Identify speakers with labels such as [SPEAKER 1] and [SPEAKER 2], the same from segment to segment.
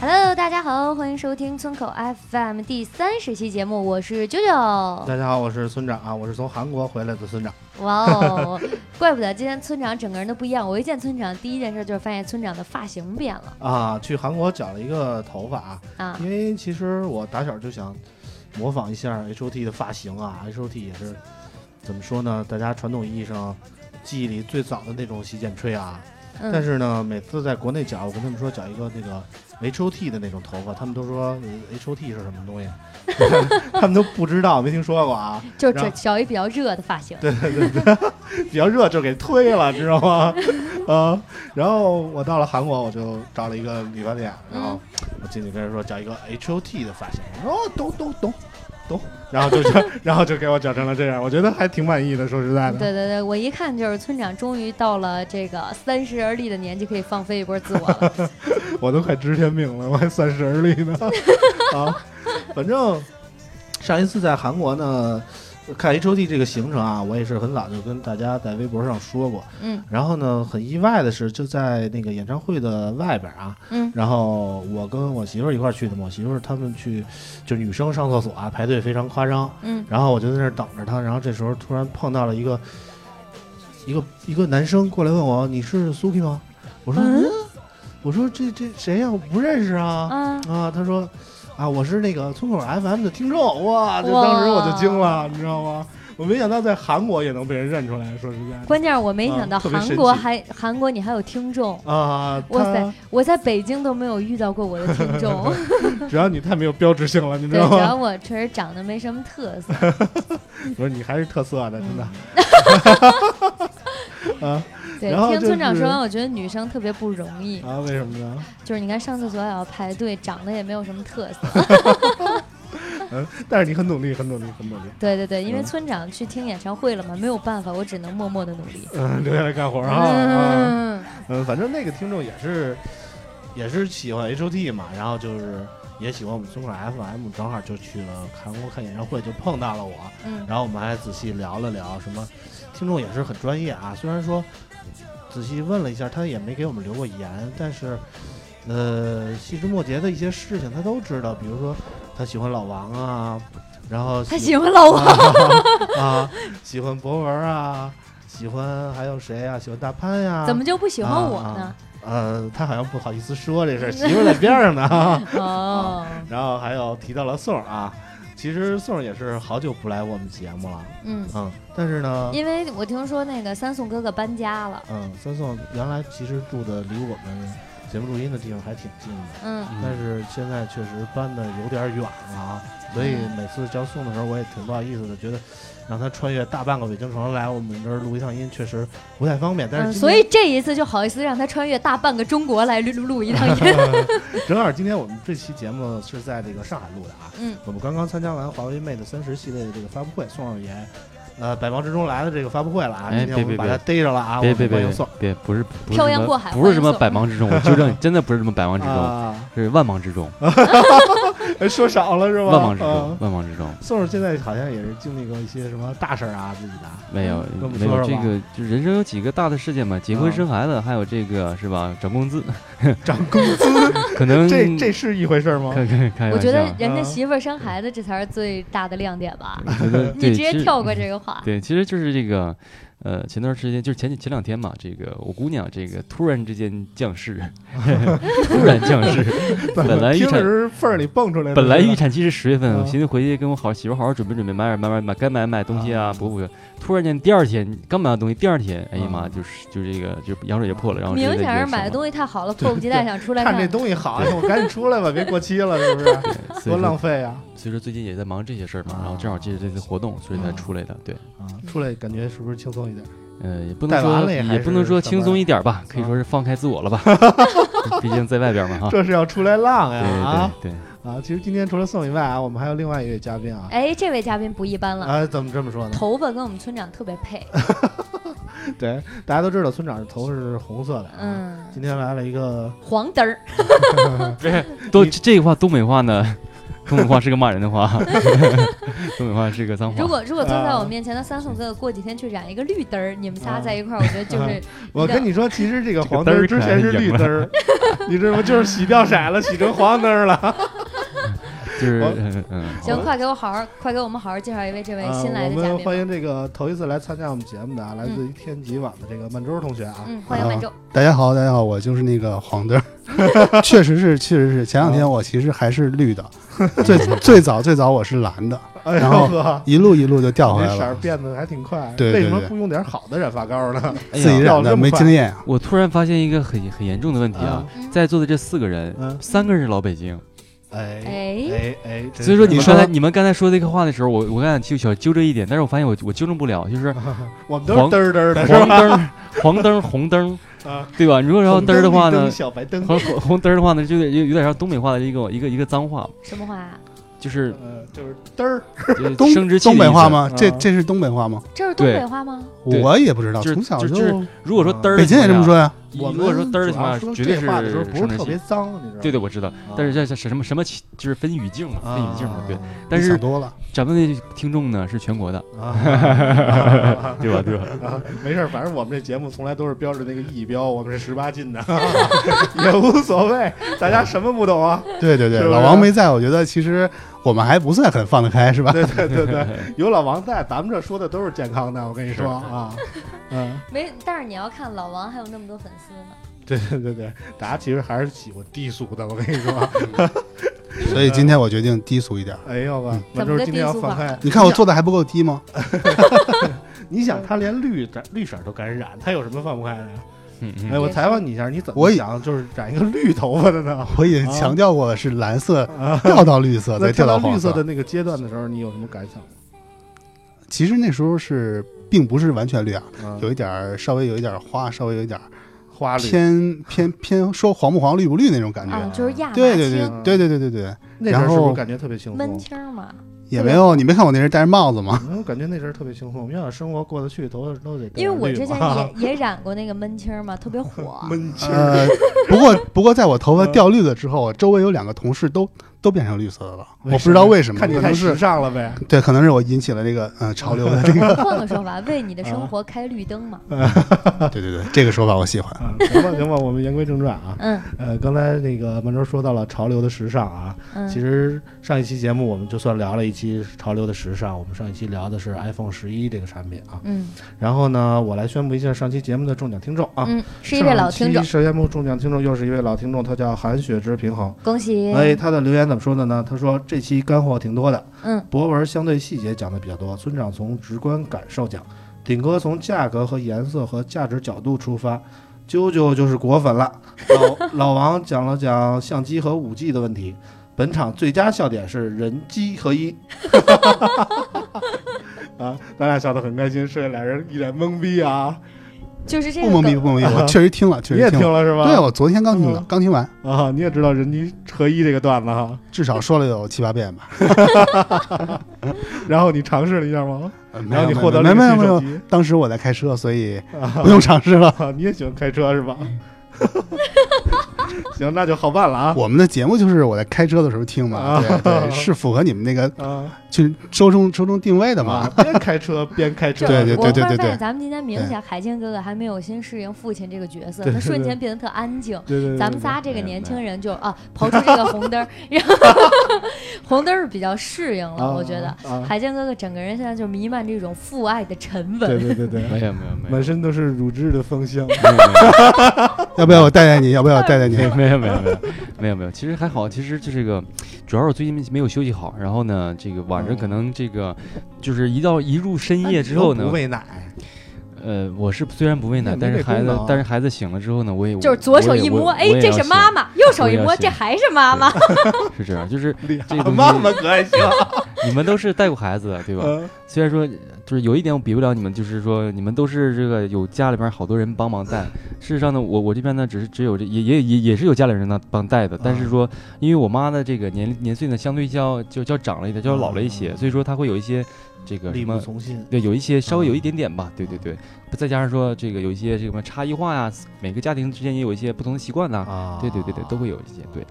[SPEAKER 1] Hello，大家好，欢迎收听村口 FM 第三十期节目，我是九九。哇
[SPEAKER 2] 大家好，我是村长啊，我是从韩国回来的村长。
[SPEAKER 1] 哦，怪不得今天村长整个人都不一样。我一见村长，第一件事就是发现村长的发型变了
[SPEAKER 2] 啊，去韩国剪了一个头发啊，
[SPEAKER 1] 啊。
[SPEAKER 2] 因为其实我打小就想模仿一下 H O T 的发型啊，H O T 也是怎么说呢？大家传统意义上记忆里最早的那种洗剪吹啊。但
[SPEAKER 1] 嗯，
[SPEAKER 2] 是呢，每次在国内剪，我跟他们说剪一个那个 H O T 的那种头发，他们都说 H O T 是什么东西，他们都不知道，没听说过啊。
[SPEAKER 1] 就
[SPEAKER 2] 然
[SPEAKER 1] 找
[SPEAKER 2] 后
[SPEAKER 1] 找一比较热的发型。
[SPEAKER 2] 对对对，比较热就给推了，知道吗？啊，然后我到了韩国，我就找了一个理发店，然后我进去跟人说剪一个 H O T 的发型，我说哦，懂懂懂懂，然后就这， 然后就给我剪成了这样，我觉得还挺满意的，说实在的。
[SPEAKER 1] 对对对，我一看就是村长终于到了这个三十而立的年纪，可以放飞一波自我 了。
[SPEAKER 2] 我都快知天命了，我还三十而立呢。 啊，反正上一次在韩国呢，看 H O T 这个行程啊，我也是很早就跟大家在微博上说过。
[SPEAKER 1] 嗯
[SPEAKER 2] 然后呢，很意外的是，就在那个演唱会的外边啊，
[SPEAKER 1] 嗯
[SPEAKER 2] 然后我跟我媳妇儿一块儿去的嘛，我媳妇儿她们去就女生上厕所啊，排队非常夸张。
[SPEAKER 1] 嗯
[SPEAKER 2] 然后我就在那儿等着他，然后这时候突然碰到了一个一个一个男生过来问我：“你是 Suki 吗？”我说：“嗯。我说这这谁呀、我不认识啊。
[SPEAKER 1] 啊，
[SPEAKER 2] 啊，他说：“啊，我是那个村口 FM 的听众。”哇，就当时我就惊了，你知道吗？我没想到在韩国也能被人认出来，说实在的
[SPEAKER 1] 关键是我没
[SPEAKER 2] 啊
[SPEAKER 1] 想到
[SPEAKER 2] 特别
[SPEAKER 1] 韩
[SPEAKER 2] 神
[SPEAKER 1] 国
[SPEAKER 2] 奇
[SPEAKER 1] 还韩国你还有听众，
[SPEAKER 2] 啊，
[SPEAKER 1] 哇
[SPEAKER 2] 他
[SPEAKER 1] 塞，我在北京都没有遇到过我的听众。
[SPEAKER 2] 只要你太没有标志性了，你知
[SPEAKER 1] 对，
[SPEAKER 2] 道
[SPEAKER 1] 主要
[SPEAKER 2] 吗？
[SPEAKER 1] 我确实长得没什么特 色。
[SPEAKER 2] 不是，你还是特色的，真的。啊
[SPEAKER 1] 对，
[SPEAKER 2] 然后
[SPEAKER 1] 听
[SPEAKER 2] 就
[SPEAKER 1] 村长
[SPEAKER 2] 是
[SPEAKER 1] 说完，我觉得女生特别不容易，
[SPEAKER 2] 啊，为什么呢？
[SPEAKER 1] 就是你看上厕所也要排队，长得也没有什么特色。
[SPEAKER 2] 嗯，但是你很努力，很努力，很努力。
[SPEAKER 1] 对对对，因为
[SPEAKER 2] 嗯
[SPEAKER 1] 村长去听演唱会了嘛，没有办法，我只能默默的努力。
[SPEAKER 2] 嗯，留下来干活儿啊。
[SPEAKER 1] 嗯，
[SPEAKER 2] 嗯，反正那个听众也是，也是喜欢 H O T 嘛，然后就是也喜欢我们松口 F M，正好就去了韩国看演唱会，就碰到了我，
[SPEAKER 1] 嗯
[SPEAKER 2] 然后我们还仔细聊了聊什么，听众也是很专业啊，虽然说仔细问了一下，他也没给我们留过言，但是。呃，细枝末节的一些事情他都知道，比如说他喜欢老王啊，然后
[SPEAKER 1] 他喜欢老王，
[SPEAKER 2] 啊啊，喜欢博文啊，喜欢还有谁啊？喜欢大潘呀、
[SPEAKER 1] 怎么就不喜欢我呢
[SPEAKER 2] 啊？呃，他好像不好意思说这事儿，媳妇儿在边 上呢。
[SPEAKER 1] 哦，
[SPEAKER 2] 然后还有提到了宋儿啊，其实宋儿也是好久不来我们节目了，
[SPEAKER 1] 嗯，
[SPEAKER 2] 嗯，但是呢，
[SPEAKER 1] 因为我听说那个三宋哥哥搬家了，
[SPEAKER 2] 嗯，三宋原来其实住的离我们节目录音的地方还挺近的，
[SPEAKER 1] 嗯
[SPEAKER 2] 但是现在确实搬的有点远了啊，所以每次叫送的时候，我也挺不好意思的，觉得让他穿越大半个北京城来我们这儿录一趟音，确实不太方便。但是
[SPEAKER 1] 嗯，
[SPEAKER 2] 今
[SPEAKER 1] 所
[SPEAKER 2] 天、
[SPEAKER 1] 以这一次就好意思让他穿越大半个中国来录录一趟音。
[SPEAKER 2] 正好今天我们这期节目是在这个上海录的啊，
[SPEAKER 1] 嗯
[SPEAKER 2] 我们刚刚参加完华为 Mate 三十系列的这个发布会，宋老爷。呃，百忙之中来的这个发布会了啊！
[SPEAKER 3] 哎
[SPEAKER 2] 今天我们
[SPEAKER 3] 别别
[SPEAKER 2] 把他逮着了啊！
[SPEAKER 3] 别别
[SPEAKER 2] 我们欢
[SPEAKER 3] 别
[SPEAKER 2] 迎宋
[SPEAKER 3] 别，不是不是
[SPEAKER 1] 漂
[SPEAKER 3] 什
[SPEAKER 1] 洋
[SPEAKER 3] 么
[SPEAKER 1] 过海
[SPEAKER 3] 不是什
[SPEAKER 1] 欢
[SPEAKER 3] 么
[SPEAKER 1] 迎送
[SPEAKER 3] 百忙之中，我纠正，真的不是什么百忙之中，
[SPEAKER 2] 啊！
[SPEAKER 3] 是万忙之中，
[SPEAKER 2] 说少了是吧？
[SPEAKER 3] 万忙之
[SPEAKER 2] 啊
[SPEAKER 3] 中，万忙之中。
[SPEAKER 2] 宋儿现在好像也是经历过一些什么大事儿啊，自己的 啊
[SPEAKER 3] 没有
[SPEAKER 2] 跟我们
[SPEAKER 3] 没
[SPEAKER 2] 说
[SPEAKER 3] 有
[SPEAKER 2] 说
[SPEAKER 3] 这
[SPEAKER 2] 吧
[SPEAKER 3] 个，就人生有几个大的事件嘛，结婚
[SPEAKER 2] 啊
[SPEAKER 3] 生孩子，还有这个是吧？涨工资，
[SPEAKER 2] 涨工资，
[SPEAKER 3] 可能
[SPEAKER 2] 这这是一回事儿吗？
[SPEAKER 3] 开开开玩笑，
[SPEAKER 1] 我觉得人家
[SPEAKER 2] 嗯
[SPEAKER 1] 媳妇儿生孩子，这才是最大的亮点吧。
[SPEAKER 3] 啊我觉得
[SPEAKER 1] 你
[SPEAKER 3] 对
[SPEAKER 1] 直接
[SPEAKER 3] 其实
[SPEAKER 1] 跳过这个话。
[SPEAKER 3] 对，其实就是这个，呃，前段时间就是前几前两天嘛，这个我姑娘这个突然之间降世， 突然降世， 本来预
[SPEAKER 2] 听
[SPEAKER 3] 产
[SPEAKER 2] 着是缝儿里蹦出来的，
[SPEAKER 3] 本来
[SPEAKER 2] 是吧
[SPEAKER 3] 预产期是十月份，
[SPEAKER 2] 啊
[SPEAKER 3] 我寻思回去跟我好媳妇好好准备准备，买点买买买该买买东西啊，补补。突然间第二天刚买完东西，第二天，哎呀妈，
[SPEAKER 2] 啊
[SPEAKER 3] 就是就这个就羊水就破了，然后直接
[SPEAKER 4] 明
[SPEAKER 3] 就
[SPEAKER 4] 显是
[SPEAKER 3] 生
[SPEAKER 4] 买的
[SPEAKER 3] 了
[SPEAKER 4] 东西太好了，迫不及待想 出来
[SPEAKER 2] 看
[SPEAKER 4] 看
[SPEAKER 2] 这。东西好，哎我赶紧出来吧，别过期了，是不是？
[SPEAKER 3] 对所
[SPEAKER 2] 多
[SPEAKER 3] 以
[SPEAKER 2] 浪
[SPEAKER 3] 说
[SPEAKER 2] 费啊！
[SPEAKER 3] 所以说最近也在忙这些事儿嘛，
[SPEAKER 2] 啊
[SPEAKER 3] 然后正好借着这次活动，所以才出来的。对，
[SPEAKER 2] 啊，出来感觉是不是轻松一点？
[SPEAKER 3] 呃，也不
[SPEAKER 2] 带
[SPEAKER 3] 能
[SPEAKER 2] 娃
[SPEAKER 3] 说
[SPEAKER 2] 了也还
[SPEAKER 3] 也不能
[SPEAKER 2] 是
[SPEAKER 3] 说
[SPEAKER 2] 上
[SPEAKER 3] 轻
[SPEAKER 2] 班
[SPEAKER 3] 松一点吧，可以
[SPEAKER 2] 啊
[SPEAKER 3] 说是放开自我了吧，毕竟在外边嘛哈。
[SPEAKER 2] 这是要出来浪呀！啊
[SPEAKER 3] 啊对对对，
[SPEAKER 2] 啊！其实今天除了宋以外啊，我们还有另外一位嘉宾啊。
[SPEAKER 4] 哎，这位嘉宾不一般了，
[SPEAKER 2] 啊，怎么这么说呢？
[SPEAKER 4] 头发跟我们村长特别 配。
[SPEAKER 2] 对，大家都知道村长头发是红色的。，啊
[SPEAKER 4] 嗯，
[SPEAKER 2] 今天来了一个
[SPEAKER 4] 黄灯儿，
[SPEAKER 3] 都
[SPEAKER 2] 你
[SPEAKER 3] 这这个话东北话呢，东北话是个骂人的话，东北话是个脏
[SPEAKER 4] 如
[SPEAKER 3] 话。
[SPEAKER 4] 果如果坐在
[SPEAKER 2] 啊
[SPEAKER 4] 我面前的三宋哥过几天去染一个绿灯儿，你们仨
[SPEAKER 2] 啊
[SPEAKER 4] 在一块儿，我觉得就是
[SPEAKER 2] 我跟你说，其实这个黄灯儿
[SPEAKER 3] 这个
[SPEAKER 2] 之
[SPEAKER 3] 灯儿
[SPEAKER 2] 前是
[SPEAKER 3] 可爱
[SPEAKER 2] 绿
[SPEAKER 3] 赢了
[SPEAKER 2] 灯儿， 你知道吗？就是洗掉色了，洗成黄灯儿了。
[SPEAKER 3] 就是
[SPEAKER 2] 我
[SPEAKER 3] 嗯嗯，
[SPEAKER 4] 行，
[SPEAKER 3] 好
[SPEAKER 4] 快给我好好，快给我们好好介绍一位这位
[SPEAKER 2] 啊
[SPEAKER 4] 新来的
[SPEAKER 2] 我
[SPEAKER 4] 嘉宾
[SPEAKER 2] 们
[SPEAKER 4] 吧。
[SPEAKER 2] 欢迎这个头一次来参加我们节目的啊，来自于天极网的这个曼周同学啊。
[SPEAKER 4] 嗯，欢迎
[SPEAKER 5] 啊
[SPEAKER 4] 满洲。
[SPEAKER 5] 大家好，大家好，我就是那个黄灯儿， 确实是，确实是。前两
[SPEAKER 3] 哦
[SPEAKER 5] 天我其实还是绿的， 最最早最早我是蓝的，
[SPEAKER 2] 哎呦
[SPEAKER 5] 然后
[SPEAKER 2] 呵，
[SPEAKER 5] 一路一路就掉回
[SPEAKER 2] 你这
[SPEAKER 5] 来
[SPEAKER 2] 色儿
[SPEAKER 5] 了，
[SPEAKER 2] 变得还挺快。
[SPEAKER 5] 对对
[SPEAKER 2] 为什么
[SPEAKER 5] 对
[SPEAKER 2] 不用点好的染发膏呢？
[SPEAKER 3] 哎
[SPEAKER 5] 自己
[SPEAKER 3] 呀，
[SPEAKER 5] 染的没经验啊。
[SPEAKER 3] 我突然发现一个很很严重的问题啊，
[SPEAKER 4] 嗯
[SPEAKER 3] 在座的这四个人，
[SPEAKER 2] 嗯
[SPEAKER 3] 三个人是老北京，
[SPEAKER 2] 哎
[SPEAKER 4] 哎，
[SPEAKER 2] 哎哎，真
[SPEAKER 3] 所以说
[SPEAKER 2] 是
[SPEAKER 3] 你们
[SPEAKER 5] 你说
[SPEAKER 3] 刚才你们刚才说这个话的时候，我我刚才就想纠正一点，但是我发现我我纠正不 了，就是
[SPEAKER 2] 我们都是嘚儿嘚儿的是
[SPEAKER 3] 黄
[SPEAKER 2] 吧？
[SPEAKER 3] 灯、黄灯、红灯，
[SPEAKER 2] 啊，
[SPEAKER 3] 对吧？如果要
[SPEAKER 2] 红
[SPEAKER 3] 灯儿的话
[SPEAKER 2] 绿
[SPEAKER 3] 呢
[SPEAKER 2] 灯，小白灯，
[SPEAKER 3] 红红红灯儿的话呢，就有点有点像东北话的一个一个一个脏话，
[SPEAKER 4] 什么话啊？
[SPEAKER 3] 就是
[SPEAKER 2] 呃，就是嘚儿。
[SPEAKER 3] 就是
[SPEAKER 5] 东
[SPEAKER 3] 生殖器的
[SPEAKER 5] 东北
[SPEAKER 3] 意思
[SPEAKER 5] 话？吗？
[SPEAKER 2] 嗯
[SPEAKER 5] 这这是东北话吗？
[SPEAKER 4] 这是东北
[SPEAKER 3] 对
[SPEAKER 4] 话吗？
[SPEAKER 3] 对
[SPEAKER 5] 我也不知道，
[SPEAKER 3] 就是
[SPEAKER 5] 从小
[SPEAKER 3] 就
[SPEAKER 5] 就是
[SPEAKER 3] 如果说嘚儿，
[SPEAKER 5] 北京也这么说，呀。
[SPEAKER 3] 如果说嘚儿的情况
[SPEAKER 2] 主要
[SPEAKER 3] 下，绝
[SPEAKER 2] 说
[SPEAKER 3] 对是
[SPEAKER 2] 这话的时候不
[SPEAKER 3] 生
[SPEAKER 2] 是特
[SPEAKER 3] 殖器
[SPEAKER 2] 别脏，你知道吗？
[SPEAKER 3] 对对，我知道。
[SPEAKER 2] 啊，
[SPEAKER 3] 但是这这什么什么情就是分语境嘛，分语境嘛，对。
[SPEAKER 2] 啊
[SPEAKER 3] 但
[SPEAKER 5] 你想
[SPEAKER 3] 是
[SPEAKER 5] 多了，
[SPEAKER 3] 咱们的听众呢是全国的，
[SPEAKER 2] 啊，
[SPEAKER 3] 对吧？对吧？
[SPEAKER 2] 啊， 没事儿，反正我们这节目从来都是标着那个一标，我们是十八禁的， 也无所谓，大家什么不懂啊？
[SPEAKER 5] 对对对，
[SPEAKER 2] 是不是
[SPEAKER 5] 老王没在，我觉得其实我们还不算很放得开，是吧？
[SPEAKER 2] 对对对对，有老王在，咱们这说的都是健康的，我跟你说啊，嗯，
[SPEAKER 4] 没，但是你要看老王还有那么多粉丝呢。
[SPEAKER 2] 对对对对，大家其实还是喜欢低俗的，我跟你说，
[SPEAKER 5] 所以今天我决定低俗一点。
[SPEAKER 2] 哎呦吧
[SPEAKER 5] 嗯，
[SPEAKER 2] 我就是今天要放开，
[SPEAKER 5] 你看
[SPEAKER 3] 啊
[SPEAKER 5] 我做的还不够低吗？
[SPEAKER 2] 你想，你想他连绿的绿色都敢染，他有什么放不开的呀？
[SPEAKER 3] 嗯
[SPEAKER 2] 哎，
[SPEAKER 3] 嗯。
[SPEAKER 2] 我采访你一下，你怎么
[SPEAKER 5] 我也
[SPEAKER 2] 想就是染一个绿头发 的呢？
[SPEAKER 5] 我已经强调过是蓝色
[SPEAKER 2] 啊，
[SPEAKER 5] 调到绿色，
[SPEAKER 2] 那
[SPEAKER 5] 再
[SPEAKER 2] 跳
[SPEAKER 5] 调
[SPEAKER 2] 到
[SPEAKER 5] 黄
[SPEAKER 2] 绿色的那个阶段的时候，你有什么感想吗？
[SPEAKER 5] 其实那时候是并不是完全绿啊，
[SPEAKER 2] 啊
[SPEAKER 5] 有一点儿稍微有一点儿花，稍微有一点儿
[SPEAKER 2] 花绿，
[SPEAKER 5] 偏偏偏说黄不黄绿不绿那种感觉。
[SPEAKER 4] 啊，就是亚麻
[SPEAKER 5] 对对对
[SPEAKER 4] 青、
[SPEAKER 2] 青
[SPEAKER 5] 对对对对对，
[SPEAKER 2] 那阵儿
[SPEAKER 5] 然
[SPEAKER 2] 是不是
[SPEAKER 5] 后
[SPEAKER 2] 感觉特别轻
[SPEAKER 4] 闷
[SPEAKER 2] 松？
[SPEAKER 4] 青儿嘛。
[SPEAKER 5] 也没有，你没看我那人戴着帽子吗？
[SPEAKER 2] 没有，嗯感觉那阵儿特别轻松。我们要想生活过得去，头发都得啊
[SPEAKER 4] 因为我之前
[SPEAKER 2] 也。
[SPEAKER 4] 也也染过那个闷青儿嘛，特别火
[SPEAKER 2] 闷气儿
[SPEAKER 5] 呃，不过不过在我头发掉绿了之后，我周围有两个同事都都变成绿色的了， 我不知道为什么，
[SPEAKER 2] 看你
[SPEAKER 5] 可
[SPEAKER 2] 太
[SPEAKER 5] 能
[SPEAKER 2] 时
[SPEAKER 5] 是
[SPEAKER 2] 尚了呗。
[SPEAKER 5] 对，可能是我引起了这个呃潮流的这个，
[SPEAKER 4] 换个说法，为你的
[SPEAKER 2] 啊
[SPEAKER 4] 生活开绿灯嘛。
[SPEAKER 5] 对对对，这个说法我喜欢。
[SPEAKER 2] 啊，行吧，行吧，我们言归正传啊。
[SPEAKER 4] 嗯
[SPEAKER 2] 呃，刚才那个曼周说到了潮流的时尚啊，
[SPEAKER 4] 嗯，
[SPEAKER 2] 其实上一期节目我们就算聊了一期潮流的时尚，我们上一期聊的是 iPhone 十一这个产品啊。
[SPEAKER 4] 嗯
[SPEAKER 2] 然后呢，我来宣布一下上期节目的中奖听众啊。
[SPEAKER 4] 嗯，是一位老听众，
[SPEAKER 2] 首节目中奖听众又是一位老听众，他叫韩雪之平衡。
[SPEAKER 4] 恭喜。
[SPEAKER 2] 哎，他的留言怎么说的呢？他说这期干货挺多的，
[SPEAKER 4] 嗯，
[SPEAKER 2] 博文相对细节讲的比较多，村长从直观感受讲，顶哥从价格和颜色和价值角度出发，啾啾就是果粉了。老老王讲了讲相机和五 G 的问题。本场最佳笑点是人机合一， 啊，咱俩笑得很开心，剩下俩人一脸懵逼啊！
[SPEAKER 4] 就是这
[SPEAKER 5] 不
[SPEAKER 4] 个
[SPEAKER 5] 懵逼
[SPEAKER 4] 梗
[SPEAKER 5] 不懵逼，我确实听了，确
[SPEAKER 2] 你也
[SPEAKER 5] 实
[SPEAKER 2] 听
[SPEAKER 5] 了。
[SPEAKER 2] 了是吧？
[SPEAKER 5] 对，我昨天刚听的
[SPEAKER 2] 嗯，
[SPEAKER 5] 刚听完，
[SPEAKER 2] 啊，你也知道人机合一这个段子哈，
[SPEAKER 5] 至少说了有七八遍 吧。
[SPEAKER 2] 然后你尝试了一下吗？
[SPEAKER 5] 呃没
[SPEAKER 2] 然后
[SPEAKER 5] 有
[SPEAKER 2] 你
[SPEAKER 5] 没
[SPEAKER 2] 获
[SPEAKER 5] 有
[SPEAKER 2] 得
[SPEAKER 5] 没
[SPEAKER 2] 了
[SPEAKER 5] 有
[SPEAKER 2] 一
[SPEAKER 5] 没
[SPEAKER 2] 个
[SPEAKER 5] 有
[SPEAKER 2] 新
[SPEAKER 5] 没有
[SPEAKER 2] 手，机
[SPEAKER 5] 当时 我在开车，所以
[SPEAKER 2] 啊
[SPEAKER 5] 不用尝试了。
[SPEAKER 2] 啊，你也喜欢开车是吧？ 行，那就好办了啊
[SPEAKER 5] 我们的节目就是我在开车的时候听嘛，对对，是符合你们那个
[SPEAKER 2] 啊
[SPEAKER 5] 去周中周中定位的嘛
[SPEAKER 2] 啊，？边开车边开车，
[SPEAKER 5] 对对
[SPEAKER 1] 我忽
[SPEAKER 5] 对
[SPEAKER 1] 然
[SPEAKER 5] 对
[SPEAKER 1] 发
[SPEAKER 5] 对
[SPEAKER 1] 现咱们今天明显海清哥哥还没有先适应父亲这个角色，
[SPEAKER 2] 对
[SPEAKER 1] 他
[SPEAKER 2] 对
[SPEAKER 1] 瞬
[SPEAKER 2] 对
[SPEAKER 1] 间变得特安静。
[SPEAKER 2] 对对对，
[SPEAKER 1] 咱们仨这
[SPEAKER 3] 没
[SPEAKER 1] 个
[SPEAKER 3] 有
[SPEAKER 1] 年
[SPEAKER 3] 没
[SPEAKER 1] 轻
[SPEAKER 3] 有
[SPEAKER 1] 人就啊，刨出这个红灯儿，然后 红灯儿比较适应了，
[SPEAKER 2] 啊
[SPEAKER 1] 我觉得。
[SPEAKER 2] 啊，
[SPEAKER 1] 海清哥哥整个人现在就弥漫这种父爱的沉
[SPEAKER 2] 对
[SPEAKER 1] 稳，
[SPEAKER 2] 对对对，
[SPEAKER 3] 没有没有没有
[SPEAKER 2] 满身都是乳汁的芳香，
[SPEAKER 5] 要不要我带带你？要不要我带带你？
[SPEAKER 3] 没有没有没有没有没有，其实还好，其实就这个，主要是我最近没有休息好，然后呢，这个晚上可能这个就是一到一入深夜之后
[SPEAKER 2] 都
[SPEAKER 3] 呢
[SPEAKER 2] 不，喂奶，
[SPEAKER 3] 呃，我是虽然不喂奶，
[SPEAKER 2] 那
[SPEAKER 3] 但
[SPEAKER 2] 没
[SPEAKER 3] 是
[SPEAKER 2] 这
[SPEAKER 3] 孩
[SPEAKER 2] 功
[SPEAKER 3] 子
[SPEAKER 2] 能啊
[SPEAKER 3] 但是孩子醒了之后呢，我也
[SPEAKER 1] 就是左手一摸，哎，这是妈
[SPEAKER 3] 妈，
[SPEAKER 1] 妈；右手
[SPEAKER 3] 我
[SPEAKER 1] 一
[SPEAKER 3] 也要
[SPEAKER 1] 摸，
[SPEAKER 3] 写
[SPEAKER 1] 这还是妈 妈。
[SPEAKER 3] 是这样，就是
[SPEAKER 2] 厉害
[SPEAKER 3] 这个东西
[SPEAKER 2] 妈妈可还行，
[SPEAKER 3] 你们都是带过孩子的对吧？
[SPEAKER 2] 嗯
[SPEAKER 3] 虽然说，就是有一点我比不了你们，就是说你们都是这个有家里边好多人帮忙 带。事实上呢，我我这边呢，只是只有这也也也也是有家里人呢帮带
[SPEAKER 2] 嗯
[SPEAKER 3] 的，但是说因为我妈的这个年年岁呢，相对较就较长了一点，较老了一些，
[SPEAKER 2] 嗯
[SPEAKER 3] 所以说她会有一些这个
[SPEAKER 2] 力
[SPEAKER 3] 什
[SPEAKER 2] 不
[SPEAKER 3] 么。
[SPEAKER 2] 从嗯心，
[SPEAKER 3] 对，有一些稍微有一点点吧，对对对，再加上说这个有一些这个什么差异化呀、每个家庭之间也有一些不同的习惯呐、
[SPEAKER 2] 啊
[SPEAKER 3] 对对对对，都会有一些， 对，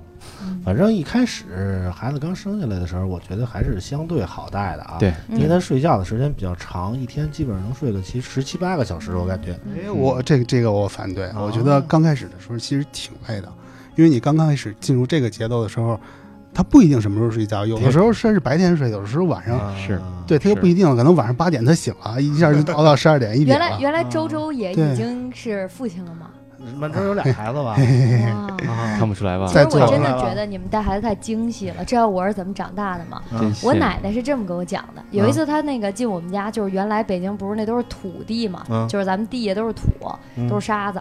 [SPEAKER 2] 反正一开始孩子刚生下来的时候，我觉得还是相对好带的啊。
[SPEAKER 3] 对，
[SPEAKER 2] 因为他睡觉的时间比较长，一天基本上能睡个七十七八个小时，我感觉。
[SPEAKER 5] 哎我这个这个我反对，
[SPEAKER 2] 啊
[SPEAKER 5] 我觉得刚开始的时候其实挺累的，因为你刚开始进入这个节奏的时候，他不一定什么时候睡觉，有的时候甚至白天睡，有的时候晚
[SPEAKER 2] 啊
[SPEAKER 5] 上，
[SPEAKER 3] 是
[SPEAKER 5] 对他又
[SPEAKER 3] 是
[SPEAKER 5] 不一定，可能晚上八点他醒 了，一下就熬到十二点一点
[SPEAKER 1] 原来
[SPEAKER 3] 啊
[SPEAKER 5] 了。
[SPEAKER 1] 原来周周也已
[SPEAKER 5] 对
[SPEAKER 1] 经是父亲了 吗？
[SPEAKER 2] 满洲有俩孩子吧？
[SPEAKER 1] 哇！
[SPEAKER 2] 啊
[SPEAKER 3] 看不出来 吧？
[SPEAKER 5] 在
[SPEAKER 1] 其实
[SPEAKER 5] 座的
[SPEAKER 1] 我真的
[SPEAKER 2] 了
[SPEAKER 1] 觉得你们带孩子太精细了，知道我是怎么长大的吗？
[SPEAKER 3] 真
[SPEAKER 1] 我
[SPEAKER 3] 羡慕
[SPEAKER 1] 奶奶是这么跟我讲的，
[SPEAKER 3] 啊
[SPEAKER 1] 有一次她那个进我们家，就是原来北京不是那都是土地嘛，
[SPEAKER 2] 嗯
[SPEAKER 3] 啊
[SPEAKER 1] 就是咱们地也都是土，
[SPEAKER 2] 嗯
[SPEAKER 1] 都是沙子。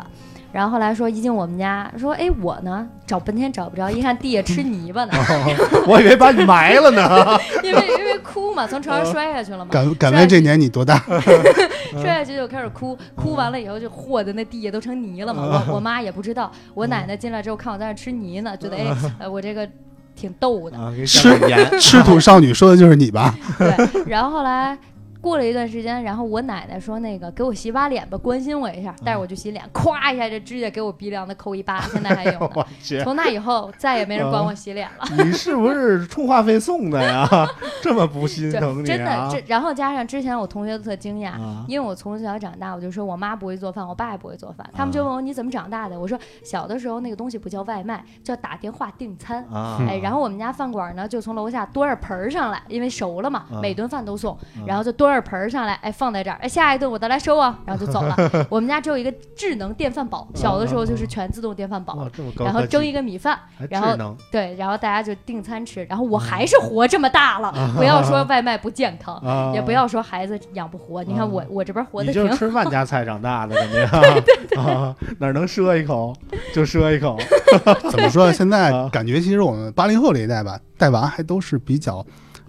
[SPEAKER 1] 然后后来说一进我们家，说哎我呢找半天找不着，一看地下吃泥 巴呢，
[SPEAKER 2] 我以为把你埋了呢。
[SPEAKER 1] 因为因为哭嘛，从床上摔下去了嘛，
[SPEAKER 5] 敢敢问这年你多 大？
[SPEAKER 1] 摔下去就开始哭，哭完了以后就和的那地下都成泥了嘛。
[SPEAKER 2] 嗯
[SPEAKER 1] 我我妈也不知道，我奶奶进来之后看我在那吃泥呢，觉得哎
[SPEAKER 2] 嗯
[SPEAKER 1] 呃我这个挺逗的，
[SPEAKER 2] 啊，给
[SPEAKER 5] 吃
[SPEAKER 2] 上点盐，
[SPEAKER 5] 吃土少女说的就是你吧？
[SPEAKER 1] 对，然后后来过了一段时间，然后我奶奶说那个给我洗把脸吧，关心我一下，
[SPEAKER 2] 嗯
[SPEAKER 1] 带着我去洗脸，咵一下这指甲给我鼻梁子抠一巴，现在还有呢。
[SPEAKER 2] 我去，
[SPEAKER 1] 从那以后再也没人管我洗脸了。
[SPEAKER 2] 你是不是充话费送的 呀？这么不心
[SPEAKER 1] 对，
[SPEAKER 2] 疼你
[SPEAKER 1] 真的
[SPEAKER 2] 啊，？
[SPEAKER 1] 这然后加上之前我同学都特惊讶，
[SPEAKER 2] 啊，
[SPEAKER 1] 因为我从小长大，我就说我妈不会做饭，我爸也不会做饭，他们
[SPEAKER 2] 啊
[SPEAKER 1] 就问我你怎么长大的，我说小的时候那个东西不叫外卖，叫打电话订餐。
[SPEAKER 2] 啊，
[SPEAKER 1] 哎，然后我们家饭馆呢，就从楼下端着盆儿上来，因为熟了嘛，
[SPEAKER 2] 啊
[SPEAKER 1] 每顿饭都送，
[SPEAKER 2] 啊
[SPEAKER 1] 然后就端着盆儿上来，哎，放在这儿，哎，下一顿我再来收 啊，然后就走了。我们家只有一个智能电饭煲，小的时候就是全自动电饭煲，
[SPEAKER 2] 啊哇，这么高科技，
[SPEAKER 1] 然后蒸一
[SPEAKER 2] 个，
[SPEAKER 1] 个米饭，然后
[SPEAKER 2] 智能
[SPEAKER 1] 对，然后大家就订餐吃，然后我还是活这么大了，不要说外卖不健康。
[SPEAKER 2] 啊，
[SPEAKER 1] 也不要说孩子养不活，你看我我这边活
[SPEAKER 2] 你
[SPEAKER 1] 的
[SPEAKER 2] 就
[SPEAKER 1] 挺
[SPEAKER 2] 是吃万家菜长大的，感 觉啊啊，哪能赊一口就赊一口，
[SPEAKER 5] 怎么说？现
[SPEAKER 2] 啊
[SPEAKER 5] 在感觉其实我们八零后这一代吧，带娃还都是比较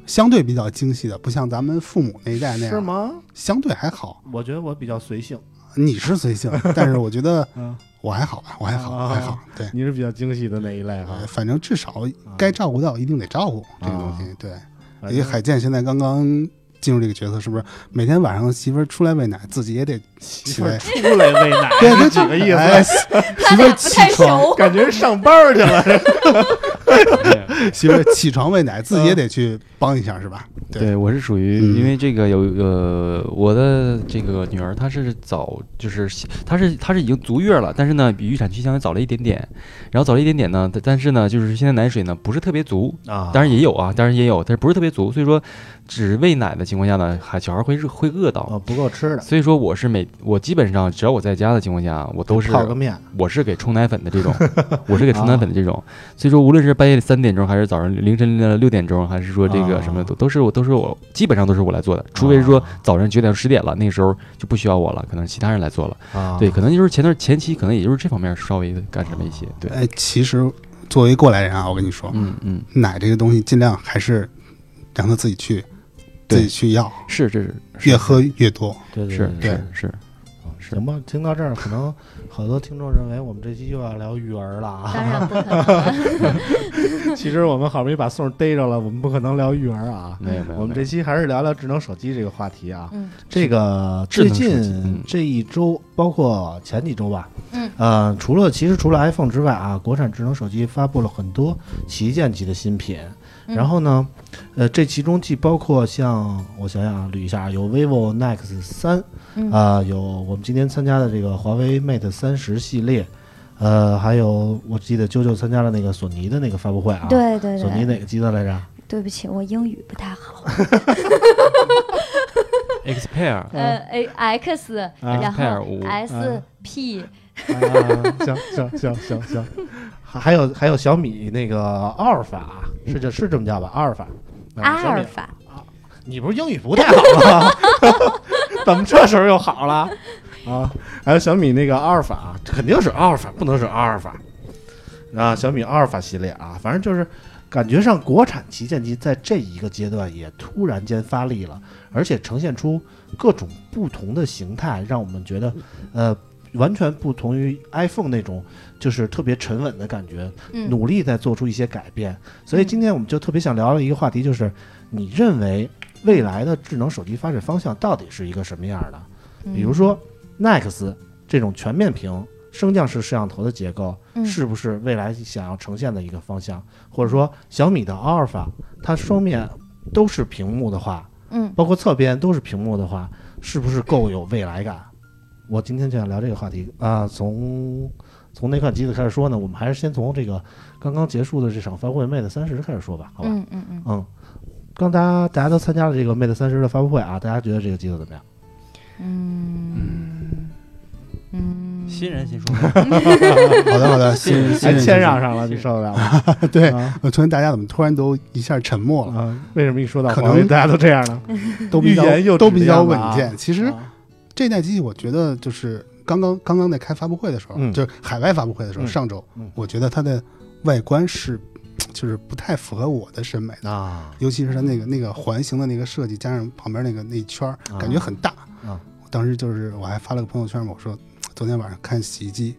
[SPEAKER 5] 相对比较精细的，不像咱们父母那一代那
[SPEAKER 2] 是
[SPEAKER 5] 样，
[SPEAKER 2] 吗？
[SPEAKER 5] 相对还好。
[SPEAKER 2] 我觉得我比较随性，
[SPEAKER 5] 你是随性，但是我觉得
[SPEAKER 2] 嗯
[SPEAKER 5] 我还好吧，我还好，
[SPEAKER 2] 啊
[SPEAKER 5] 我还好。对，
[SPEAKER 2] 你是比较精细的那一类哈
[SPEAKER 3] 嗯
[SPEAKER 5] 呃，反正至少该照顾到一定得照顾这个东西。对，
[SPEAKER 2] 啊反
[SPEAKER 5] 因为
[SPEAKER 2] 正
[SPEAKER 5] 海健现在刚刚进入这个角色，是不是每天晚上媳妇儿出来喂奶，自己也得
[SPEAKER 2] 媳
[SPEAKER 5] 起
[SPEAKER 2] 妇儿
[SPEAKER 5] 来？
[SPEAKER 2] 出来喂奶，
[SPEAKER 5] 对
[SPEAKER 2] 这
[SPEAKER 5] 对，
[SPEAKER 2] 几个意
[SPEAKER 5] 哎
[SPEAKER 2] 思？
[SPEAKER 5] 媳妇儿
[SPEAKER 1] 不太
[SPEAKER 5] 起床，
[SPEAKER 1] 熟，
[SPEAKER 2] 感觉上班儿去了。
[SPEAKER 5] 哎媳妇儿起床喂奶，自己也得去帮一下，是吧？对
[SPEAKER 3] 对，我是属于
[SPEAKER 5] 嗯
[SPEAKER 3] 因为这个有呃，我的这个女儿她是早就是她是她是已经足月了，但是呢比预产期相对早了一点点，然后早了一点点呢，但但是呢就是现在奶水呢不是特别足，
[SPEAKER 2] 啊
[SPEAKER 3] 当然也有啊，当然也有，但是不是特别足，所以说只喂奶的情况下呢，还小孩会热会饿到。
[SPEAKER 2] 啊，不够吃的，
[SPEAKER 3] 所以说我是每我基本上只要我在家的情况下，我都是
[SPEAKER 2] 泡个面，
[SPEAKER 3] 我是给冲奶粉 的这种，我是给冲奶粉的这种，所以说无论是半夜三点钟，还是早上凌晨的六点钟，还是说这个什
[SPEAKER 2] 啊
[SPEAKER 3] 么的，都都是我都是我基本上都是我来做的，除非是说早上九点十点了，那个时候就不需要我了，可能其他人来做了。
[SPEAKER 2] 啊
[SPEAKER 3] 对，可能就是前段前期可能也就是这方面稍微干什么一些，
[SPEAKER 2] 啊
[SPEAKER 3] 对，
[SPEAKER 5] 哎，其实作为过来人啊，我跟你说，
[SPEAKER 3] 嗯嗯，
[SPEAKER 5] 奶这个东西尽量还是让他自己去
[SPEAKER 3] 对
[SPEAKER 5] 自己去要，
[SPEAKER 3] 是这是
[SPEAKER 5] 越喝越多。
[SPEAKER 2] 对
[SPEAKER 3] 是
[SPEAKER 2] 对
[SPEAKER 3] 是是是
[SPEAKER 2] 行吧，听到这儿，可能好多听众认为我们这期又要聊育儿了
[SPEAKER 4] 当
[SPEAKER 2] 啊。
[SPEAKER 4] 然不可能，
[SPEAKER 2] 其实我们好不容易把宋儿逮着了，我们不可能聊育儿啊。
[SPEAKER 3] 没有没有，
[SPEAKER 2] 我们这期还是聊聊智能手机这个话题啊。
[SPEAKER 4] 嗯
[SPEAKER 2] 这个最
[SPEAKER 3] 智能手机
[SPEAKER 2] 近
[SPEAKER 3] 嗯
[SPEAKER 2] 这一周，包括前几周吧，
[SPEAKER 4] 嗯，
[SPEAKER 2] 呃，除了其实除了 iPhone 之外啊，国产智能手机发布了很多旗舰级的新品。
[SPEAKER 4] 嗯
[SPEAKER 2] 然后呢，呃，这其中既包括像我想想啊捋一下啊，有 vivo Nex 三，
[SPEAKER 4] 嗯
[SPEAKER 2] 啊，有我们今天参加的这个华为 Mate 三十系列，呃，还有我记得啾啾参加了那个索尼的那个发布会啊，，
[SPEAKER 1] 对对
[SPEAKER 2] 索尼
[SPEAKER 1] 对，
[SPEAKER 2] 哪个机子来着？
[SPEAKER 1] 对不起，我英语不太好。
[SPEAKER 3] Xperia
[SPEAKER 4] 呃 A X，然
[SPEAKER 3] ，Pair
[SPEAKER 4] 后
[SPEAKER 3] 五
[SPEAKER 4] S P
[SPEAKER 2] 啊，行行行行行，还还有还有小米那个阿尔法，是这是这么叫吧？阿尔法，啊
[SPEAKER 1] 阿
[SPEAKER 2] 小
[SPEAKER 1] 尔
[SPEAKER 2] 米
[SPEAKER 1] 法，
[SPEAKER 2] 你不是英语不太好吗？ 怎么这时候又好了？啊，还有小米那个阿尔法，肯定是阿尔法，不能是阿尔法啊！小米阿尔法系列啊，反正就是感觉上国产旗舰机在这一个阶段也突然间发力了，而且呈现出各种不同的形态，让我们觉得呃。完全不同于 iPhone 那种，就是特别沉稳的感觉，
[SPEAKER 4] 嗯
[SPEAKER 2] 努力在做出一些改变。所以今天我们就特别想聊的一个话题，就是你认为未来的智能手机发展方向到底是一个什么样的？
[SPEAKER 4] 嗯
[SPEAKER 2] 比如说 Nex 这种全面屏升降式摄像头的结构，
[SPEAKER 4] 嗯
[SPEAKER 2] 是不是未来想要呈现的一个方向？或者说小米的阿尔法，它双面都是屏幕的话，
[SPEAKER 4] 嗯
[SPEAKER 2] 包括侧边都是屏幕的话，是不是够有未来感？我今天就想聊这个话题啊，从从哪款机子开始说呢？我们还是先从这个刚刚结束的这场发布会 Mate 三十开始说吧，好吧？
[SPEAKER 4] 嗯嗯嗯，
[SPEAKER 2] 嗯，刚大家大家都参加了这个 Mate 三十的发布会啊，大家觉得这个机子怎么样？
[SPEAKER 1] 嗯
[SPEAKER 3] 新 人先说，
[SPEAKER 5] 好的好的，新人新
[SPEAKER 2] 还
[SPEAKER 5] 人
[SPEAKER 2] 谦让上了，你受得了吗？
[SPEAKER 5] 对，
[SPEAKER 2] 啊，
[SPEAKER 5] 啊我突然大家怎么突然都一下沉默了，
[SPEAKER 2] 啊为什么一说到
[SPEAKER 5] 可
[SPEAKER 2] 华为，
[SPEAKER 5] 能
[SPEAKER 2] 大家都这样呢？
[SPEAKER 5] 都比较
[SPEAKER 2] 欲言又止
[SPEAKER 5] 都比较
[SPEAKER 2] 的
[SPEAKER 5] 稳
[SPEAKER 2] 样子啊
[SPEAKER 5] 健。其实
[SPEAKER 2] 啊
[SPEAKER 5] 这代机器，我觉得就是刚刚刚刚在开发布会的时候，
[SPEAKER 2] 嗯
[SPEAKER 5] 就是海外发布会的时候，
[SPEAKER 2] 嗯
[SPEAKER 5] 上周
[SPEAKER 2] 嗯
[SPEAKER 5] 我觉得它的外观是就是不太符合我的审美的，
[SPEAKER 2] 啊，
[SPEAKER 5] 尤其是它那个那个环形的那个设计，加上旁边那个那一圈儿，
[SPEAKER 2] 啊
[SPEAKER 5] 感觉很大。
[SPEAKER 2] 啊
[SPEAKER 5] 我当时就是我还发了个朋友圈嘛，我说昨天晚上看洗衣机，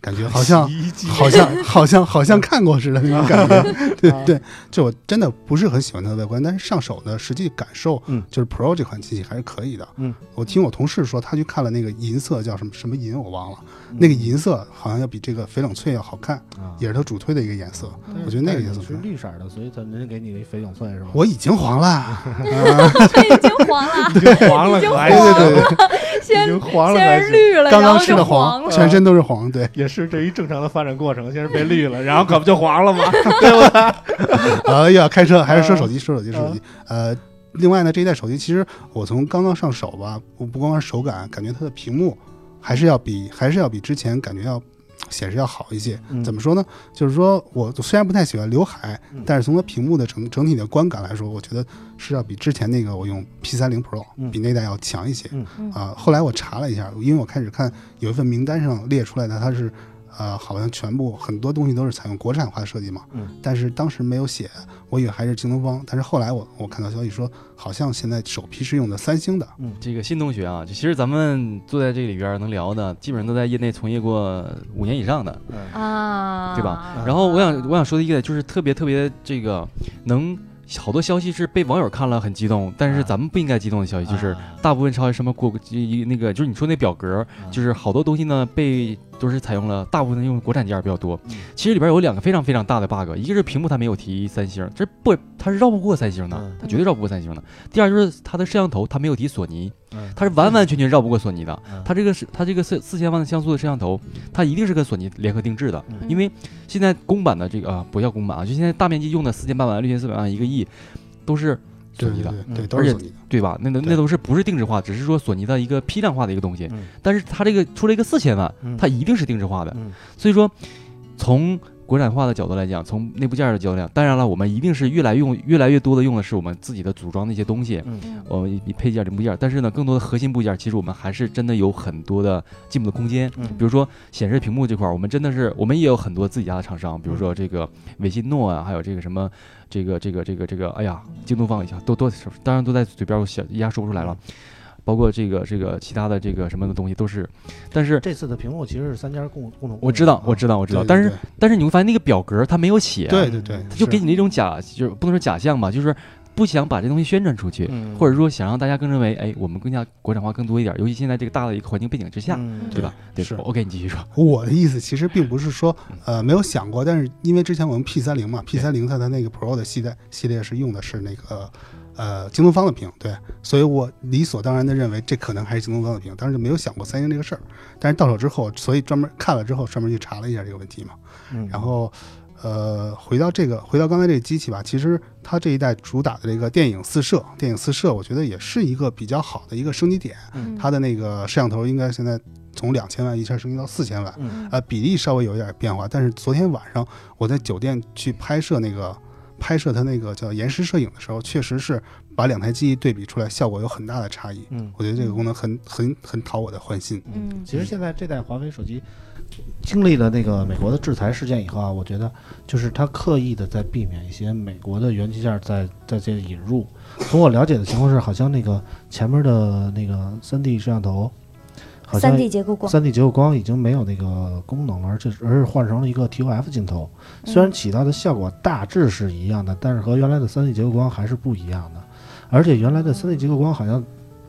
[SPEAKER 5] 感觉好像
[SPEAKER 2] 洗衣机
[SPEAKER 5] 好像好像好像看过似的那种感觉，对
[SPEAKER 2] 啊
[SPEAKER 5] 对，就我真的不是很喜欢它的外观，但是上手的实际感受，
[SPEAKER 2] 嗯
[SPEAKER 5] 就是 Pro 这款机器还是可以的，
[SPEAKER 2] 嗯，
[SPEAKER 5] 我听我同事说，他去看了那个银色叫什么什么银我忘了，那个银色好像要比这个翡冷翠要好看，
[SPEAKER 2] 嗯啊
[SPEAKER 5] 也是它主推的一个颜色，
[SPEAKER 2] 但
[SPEAKER 5] 我觉得那个
[SPEAKER 2] 但是
[SPEAKER 5] 颜色
[SPEAKER 2] 你是
[SPEAKER 5] 很好
[SPEAKER 2] 绿色的，所以他人家给你 那翡冷翠是吧？
[SPEAKER 5] 我已经黄了，
[SPEAKER 4] 这已经黄了，
[SPEAKER 2] 黄了，
[SPEAKER 4] 已经
[SPEAKER 2] 可爱
[SPEAKER 5] 对
[SPEAKER 4] 黄了
[SPEAKER 2] 了，
[SPEAKER 5] 对对，
[SPEAKER 2] 已
[SPEAKER 4] 先
[SPEAKER 2] 经黄了才
[SPEAKER 4] 先是
[SPEAKER 2] 行，
[SPEAKER 4] 绿了，
[SPEAKER 5] 刚
[SPEAKER 4] 然
[SPEAKER 5] 刚
[SPEAKER 4] 后
[SPEAKER 5] 吃
[SPEAKER 4] 就
[SPEAKER 5] 的
[SPEAKER 4] 黄
[SPEAKER 5] 黄，
[SPEAKER 4] 了，
[SPEAKER 5] 全身都是黄，对，
[SPEAKER 2] 也是这一正常的发展过程，先是被绿了，然后可不就黄了吗？对不对？
[SPEAKER 5] 哎呀，开车还是说
[SPEAKER 2] 啊
[SPEAKER 5] 手机，说手机，说手机。
[SPEAKER 2] 嗯
[SPEAKER 5] 呃，另外呢，这一代手机其实我从刚刚上手吧，我不光是手感，感觉它的屏幕还是要比还是要比之前感觉要显示要好一些。
[SPEAKER 2] 嗯
[SPEAKER 5] 怎么说呢？就是说我虽然不太喜欢刘海
[SPEAKER 2] 嗯，
[SPEAKER 5] 但是从它屏幕的整整体的观感来说，我觉得是要比之前那个我用 P 三零 Pro
[SPEAKER 2] 嗯
[SPEAKER 5] 比那代要强一些。
[SPEAKER 2] 嗯
[SPEAKER 4] 嗯
[SPEAKER 5] 啊、后来我查了一下，因为我开始看有一份名单上列出来的，它是。呃，好像全部很多东西都是采用国产化设计嘛，
[SPEAKER 2] 嗯，
[SPEAKER 5] 但是当时没有写，我以为还是京东方，但是后来我我看到消息说，好像现在首批是用的三星的，
[SPEAKER 3] 这个新同学啊，就其实咱们坐在这里边儿能聊的，基本上都在业内从业过五年以上的。
[SPEAKER 4] 啊，
[SPEAKER 3] 对吧然后我想我想说的一个就是特别特别这个能好多消息是被网友看了很激动，但
[SPEAKER 2] 啊
[SPEAKER 3] 是咱们不应该激动的消息就是。大部分超级什么国一那个就是你说那表格，
[SPEAKER 2] 啊
[SPEAKER 3] 就是好多东西呢被都是采用了，大部分用国产件儿比较多
[SPEAKER 2] 嗯。
[SPEAKER 3] 其实里边有两个非常非常大的 bug，一个是屏幕它没有提三星，这不它是绕不过三星的
[SPEAKER 2] 嗯，
[SPEAKER 3] 它绝对绕不过三星的。第二就是它的摄像头它没有提索尼
[SPEAKER 2] 嗯，
[SPEAKER 3] 它是完完全全绕不过索尼的
[SPEAKER 2] 嗯。
[SPEAKER 3] 它这个是它这个四四千万的像素的摄像头，它一定是跟索尼联合定制的
[SPEAKER 2] 嗯，
[SPEAKER 3] 因为现在公版的这个啊不叫公版啊，就现在大面积用的四千八百万、六千四百万、一个亿，都是索
[SPEAKER 5] 对
[SPEAKER 3] 尼
[SPEAKER 5] 对
[SPEAKER 3] 的。
[SPEAKER 5] 对，
[SPEAKER 2] 嗯
[SPEAKER 5] 对都是索尼的，
[SPEAKER 3] 对吧？那都
[SPEAKER 5] 对
[SPEAKER 3] 那都是不是定制化，只是说索尼的一个批量化的一个东西。
[SPEAKER 2] 嗯
[SPEAKER 3] 但是它这个出了一个四千万，
[SPEAKER 2] 嗯
[SPEAKER 3] 它一定是定制化的。
[SPEAKER 2] 嗯
[SPEAKER 3] 所以说，从国产化的角度来讲，从内部件儿的角度来讲，当然了，我们一定是越来越用越来越多的用的是我们自己的组装的一些东西，
[SPEAKER 2] 嗯
[SPEAKER 3] 我们呃配件儿零部件儿。但是呢，更多的核心部件儿，其实我们还是真的有很多的进步的空间。
[SPEAKER 2] 嗯
[SPEAKER 3] 比如说显示屏幕这块儿，我们真的是我们也有很多自己家的厂商，比如说这个维信诺啊，还有这个什么
[SPEAKER 5] 嗯
[SPEAKER 3] 这个这个这个这个，哎呀，京东方一下都都当然都在嘴边儿我写一下说不出来了。包括这个这个其他的这个什么的东西都是，但是
[SPEAKER 2] 这次的屏幕其实是三家共共同，
[SPEAKER 3] 我知道我知道我知道，
[SPEAKER 5] 对
[SPEAKER 3] 但是但是你会发现那个表格它没有写，
[SPEAKER 5] 对对对，
[SPEAKER 3] 它就给你那种假，就是不能说假象吧，就是不想把这东西宣传出去，
[SPEAKER 2] 嗯，
[SPEAKER 3] 或者说想让大家更认为，哎，我们更加国产化更多一点，尤其现在这个大的一个环境背景之下，
[SPEAKER 2] 嗯
[SPEAKER 3] 对吧？对
[SPEAKER 5] 是
[SPEAKER 3] ，OK，你继续说，
[SPEAKER 5] 我的意思其实并不是说，呃，没有想过，但是因为之前我们 P 三零嘛，P 三零它的那个 Pro 的系列系列是用的是那个，呃，京东方的屏，对，所以我理所当然的认为这可能还是京东方的屏，当时就没有想过三星这个事儿。但是到手之后，所以专门看了之后，专门去查了一下这个问题嘛。
[SPEAKER 2] 嗯
[SPEAKER 5] 然后，呃，回到这个，回到刚才这个机器吧，其实它这一代主打的这个电影四摄，电影四摄，我觉得也是一个比较好的一个升级点。
[SPEAKER 2] 嗯
[SPEAKER 5] 它的那个摄像头应该现在从两千万一下升级到四千万，
[SPEAKER 2] 嗯
[SPEAKER 5] 呃，比例稍微有一点变化。但是昨天晚上我在酒店去拍摄那个拍摄它那个叫延时摄影的时候，确实是把两台机器对比出来，效果有很大的差异。
[SPEAKER 2] 嗯，
[SPEAKER 5] 我觉得这个功能很很很讨我的欢心。
[SPEAKER 4] 嗯
[SPEAKER 2] 其实现在这代华为手机经历了那个美国的制裁事件以后啊，我觉得就是它刻意的在避免一些美国的元器件在在这引入。从我了解的情况是，好像那个前面的那个三 D 摄像头，好像
[SPEAKER 1] 三 D 结构光，
[SPEAKER 2] 三 D 结构光已经没有那个功能了，而且而是换成了一个 TOF 镜头。
[SPEAKER 1] 嗯
[SPEAKER 2] 虽然起到的效果大致是一样的，但是和原来的三 D 结构光还是不一样的。而且原来的三 D 结构光好像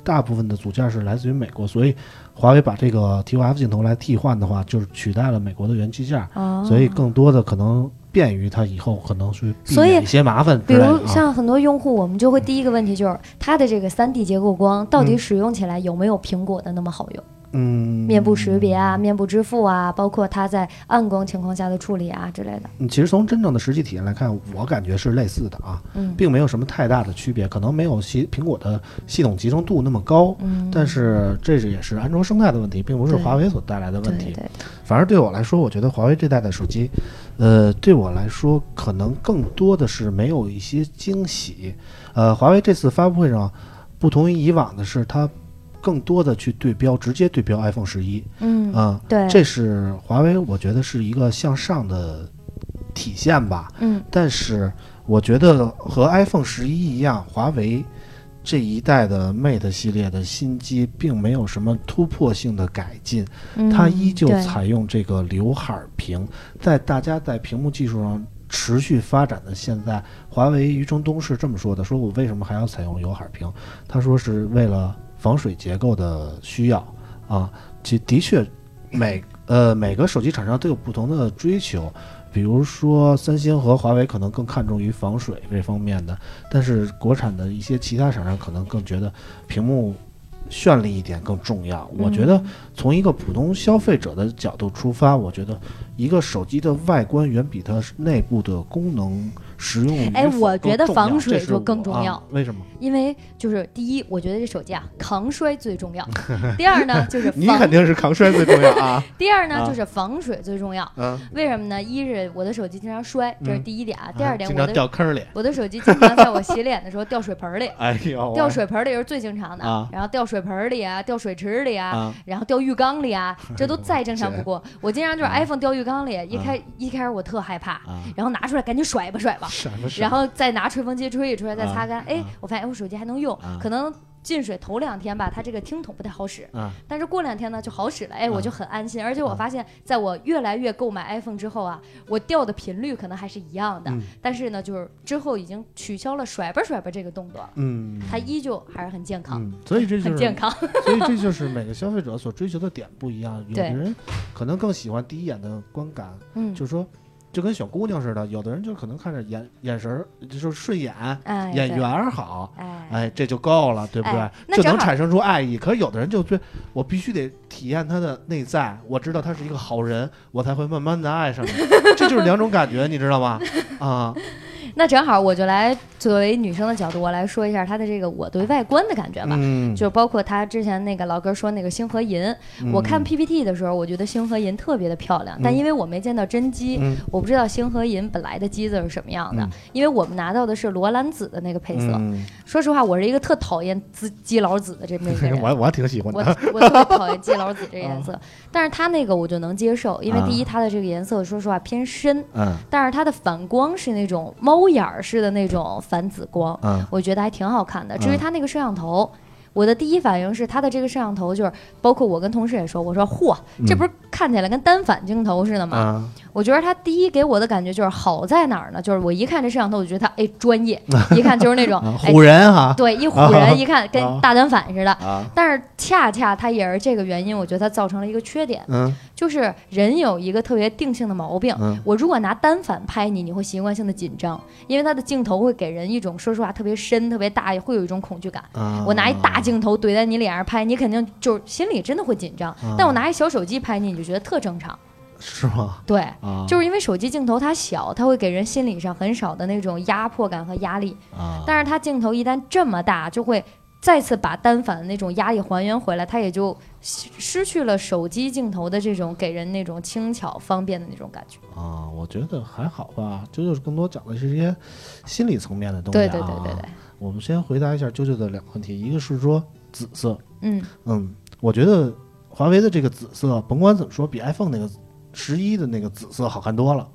[SPEAKER 2] 大部分的组件是来自于美国，所以华为把这
[SPEAKER 1] 哦
[SPEAKER 2] 个 TOF 镜头来替换的话，就是取代了美国的元器件，
[SPEAKER 1] 哦
[SPEAKER 2] 所以更多的可能便于它以后可能是避
[SPEAKER 1] 所以
[SPEAKER 2] 免一些麻烦之
[SPEAKER 1] 比
[SPEAKER 2] 类的啊。
[SPEAKER 1] 如像很多用户，我们就会第一个问题就是它的这个三 D 结构光到底使用起来有没有苹果的那么好用？
[SPEAKER 2] 嗯，
[SPEAKER 1] 面部识别啊，面部支付啊，包括它在暗光情况下的处理啊之类的。
[SPEAKER 2] 嗯，其实从真正的实际体验来看，我感觉是类似的啊，
[SPEAKER 1] 嗯
[SPEAKER 2] 并没有什么太大的区别，可能没有系苹果的系统集成度那么高，
[SPEAKER 1] 嗯，
[SPEAKER 2] 但是这是也是安卓生态的问题，并不是
[SPEAKER 1] 对
[SPEAKER 2] 华为所带来的
[SPEAKER 1] 对
[SPEAKER 2] 问题。
[SPEAKER 1] 对，
[SPEAKER 2] 反而对我来说，我觉得华为这代的手机，呃，对我来说可能更多的是没有一些惊喜。呃，华为这次发布会上，不同于以往的是，它更多的去对标，直接对标 iPhone 十一
[SPEAKER 1] 嗯，
[SPEAKER 2] 啊，
[SPEAKER 1] 对，
[SPEAKER 2] 这是华为，我觉得是一个向上的体现吧。
[SPEAKER 1] 嗯
[SPEAKER 2] 但是我觉得和 iPhone 十一一样，华为这一代的 Mate 系列的新机并没有什么突破性的改进，
[SPEAKER 1] 嗯
[SPEAKER 2] 它依旧
[SPEAKER 1] 对
[SPEAKER 2] 采用这个刘海儿屏，在大家在屏幕技术上。持续发展的现在，华为余承东是这么说的：“说我为什么还要采用刘海儿屏？他说是为了防水结构的需要啊。其的确，每呃每个手机厂商都有不同的追求，比如说三星和华为可能更看重于防水这方面的，但是国产的一些其他厂商可能更觉得屏幕绚丽一点更重要。我
[SPEAKER 1] 嗯
[SPEAKER 2] 觉得从一个普通消费者的角度出发，我觉得一个手机的外观远比它内部的功能实用与
[SPEAKER 4] 哎
[SPEAKER 2] 否
[SPEAKER 4] 我觉得
[SPEAKER 2] 更重要
[SPEAKER 4] 防水
[SPEAKER 2] 这是
[SPEAKER 4] 就更
[SPEAKER 2] 我
[SPEAKER 4] 重
[SPEAKER 2] 啊
[SPEAKER 4] 要
[SPEAKER 2] 为什么？
[SPEAKER 1] 因为就是第一，我觉得这手机啊抗摔最重 要。第二呢，就是
[SPEAKER 2] 你
[SPEAKER 1] 防
[SPEAKER 2] 肯定是抗摔最重要啊！
[SPEAKER 1] 第二呢，
[SPEAKER 2] 啊
[SPEAKER 1] 就是防水最重要。
[SPEAKER 2] 嗯，
[SPEAKER 1] 为什么呢？一是我的手机经常摔，这是第一点啊。 第二点，
[SPEAKER 2] 经
[SPEAKER 1] 我
[SPEAKER 2] 常
[SPEAKER 1] 的
[SPEAKER 2] 掉坑里。，
[SPEAKER 1] 我的手机经常在我洗脸的时候掉水盆儿里
[SPEAKER 2] 哎呦，
[SPEAKER 1] 掉水盆儿里是最经常的。
[SPEAKER 2] 啊嗯
[SPEAKER 1] 然后掉水盆儿里啊，掉水池里啊，
[SPEAKER 2] 啊！
[SPEAKER 1] 然后掉浴缸里 啊，这都再正常不过。我经常就是
[SPEAKER 2] 嗯
[SPEAKER 1] iPhone 掉浴缸里，一开一开始我特害怕，
[SPEAKER 2] 啊
[SPEAKER 1] 然后拿出来赶紧甩吧 甩吧，
[SPEAKER 2] 什么
[SPEAKER 1] 然后再拿吹风机吹一吹，再擦干。哎
[SPEAKER 2] 啊，
[SPEAKER 1] 我发现哎我手机还能用
[SPEAKER 2] 啊，
[SPEAKER 1] 可能。进水头两天吧，它这个听筒不太好使，
[SPEAKER 2] 啊
[SPEAKER 1] 但是过两天呢就好使了，哎，
[SPEAKER 2] 啊
[SPEAKER 1] 我就很安心。而且我
[SPEAKER 2] 啊
[SPEAKER 1] 发现，在我越来越购买 iPhone 之后啊，我掉的频率可能还是一样的，
[SPEAKER 2] 嗯
[SPEAKER 1] 但是呢，就是之后已经取消了甩吧甩吧这个动作，
[SPEAKER 2] 嗯，
[SPEAKER 1] 它依旧还是很健康，
[SPEAKER 2] 嗯，所以这就
[SPEAKER 1] 很
[SPEAKER 2] 是
[SPEAKER 1] 健，康。
[SPEAKER 2] 所以这就是每个消费者所追求的点不 一样。有的
[SPEAKER 1] 对
[SPEAKER 2] 人可能更喜欢第一眼的观感，
[SPEAKER 1] 嗯，
[SPEAKER 2] 就是说，就跟选姑娘似的，有的人就可能看着眼眼神儿就是顺眼，
[SPEAKER 1] 哎，
[SPEAKER 2] 眼
[SPEAKER 1] 对
[SPEAKER 2] 缘，儿好，
[SPEAKER 1] 哎，
[SPEAKER 2] 哎，这就够了，对不对
[SPEAKER 1] 哎？那
[SPEAKER 2] 就
[SPEAKER 1] 正
[SPEAKER 2] 能
[SPEAKER 1] 好
[SPEAKER 2] 产生出爱意。可是有的人就对我必须得体验他的内在，我知道他是一个好人，我才会慢慢的爱上你。这就是两种感觉，你知道吗？ 啊，
[SPEAKER 1] 那正好，我就来作为女生的角度，我来说一下她的这个我对外观的感觉吧。
[SPEAKER 2] 嗯，
[SPEAKER 1] 就包括她之前那个老哥说那个星河银，我看
[SPEAKER 2] 嗯
[SPEAKER 1] PPT 的时候，我觉得星河银特别的漂亮，但因为我没见到真机，
[SPEAKER 2] 嗯
[SPEAKER 1] 我不知道星河银本来的机子是什么样的。
[SPEAKER 2] 嗯
[SPEAKER 1] 因为我们拿到的是罗兰紫的那个配色，
[SPEAKER 2] 嗯
[SPEAKER 1] 说实话，我是一个特讨厌基基佬紫的这么一个人。
[SPEAKER 2] 嗯我我还挺喜欢
[SPEAKER 1] 我
[SPEAKER 2] 的。
[SPEAKER 1] 我特别讨厌基佬紫这个颜 色，但是它那个我就能接受，因为
[SPEAKER 2] 啊
[SPEAKER 1] 第一它的这个颜色说实话偏深，
[SPEAKER 2] 嗯
[SPEAKER 1] 但是它的反光是那种猫眼儿似的那种反紫光，
[SPEAKER 2] 嗯
[SPEAKER 1] 我觉得还挺好看的。
[SPEAKER 2] 嗯
[SPEAKER 1] 至于它那个摄像头，我的第一反应是它的这个摄像头就是，包括我跟同事也说，我说嚯，这不是
[SPEAKER 2] 嗯
[SPEAKER 1] 看起来跟单反镜头似的吗？
[SPEAKER 2] 啊，
[SPEAKER 1] 我觉得它第一给我的感觉就是好在哪儿呢？就是我一看这摄像头，我就觉得它哎专 业，一看就是那种哎
[SPEAKER 2] 嗯唬人哈
[SPEAKER 1] 对一唬
[SPEAKER 2] 啊
[SPEAKER 1] 人，一看跟大单反似的。
[SPEAKER 2] 啊，
[SPEAKER 1] 但是恰恰它也是这个原因，我觉得它造成了一个缺点，
[SPEAKER 2] 嗯
[SPEAKER 1] 就是人有一个特别定性的毛病。
[SPEAKER 2] 嗯
[SPEAKER 1] 我如果拿单反拍你，你会习惯性的紧张，因为它的镜头会给人一种说实话特别深、特别大，会有一种恐惧感。
[SPEAKER 2] 啊，
[SPEAKER 1] 我拿一大镜头怼在你脸上拍，你肯定就是心里真的会紧张
[SPEAKER 2] 嗯。
[SPEAKER 1] 但我拿一小手机拍你，你就觉得特正常。
[SPEAKER 2] 是吗？
[SPEAKER 1] 对，
[SPEAKER 2] 啊，
[SPEAKER 1] 就是因为手机镜头它小，它会给人心理上很少的那种压迫感和压力。
[SPEAKER 2] 啊，
[SPEAKER 1] 但是它镜头一旦这么大，就会再次把单反的那种压力还原回来，它也就失失去了手机镜头的这种给人那种轻巧方便的那种感觉。
[SPEAKER 2] 啊，我觉得还好吧，这就是更多讲的是一些心理层面的东西、啊。
[SPEAKER 1] 对对对对对，
[SPEAKER 2] 我们先回答一下啾啾的两个问题，一个是说紫色，
[SPEAKER 1] 嗯
[SPEAKER 2] 嗯，我觉得华为的这个紫色，甭管怎么说，比 iPhone 那个十一的那个紫色好看多了，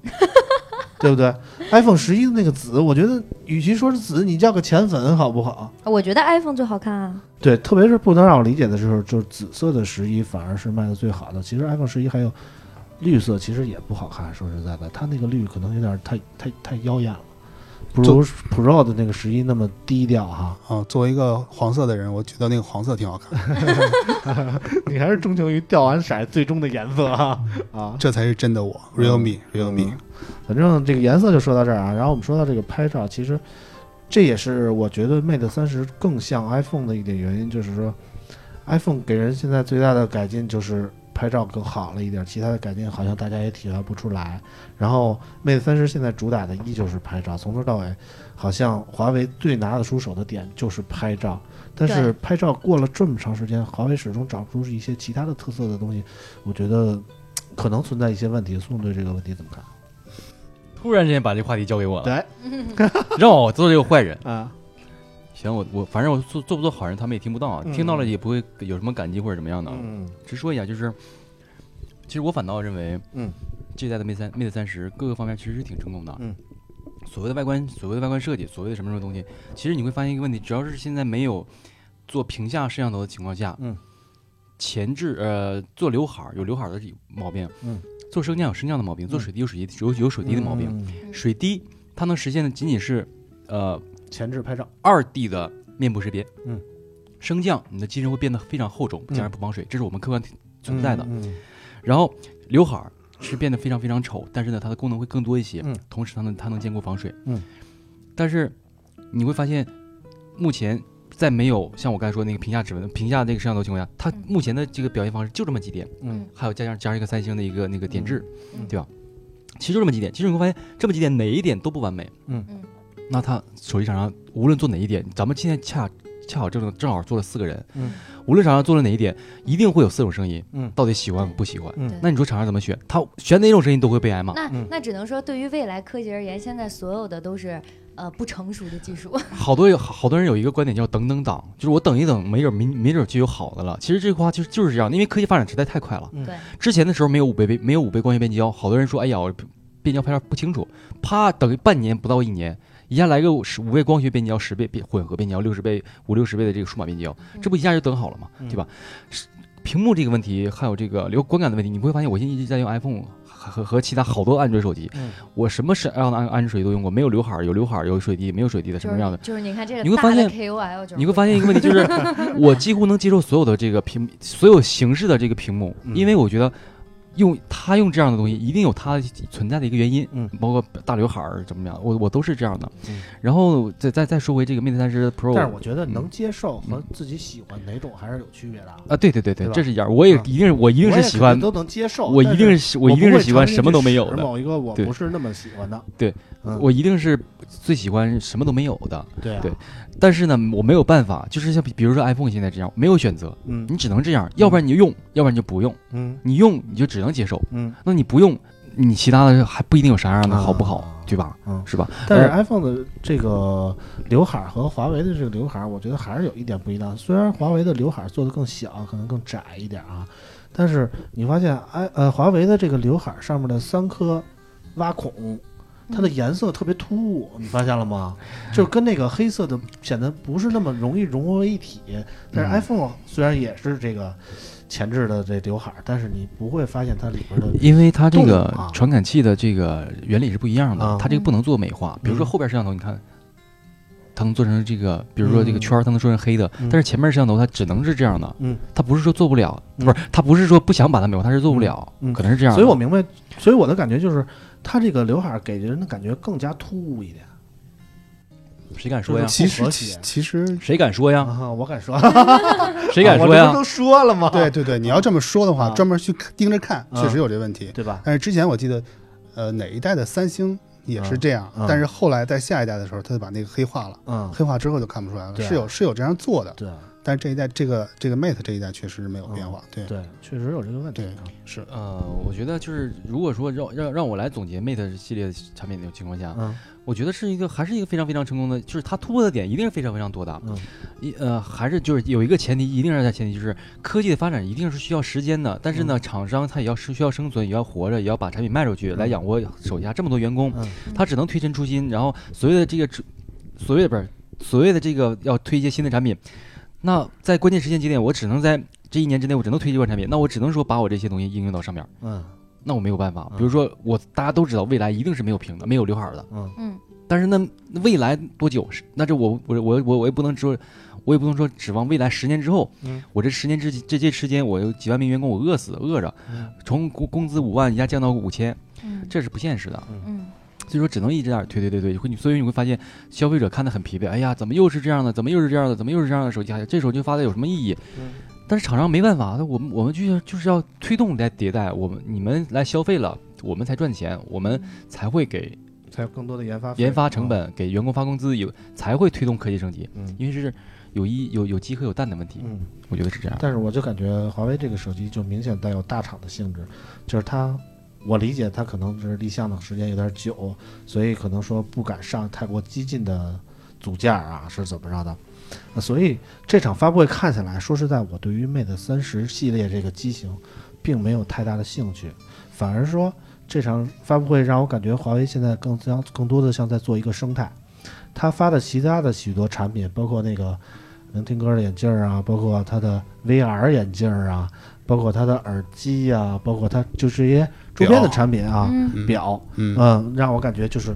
[SPEAKER 2] 对不对？iPhone 十一的那个紫，我觉得与其说是紫，你叫个浅粉好不好？
[SPEAKER 1] 我觉得 iPhone 最好看啊。
[SPEAKER 2] 对，特别是不能让我理解的时候，就是紫色的十一反而是卖的最好的。其实 iPhone 十一还有绿色，其实也不好看。说实在的，它那个绿可能有点太太太妖艳了，不如 Pro 的那个十一那么低调哈。
[SPEAKER 5] 啊，作为一个黄色的人，我觉得那个黄色挺好 看，
[SPEAKER 2] 你还是钟情于掉完色最终的颜色哈啊！
[SPEAKER 5] 这才是真的我，realme
[SPEAKER 2] 嗯
[SPEAKER 5] realme。
[SPEAKER 2] 反正这个颜色就说到这儿啊。然后我们说到这个拍照，其实这也是我觉得 Mate 三十更像 iPhone 的一点原因，就是说 iPhone 给人现在最大的改进就是拍照更好了一点，其他的改进好像大家也体会不出来。然后 Mate 三十现在主打的依旧是拍照，从头到尾好像华为最拿得出手的点就是拍照。但是
[SPEAKER 1] 对
[SPEAKER 2] 拍照过了这么长时间，华为始终找不出一些其他的特色的东西，我觉得嘖可能存在一些问题。宋对这个问题怎么看？
[SPEAKER 3] 突然之间把这个话题交给我了，
[SPEAKER 2] 对
[SPEAKER 3] 让我做这个坏人。
[SPEAKER 2] 啊，
[SPEAKER 3] 行，我我反正我做做不做好人，他们也听不到啊，
[SPEAKER 2] 嗯
[SPEAKER 3] 听到了也不会有什么感激或者怎么样的啊。
[SPEAKER 2] 嗯
[SPEAKER 3] 直说一下，就是其实我反倒认为，
[SPEAKER 2] 嗯，
[SPEAKER 3] 这一代的 Mate 三 Mate 三十各个方面其实是挺成功的。
[SPEAKER 2] 嗯，
[SPEAKER 3] 所谓的外观，所谓的外观设计，所谓的什么什么东西，其实你会发现一个问题，只要是现在没有做屏下摄像头的情况下，
[SPEAKER 2] 嗯，
[SPEAKER 3] 前置呃做刘海儿有刘海儿的毛病，
[SPEAKER 2] 嗯，
[SPEAKER 3] 做升降有升降的毛病，做水滴有水滴有有水滴的毛病，
[SPEAKER 2] 嗯
[SPEAKER 3] 水滴它能实现的仅仅是呃
[SPEAKER 2] 前置拍照，
[SPEAKER 3] 二 D 的面部识别，
[SPEAKER 2] 嗯，
[SPEAKER 3] 升降你的肌肉会变得非常厚重，
[SPEAKER 2] 嗯
[SPEAKER 3] 加上不防水，这是我们客观存在的。
[SPEAKER 2] 嗯嗯
[SPEAKER 3] 然后刘海儿是变得非常非常丑，但是呢，它的功能会更多一些，
[SPEAKER 2] 嗯
[SPEAKER 3] 同时它能它能兼顾防水，
[SPEAKER 2] 嗯，
[SPEAKER 3] 但是你会发现，目前在没有像我刚才说的那个屏下指纹、屏下那个摄像头情况下，它
[SPEAKER 1] 嗯
[SPEAKER 3] 目前的这个表现方式就这么几点，
[SPEAKER 2] 嗯
[SPEAKER 3] 还有加上加上一个三星的一个那个点痣，
[SPEAKER 1] 嗯
[SPEAKER 3] 对吧？其实就这么几点，其实你会发现这么几点哪一点都不完美，
[SPEAKER 2] 嗯
[SPEAKER 1] 嗯，
[SPEAKER 3] 那他手机厂商无论做哪一点，咱们现在恰恰好正正好做了四个人，
[SPEAKER 2] 嗯，
[SPEAKER 3] 无论厂商做了哪一点，一定会有四种声音，
[SPEAKER 2] 嗯
[SPEAKER 3] 到底喜欢不喜欢？
[SPEAKER 2] 嗯
[SPEAKER 1] 对
[SPEAKER 3] 那你说厂商怎么选？他选哪种声音都会被挨骂，
[SPEAKER 1] 那
[SPEAKER 2] 嗯
[SPEAKER 1] 那只能说，对于未来科技而言，现在所有的都是呃不成熟的技术。
[SPEAKER 3] 好多有好好多人有一个观点叫等等党，就是我等一等，没准没没准就有好的了。其实这话就是就是这样的，因为科技发展实在太快了。
[SPEAKER 2] 嗯
[SPEAKER 1] 对
[SPEAKER 3] 之前的时候没有五倍没有五倍光学变焦，好多人说哎呀我变焦拍照不清楚，啪等半年不到一年，一下来个十五倍光学变焦、十倍变混合变焦、六十倍五六十倍的这个数码变焦，这不一下就等好了嘛，
[SPEAKER 2] 嗯
[SPEAKER 3] 对吧？是屏幕这个问题，还有这个流观感的问题，你会发现我现在一直在用 iPhone 和和和其他好多安卓手机，
[SPEAKER 2] 嗯
[SPEAKER 3] 我什么是样的安安卓手机都用过，没有刘海儿，有刘海儿，有水滴，没有水滴的，什
[SPEAKER 1] 就
[SPEAKER 3] 么样的
[SPEAKER 1] 是。就是你看这
[SPEAKER 3] 你
[SPEAKER 1] 个
[SPEAKER 3] 会
[SPEAKER 1] 大
[SPEAKER 3] 发
[SPEAKER 1] 的
[SPEAKER 3] 现
[SPEAKER 1] KOL，就是
[SPEAKER 3] 你会发现一个问题，就是我几乎能接受所有的这个屏，所有形式的这个屏幕，
[SPEAKER 2] 嗯
[SPEAKER 3] 因为我觉得用它用这样的东西，一定有它存在的一个原因，
[SPEAKER 2] 嗯
[SPEAKER 3] 包括大刘海儿怎么样，我我都是这样的。
[SPEAKER 2] 嗯
[SPEAKER 3] 然后再再再说回这个 Mate 三十 Pro，
[SPEAKER 2] 但是我觉得能接受和自己喜欢哪种还是有区别的啊。
[SPEAKER 3] 啊，对对对
[SPEAKER 2] 对
[SPEAKER 3] 对，
[SPEAKER 2] 吧
[SPEAKER 3] 这是一样，我也
[SPEAKER 2] 啊
[SPEAKER 3] 一定是我一定
[SPEAKER 2] 我也
[SPEAKER 3] 是喜欢
[SPEAKER 2] 肯定，都能接受，
[SPEAKER 3] 我一定是我
[SPEAKER 2] 我
[SPEAKER 3] 一定是喜欢什么都没有的，
[SPEAKER 2] 某一个我
[SPEAKER 3] 对
[SPEAKER 2] 不是那么喜欢的，
[SPEAKER 3] 对
[SPEAKER 2] 嗯，
[SPEAKER 3] 我一定是最喜欢什么都没有的。
[SPEAKER 2] 对啊
[SPEAKER 3] 对但是呢，我没有办法，就是像比比如说 iPhone 现在这样，没有选择，
[SPEAKER 2] 嗯
[SPEAKER 3] 你只能这样，要不然你就用，要不然你就不用，
[SPEAKER 2] 嗯
[SPEAKER 3] 你用你就只能接受，
[SPEAKER 2] 嗯。
[SPEAKER 3] 那你不用，你其他的还不一定有啥样的
[SPEAKER 2] 啊
[SPEAKER 3] 好不好，对吧？
[SPEAKER 2] 嗯
[SPEAKER 3] 是吧？
[SPEAKER 2] 但是
[SPEAKER 3] 呃
[SPEAKER 2] iPhone 的这个刘海儿和华为的这个刘海儿，我觉得还是有一点不一样。虽然华为的刘海儿做的更小，可能更窄一点啊，但是你发现，哎呃，华为的这个刘海儿上面的三颗挖孔它的颜色特别突兀，你发现了吗？就是跟那个黑色的显得不是那么容易融为一体。但是
[SPEAKER 3] 嗯
[SPEAKER 2] iPhone 虽然也是这个前置的这刘海儿，但是你不会发现它里边的
[SPEAKER 3] 因为它这个
[SPEAKER 2] 动啊
[SPEAKER 3] 传感器的这个原理是不一样
[SPEAKER 2] 啊
[SPEAKER 3] 的，它这个不能做美化。比如
[SPEAKER 2] 嗯
[SPEAKER 3] 说后边摄像头，你看，它能做成这个，比如说这个
[SPEAKER 2] 嗯
[SPEAKER 3] 圈儿，它能做成黑的，
[SPEAKER 2] 嗯
[SPEAKER 3] 但是前面摄像头它只能是这样的。
[SPEAKER 2] 嗯，
[SPEAKER 3] 它不是说做不了，
[SPEAKER 2] 嗯
[SPEAKER 3] 不是，它不是说不想把它美化，它是做不了
[SPEAKER 2] 嗯嗯，
[SPEAKER 3] 可能是这样的。
[SPEAKER 2] 所以我明白，所以我的感觉就是，它这个刘海儿给人的感觉更加突兀一点。
[SPEAKER 3] 谁敢说呀
[SPEAKER 2] 就？是
[SPEAKER 5] 其
[SPEAKER 2] 不
[SPEAKER 5] 实
[SPEAKER 2] 和
[SPEAKER 5] 其
[SPEAKER 2] 谐
[SPEAKER 5] 其实
[SPEAKER 3] 谁敢说呀？
[SPEAKER 2] 啊，我敢说，
[SPEAKER 3] 谁敢
[SPEAKER 2] 啊我
[SPEAKER 3] 说
[SPEAKER 2] 这
[SPEAKER 3] 呀
[SPEAKER 2] 不？都说了吗？
[SPEAKER 5] 对对对，你要这么说的话，
[SPEAKER 2] 啊
[SPEAKER 5] 专门去盯着看，
[SPEAKER 2] 啊
[SPEAKER 5] 确实有这问题。
[SPEAKER 2] 对吧？
[SPEAKER 5] 但是之前我记得，呃，哪一代的三星也是这样
[SPEAKER 2] 啊啊，
[SPEAKER 5] 但是后来在下一代的时候，它就把那个黑化了，
[SPEAKER 2] 嗯，
[SPEAKER 5] 黑化之后就看不出来了，
[SPEAKER 2] 对啊
[SPEAKER 5] 是有是有这样做的，
[SPEAKER 2] 对
[SPEAKER 5] 但是这一代这个这个 Mate 这一代确实没有变化，对
[SPEAKER 2] 啊对，确实有这个问题
[SPEAKER 5] 对
[SPEAKER 2] 啊。
[SPEAKER 5] 是
[SPEAKER 3] 呃，我觉得就是如果说让让让我来总结 Mate 系列产品的情况下，
[SPEAKER 2] 嗯
[SPEAKER 3] 我觉得是一个还是一个非常非常成功的，就是它突破的点一定是非常非常多的。
[SPEAKER 2] 嗯
[SPEAKER 3] 一呃还是就是有一个前提，一定是在前提就是科技的发展一定是需要时间的，但是呢，厂商他也要是需要生存，也要活着，也要把产品卖出去，来养活手下这么多员工，
[SPEAKER 2] 嗯
[SPEAKER 3] 他只能推陈出新，然后所谓的这个只所谓的不是所谓的这个要推一些新的产品，那在关键时间节点，我只能在这一年之内我只能推这款产品，那我只能说把我这些东西应用到上面。
[SPEAKER 2] 嗯
[SPEAKER 3] 那我没有办法。
[SPEAKER 2] 嗯
[SPEAKER 3] 比如说，我大家都知道未来一定是没有屏的，没有刘海儿的。
[SPEAKER 2] 嗯
[SPEAKER 1] 嗯。
[SPEAKER 3] 但是那那未来多久是？那这我我我我我也不能说，我也不能说指望未来十年之后。
[SPEAKER 2] 嗯
[SPEAKER 3] 我这十年之这这时间，我有几万名员工，我饿死饿着，
[SPEAKER 2] 嗯
[SPEAKER 3] 从工工资五万一下降到五千，
[SPEAKER 1] 嗯
[SPEAKER 3] 这是不现实的。
[SPEAKER 1] 嗯
[SPEAKER 3] 所以说只能一直在那儿推推推推，会你所以你会发现消费者看得很疲惫。哎呀，怎么又是这样的？怎么又是这样的？怎么又是这样的手机？哎呀这手机发的有什么意义？
[SPEAKER 2] 嗯
[SPEAKER 3] 但是厂商没办法，那我们我们就是就是要推动来迭代，我们你们来消费了，我们才赚钱，我们才会给
[SPEAKER 2] 才有更多的研发费
[SPEAKER 3] 研发成。本，给员工发工资，有才会推动科技升级，
[SPEAKER 2] 嗯
[SPEAKER 3] 因为是有一有有鸡和有蛋的问题，
[SPEAKER 2] 嗯，
[SPEAKER 3] 我觉得是这样。
[SPEAKER 2] 但是我就感觉华为这个手机就明显带有大厂的性质，就是它，我理解它可能是立项的时间有点久，所以可能说不敢上太过激进的组件儿啊，是怎么着的？呃所以这场发布会看起来，说实在，我对于 Mate 三十系列这个机型并没有太大的兴趣，反而说这场发布会让我感觉华为现在更像更多的像在做一个生态，它发的其他的许多产品，包括那个能听歌的眼镜儿啊，包括它的 VR 眼镜儿啊，包括它的耳机啊，包括它就是一些周边
[SPEAKER 5] 表
[SPEAKER 2] 的产品啊，
[SPEAKER 1] 嗯
[SPEAKER 5] 嗯
[SPEAKER 2] 表
[SPEAKER 5] 嗯，
[SPEAKER 2] 嗯，让我感觉就是，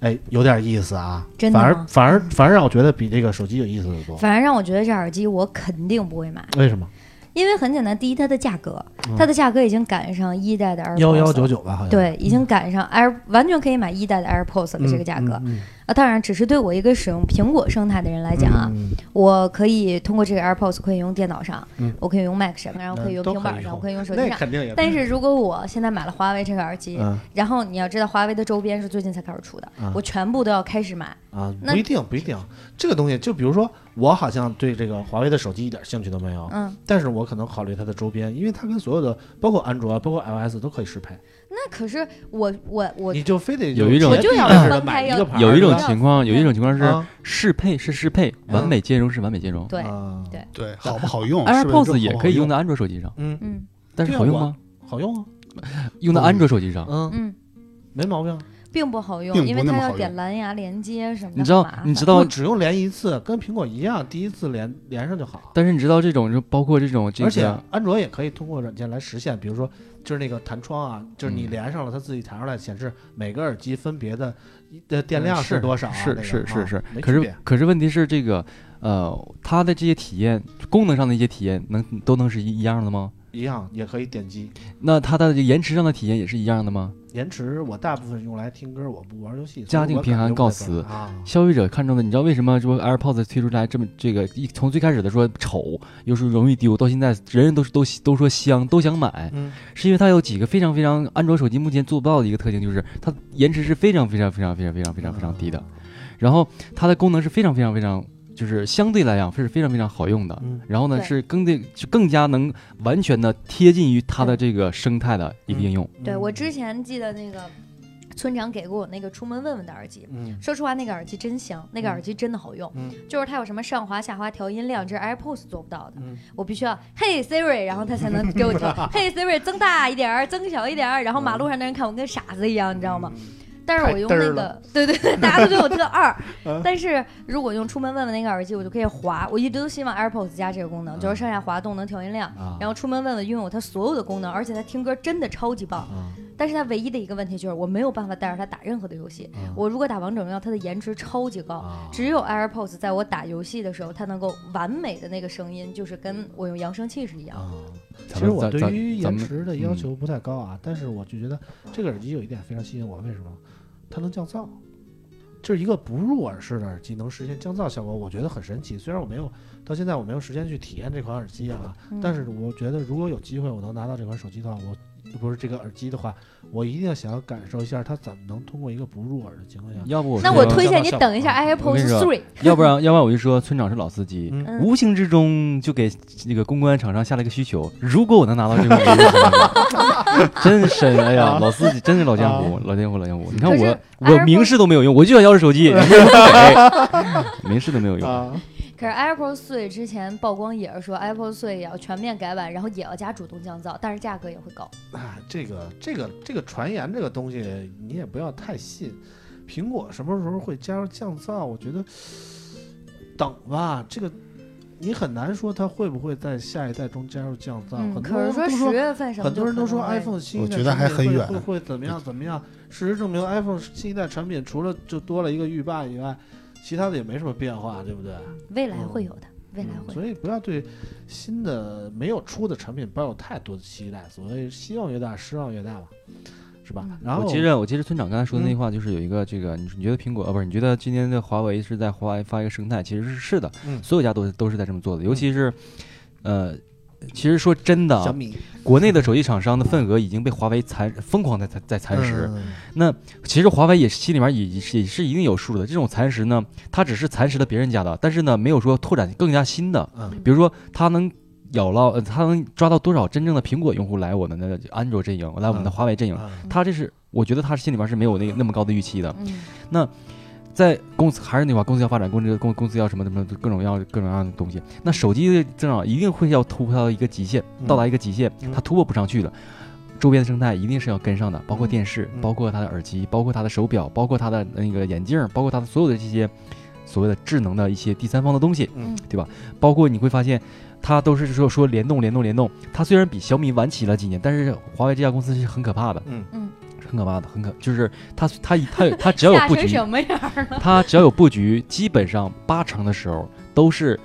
[SPEAKER 2] 哎，有点意思啊。
[SPEAKER 1] 真的
[SPEAKER 2] 反而
[SPEAKER 1] 吗
[SPEAKER 2] 反而反而让我觉得比这个手机有意思的多。
[SPEAKER 1] 反正让我觉得这耳机我肯定不会买，
[SPEAKER 2] 为什么？
[SPEAKER 1] 因为很简单，第一它的价格
[SPEAKER 2] 嗯，
[SPEAKER 1] 它的价格已经赶上一代的 AirPods，
[SPEAKER 2] 幺幺九
[SPEAKER 1] 九，
[SPEAKER 2] 九吧，好像。
[SPEAKER 1] 对，已经赶上 Air，完全可以买一代的 AirPods
[SPEAKER 2] 嗯，
[SPEAKER 1] 了这个价格
[SPEAKER 2] 嗯嗯
[SPEAKER 1] 啊。当然，只是对我一个使用苹果生态的人来讲啊，
[SPEAKER 2] 嗯
[SPEAKER 1] 我可以通过这个 AirPods 可以用电脑上
[SPEAKER 2] 嗯，
[SPEAKER 1] 我可以用 Mac 上，然后可以用
[SPEAKER 2] 嗯都
[SPEAKER 1] 平
[SPEAKER 2] 可
[SPEAKER 1] 板
[SPEAKER 2] 以
[SPEAKER 1] 上，
[SPEAKER 2] 用
[SPEAKER 1] 我可以用手机
[SPEAKER 2] 那
[SPEAKER 1] 上。
[SPEAKER 2] 肯定也。
[SPEAKER 1] 但是如果我现在买了华为这个耳机，
[SPEAKER 2] 嗯
[SPEAKER 1] 然后你要知道，华为的周边是最近才开始出的，
[SPEAKER 2] 嗯
[SPEAKER 1] 我全部都要开始买。
[SPEAKER 2] 啊，
[SPEAKER 1] 那
[SPEAKER 2] 不一定不一定，这个东西就比如说，我好像对这个华为的手机一点兴趣都没有，
[SPEAKER 1] 嗯，
[SPEAKER 2] 但是我可能考虑它的周边，因为它跟所有的包括安卓、包括 iOS 都可以适配，
[SPEAKER 1] 那可是我我嗯我
[SPEAKER 2] 你就非得
[SPEAKER 3] 有一种
[SPEAKER 2] 我
[SPEAKER 1] 我就要
[SPEAKER 2] 是
[SPEAKER 1] 翻
[SPEAKER 2] 买
[SPEAKER 1] 开
[SPEAKER 2] 一
[SPEAKER 1] 要嗯
[SPEAKER 2] 个牌儿，
[SPEAKER 3] 有一种
[SPEAKER 2] 对吧
[SPEAKER 3] 情况，有一种情况是
[SPEAKER 2] 啊
[SPEAKER 3] 适配是适配，完美兼容是完美兼容。
[SPEAKER 1] 对，
[SPEAKER 2] 啊
[SPEAKER 1] 对
[SPEAKER 5] 对，好不好用是不嗯是
[SPEAKER 3] ，AirPods
[SPEAKER 5] 好
[SPEAKER 3] 也
[SPEAKER 5] 不好
[SPEAKER 3] 可以用在安卓手机上，
[SPEAKER 2] 嗯，
[SPEAKER 1] 嗯
[SPEAKER 3] 但是
[SPEAKER 2] 对啊
[SPEAKER 3] 好用
[SPEAKER 2] 我
[SPEAKER 3] 吗？
[SPEAKER 2] 好用啊，
[SPEAKER 3] 用在安卓手机上，
[SPEAKER 2] 嗯，
[SPEAKER 1] 嗯，
[SPEAKER 2] 没毛病。
[SPEAKER 1] 并不好用
[SPEAKER 5] 并，不
[SPEAKER 1] 因为
[SPEAKER 5] 那
[SPEAKER 1] 它
[SPEAKER 5] 么
[SPEAKER 1] 要
[SPEAKER 5] 好
[SPEAKER 1] 点
[SPEAKER 5] 用
[SPEAKER 1] 蓝牙连接什么的，
[SPEAKER 3] 你知道
[SPEAKER 1] 很麻烦
[SPEAKER 3] 你知
[SPEAKER 2] 我
[SPEAKER 3] 道，
[SPEAKER 2] 只用连一次，跟苹果一样，第一次连连上就好。
[SPEAKER 3] 但是你知道这种就包括这种这
[SPEAKER 2] 而且
[SPEAKER 3] 个，
[SPEAKER 2] 安卓也可以通过软件来实现，比如说就是那个弹窗啊，就是你
[SPEAKER 3] 嗯
[SPEAKER 2] 连上了，它自己弹出来显示每个耳机分别的的电量是多少啊、那
[SPEAKER 3] 嗯呃是
[SPEAKER 2] 个
[SPEAKER 3] 是
[SPEAKER 2] 啊
[SPEAKER 3] 是是
[SPEAKER 2] 没，
[SPEAKER 3] 可
[SPEAKER 2] 区
[SPEAKER 3] 是
[SPEAKER 2] 别
[SPEAKER 3] 可是问题是这个，呃，它的这些体验，功能上的一些体验，能都能是一一样的吗？
[SPEAKER 2] 一样也可以点击
[SPEAKER 3] 那它的延迟上的体验也是一样的吗？
[SPEAKER 2] 延迟。我大部分用来听歌，我不玩游戏。
[SPEAKER 3] 家庭贫寒告
[SPEAKER 2] 所以我感觉不
[SPEAKER 3] 辞
[SPEAKER 2] 太准啊！
[SPEAKER 3] 消费者看中的，你知道为什么说 AirPods 推出来这么这个一从最开始的说丑，又是容易丢，到现在人人都是都都说香，都想买，
[SPEAKER 2] 嗯
[SPEAKER 3] 是因为它有几个非常非常安卓手机目前做不到的一个特性，就是它延迟是非常非常非常非常非常非常非常低的，然后它的功能是非常非常非常就是相对来讲是非常非常好用的。
[SPEAKER 2] 嗯，
[SPEAKER 3] 然后呢，
[SPEAKER 1] 对
[SPEAKER 3] 是更对，是更加能完全的贴近于它的这个生态的一个应
[SPEAKER 5] 嗯
[SPEAKER 3] 用。
[SPEAKER 1] 对
[SPEAKER 2] 嗯
[SPEAKER 1] 我之前记得那个村长给过我那个出门问问的耳机。
[SPEAKER 2] 嗯
[SPEAKER 1] 说实话，那个耳机真香，那个耳机真的好用。
[SPEAKER 2] 嗯
[SPEAKER 1] 就是它有什么上滑、下滑、调音量，这是 AirPods 做不到的。
[SPEAKER 2] 嗯
[SPEAKER 1] 我必须要嘿 Siri，然后它才能给我调。嘿 Siri，增大一点儿，增小一点儿。然后马路上的人看我跟傻子一样，你知道吗？但是我用那
[SPEAKER 2] 太嘚儿
[SPEAKER 1] 个，对 对对，大家都觉得我特二
[SPEAKER 2] 嗯。
[SPEAKER 1] 但是如果用出门问问那个耳机，我就可以滑。我一直都希望 AirPods 加这个功能，就是上下滑动能调音量。
[SPEAKER 3] 啊
[SPEAKER 1] 然后出门问问拥有它所有的功能，而且它听歌真的超级棒。
[SPEAKER 2] 嗯
[SPEAKER 3] 啊
[SPEAKER 1] 但是它唯一的一个问题就是我没有办法带着它打任何的游戏。
[SPEAKER 2] 嗯
[SPEAKER 3] 啊
[SPEAKER 1] 我如果打王者荣耀，它的延迟超级高。
[SPEAKER 3] 啊
[SPEAKER 1] 只有 AirPods 在我打游戏的时候，它能够完美的那个声音，就是跟我用扬声器是一样的。
[SPEAKER 3] 啊！
[SPEAKER 2] 其实我对
[SPEAKER 3] 咱
[SPEAKER 2] 于
[SPEAKER 3] 咱
[SPEAKER 2] 延
[SPEAKER 3] 们嗯
[SPEAKER 2] 迟的要求不太高啊，但是我就觉得这个耳机有一点非常吸引我，为什么？它能降噪，就是一个不入耳式的耳机能实现降噪效果，我觉得很神奇。虽然我没有到现在我没有时间去体验这款耳机啊，
[SPEAKER 1] 嗯
[SPEAKER 2] 但是我觉得如果有机会我能拿到这款手机的话，我不是这个耳机的话，我一定要想要感受一下它怎么能通过一个不入耳的情况下，
[SPEAKER 3] 要不我
[SPEAKER 1] 那
[SPEAKER 3] 说
[SPEAKER 1] 我推荐你等一下
[SPEAKER 3] 我跟
[SPEAKER 1] AirPods
[SPEAKER 3] 你说
[SPEAKER 1] Three，
[SPEAKER 3] 要不然要不然我就说村长是老司机，
[SPEAKER 2] 嗯
[SPEAKER 1] 嗯
[SPEAKER 3] 无形之中就给那个公关厂商下了一个需求，如果我能拿到这个公关，真深，哎呀，老司机真是老江湖，老江湖，老江湖。你看
[SPEAKER 1] 可
[SPEAKER 3] 我
[SPEAKER 1] 是
[SPEAKER 3] 我
[SPEAKER 1] AirPods-
[SPEAKER 3] 明示都没有用，我就要钥匙手机，哎明示都 没有用。
[SPEAKER 2] 啊，
[SPEAKER 1] 可是 AirPods Three 之前曝光也是说 AirPods Three 也要全面改版，然后也要加主动降噪，但是价格也会高。
[SPEAKER 2] 啊，这个这个这个传言这个东西，你也不要太信。苹果什么时候会加入降噪？我觉得等吧，这个你很难说它会不会在下一代中加入降噪。
[SPEAKER 1] 嗯，
[SPEAKER 2] 很
[SPEAKER 1] 可
[SPEAKER 2] 多
[SPEAKER 1] 是
[SPEAKER 2] 人
[SPEAKER 1] 说
[SPEAKER 2] 都
[SPEAKER 1] 十
[SPEAKER 2] 说，
[SPEAKER 1] 月份什么
[SPEAKER 2] 很
[SPEAKER 1] 就
[SPEAKER 2] 多
[SPEAKER 1] 可能
[SPEAKER 2] 人
[SPEAKER 1] 会，
[SPEAKER 2] 都说 iPhone 新一代
[SPEAKER 5] 我觉得还
[SPEAKER 2] 产品
[SPEAKER 5] 很
[SPEAKER 2] 会
[SPEAKER 5] 远
[SPEAKER 2] 会会怎么样怎么样？事实证明，iPhone 新一代产品除了就多了一个浴霸以外，其他的也没什么变化，对不对？
[SPEAKER 1] 未来会有的，未来
[SPEAKER 2] 嗯
[SPEAKER 1] 会有。
[SPEAKER 2] 所以不要对新的没有出的产品抱有太多的期待，所谓希望越大，失望越大嘛，是吧？
[SPEAKER 1] 嗯
[SPEAKER 2] 然后
[SPEAKER 3] 我接着我接着村长刚才说的那句话，就是有一个这个，你你觉得苹果呃不是？你觉得今天的华为是在华发一个生态？其实是是的，
[SPEAKER 2] 嗯
[SPEAKER 3] 所有家都都是在这么做的，尤其是呃，其实说真的啊，
[SPEAKER 2] 小米
[SPEAKER 3] 国内的手机厂商的份额已经被华为蚕疯狂在在在蚕食。
[SPEAKER 2] 嗯
[SPEAKER 3] 那其实华为也是心里面也也是也是一定有数的。这种蚕食呢，它只是蚕食了别人家的，但是呢，没有说拓展更加新的。
[SPEAKER 2] 嗯
[SPEAKER 3] 比如说，它能咬到，呃它能抓到多少真正的苹果用户来我们的安卓阵营，来我们的
[SPEAKER 2] 嗯
[SPEAKER 3] 华为阵营？
[SPEAKER 2] 嗯
[SPEAKER 3] 它这是我觉得它是心里面是没有那个那么高的预期的。
[SPEAKER 1] 嗯，
[SPEAKER 3] 在公司还是那句话，公司要发展，公司公公司要什么什么各种要各种各样的东西。那手机的增长一定会要突破到一个极限，
[SPEAKER 2] 嗯
[SPEAKER 3] 到达一个极限，
[SPEAKER 2] 嗯
[SPEAKER 3] 它突破不上去了。周边的生态一定是要跟上的，包括电视，
[SPEAKER 2] 嗯
[SPEAKER 3] 包括它的耳机，包括它的手表，包括它的那个眼镜，包括它的所有的这些所谓的智能的一些第三方的东西，
[SPEAKER 2] 嗯
[SPEAKER 3] 对吧？包括你会发现，它都是说说联动联动联动。它虽然比小米晚起了几年，但是华为这家公司是很可怕的，
[SPEAKER 2] 嗯
[SPEAKER 1] 嗯，
[SPEAKER 3] 很可怕的，很可就是它它它它只要有
[SPEAKER 1] 吓
[SPEAKER 3] 布
[SPEAKER 1] 成
[SPEAKER 3] 局，
[SPEAKER 1] 什么样儿了？
[SPEAKER 3] 他只要有布局，基本上八成的时候都是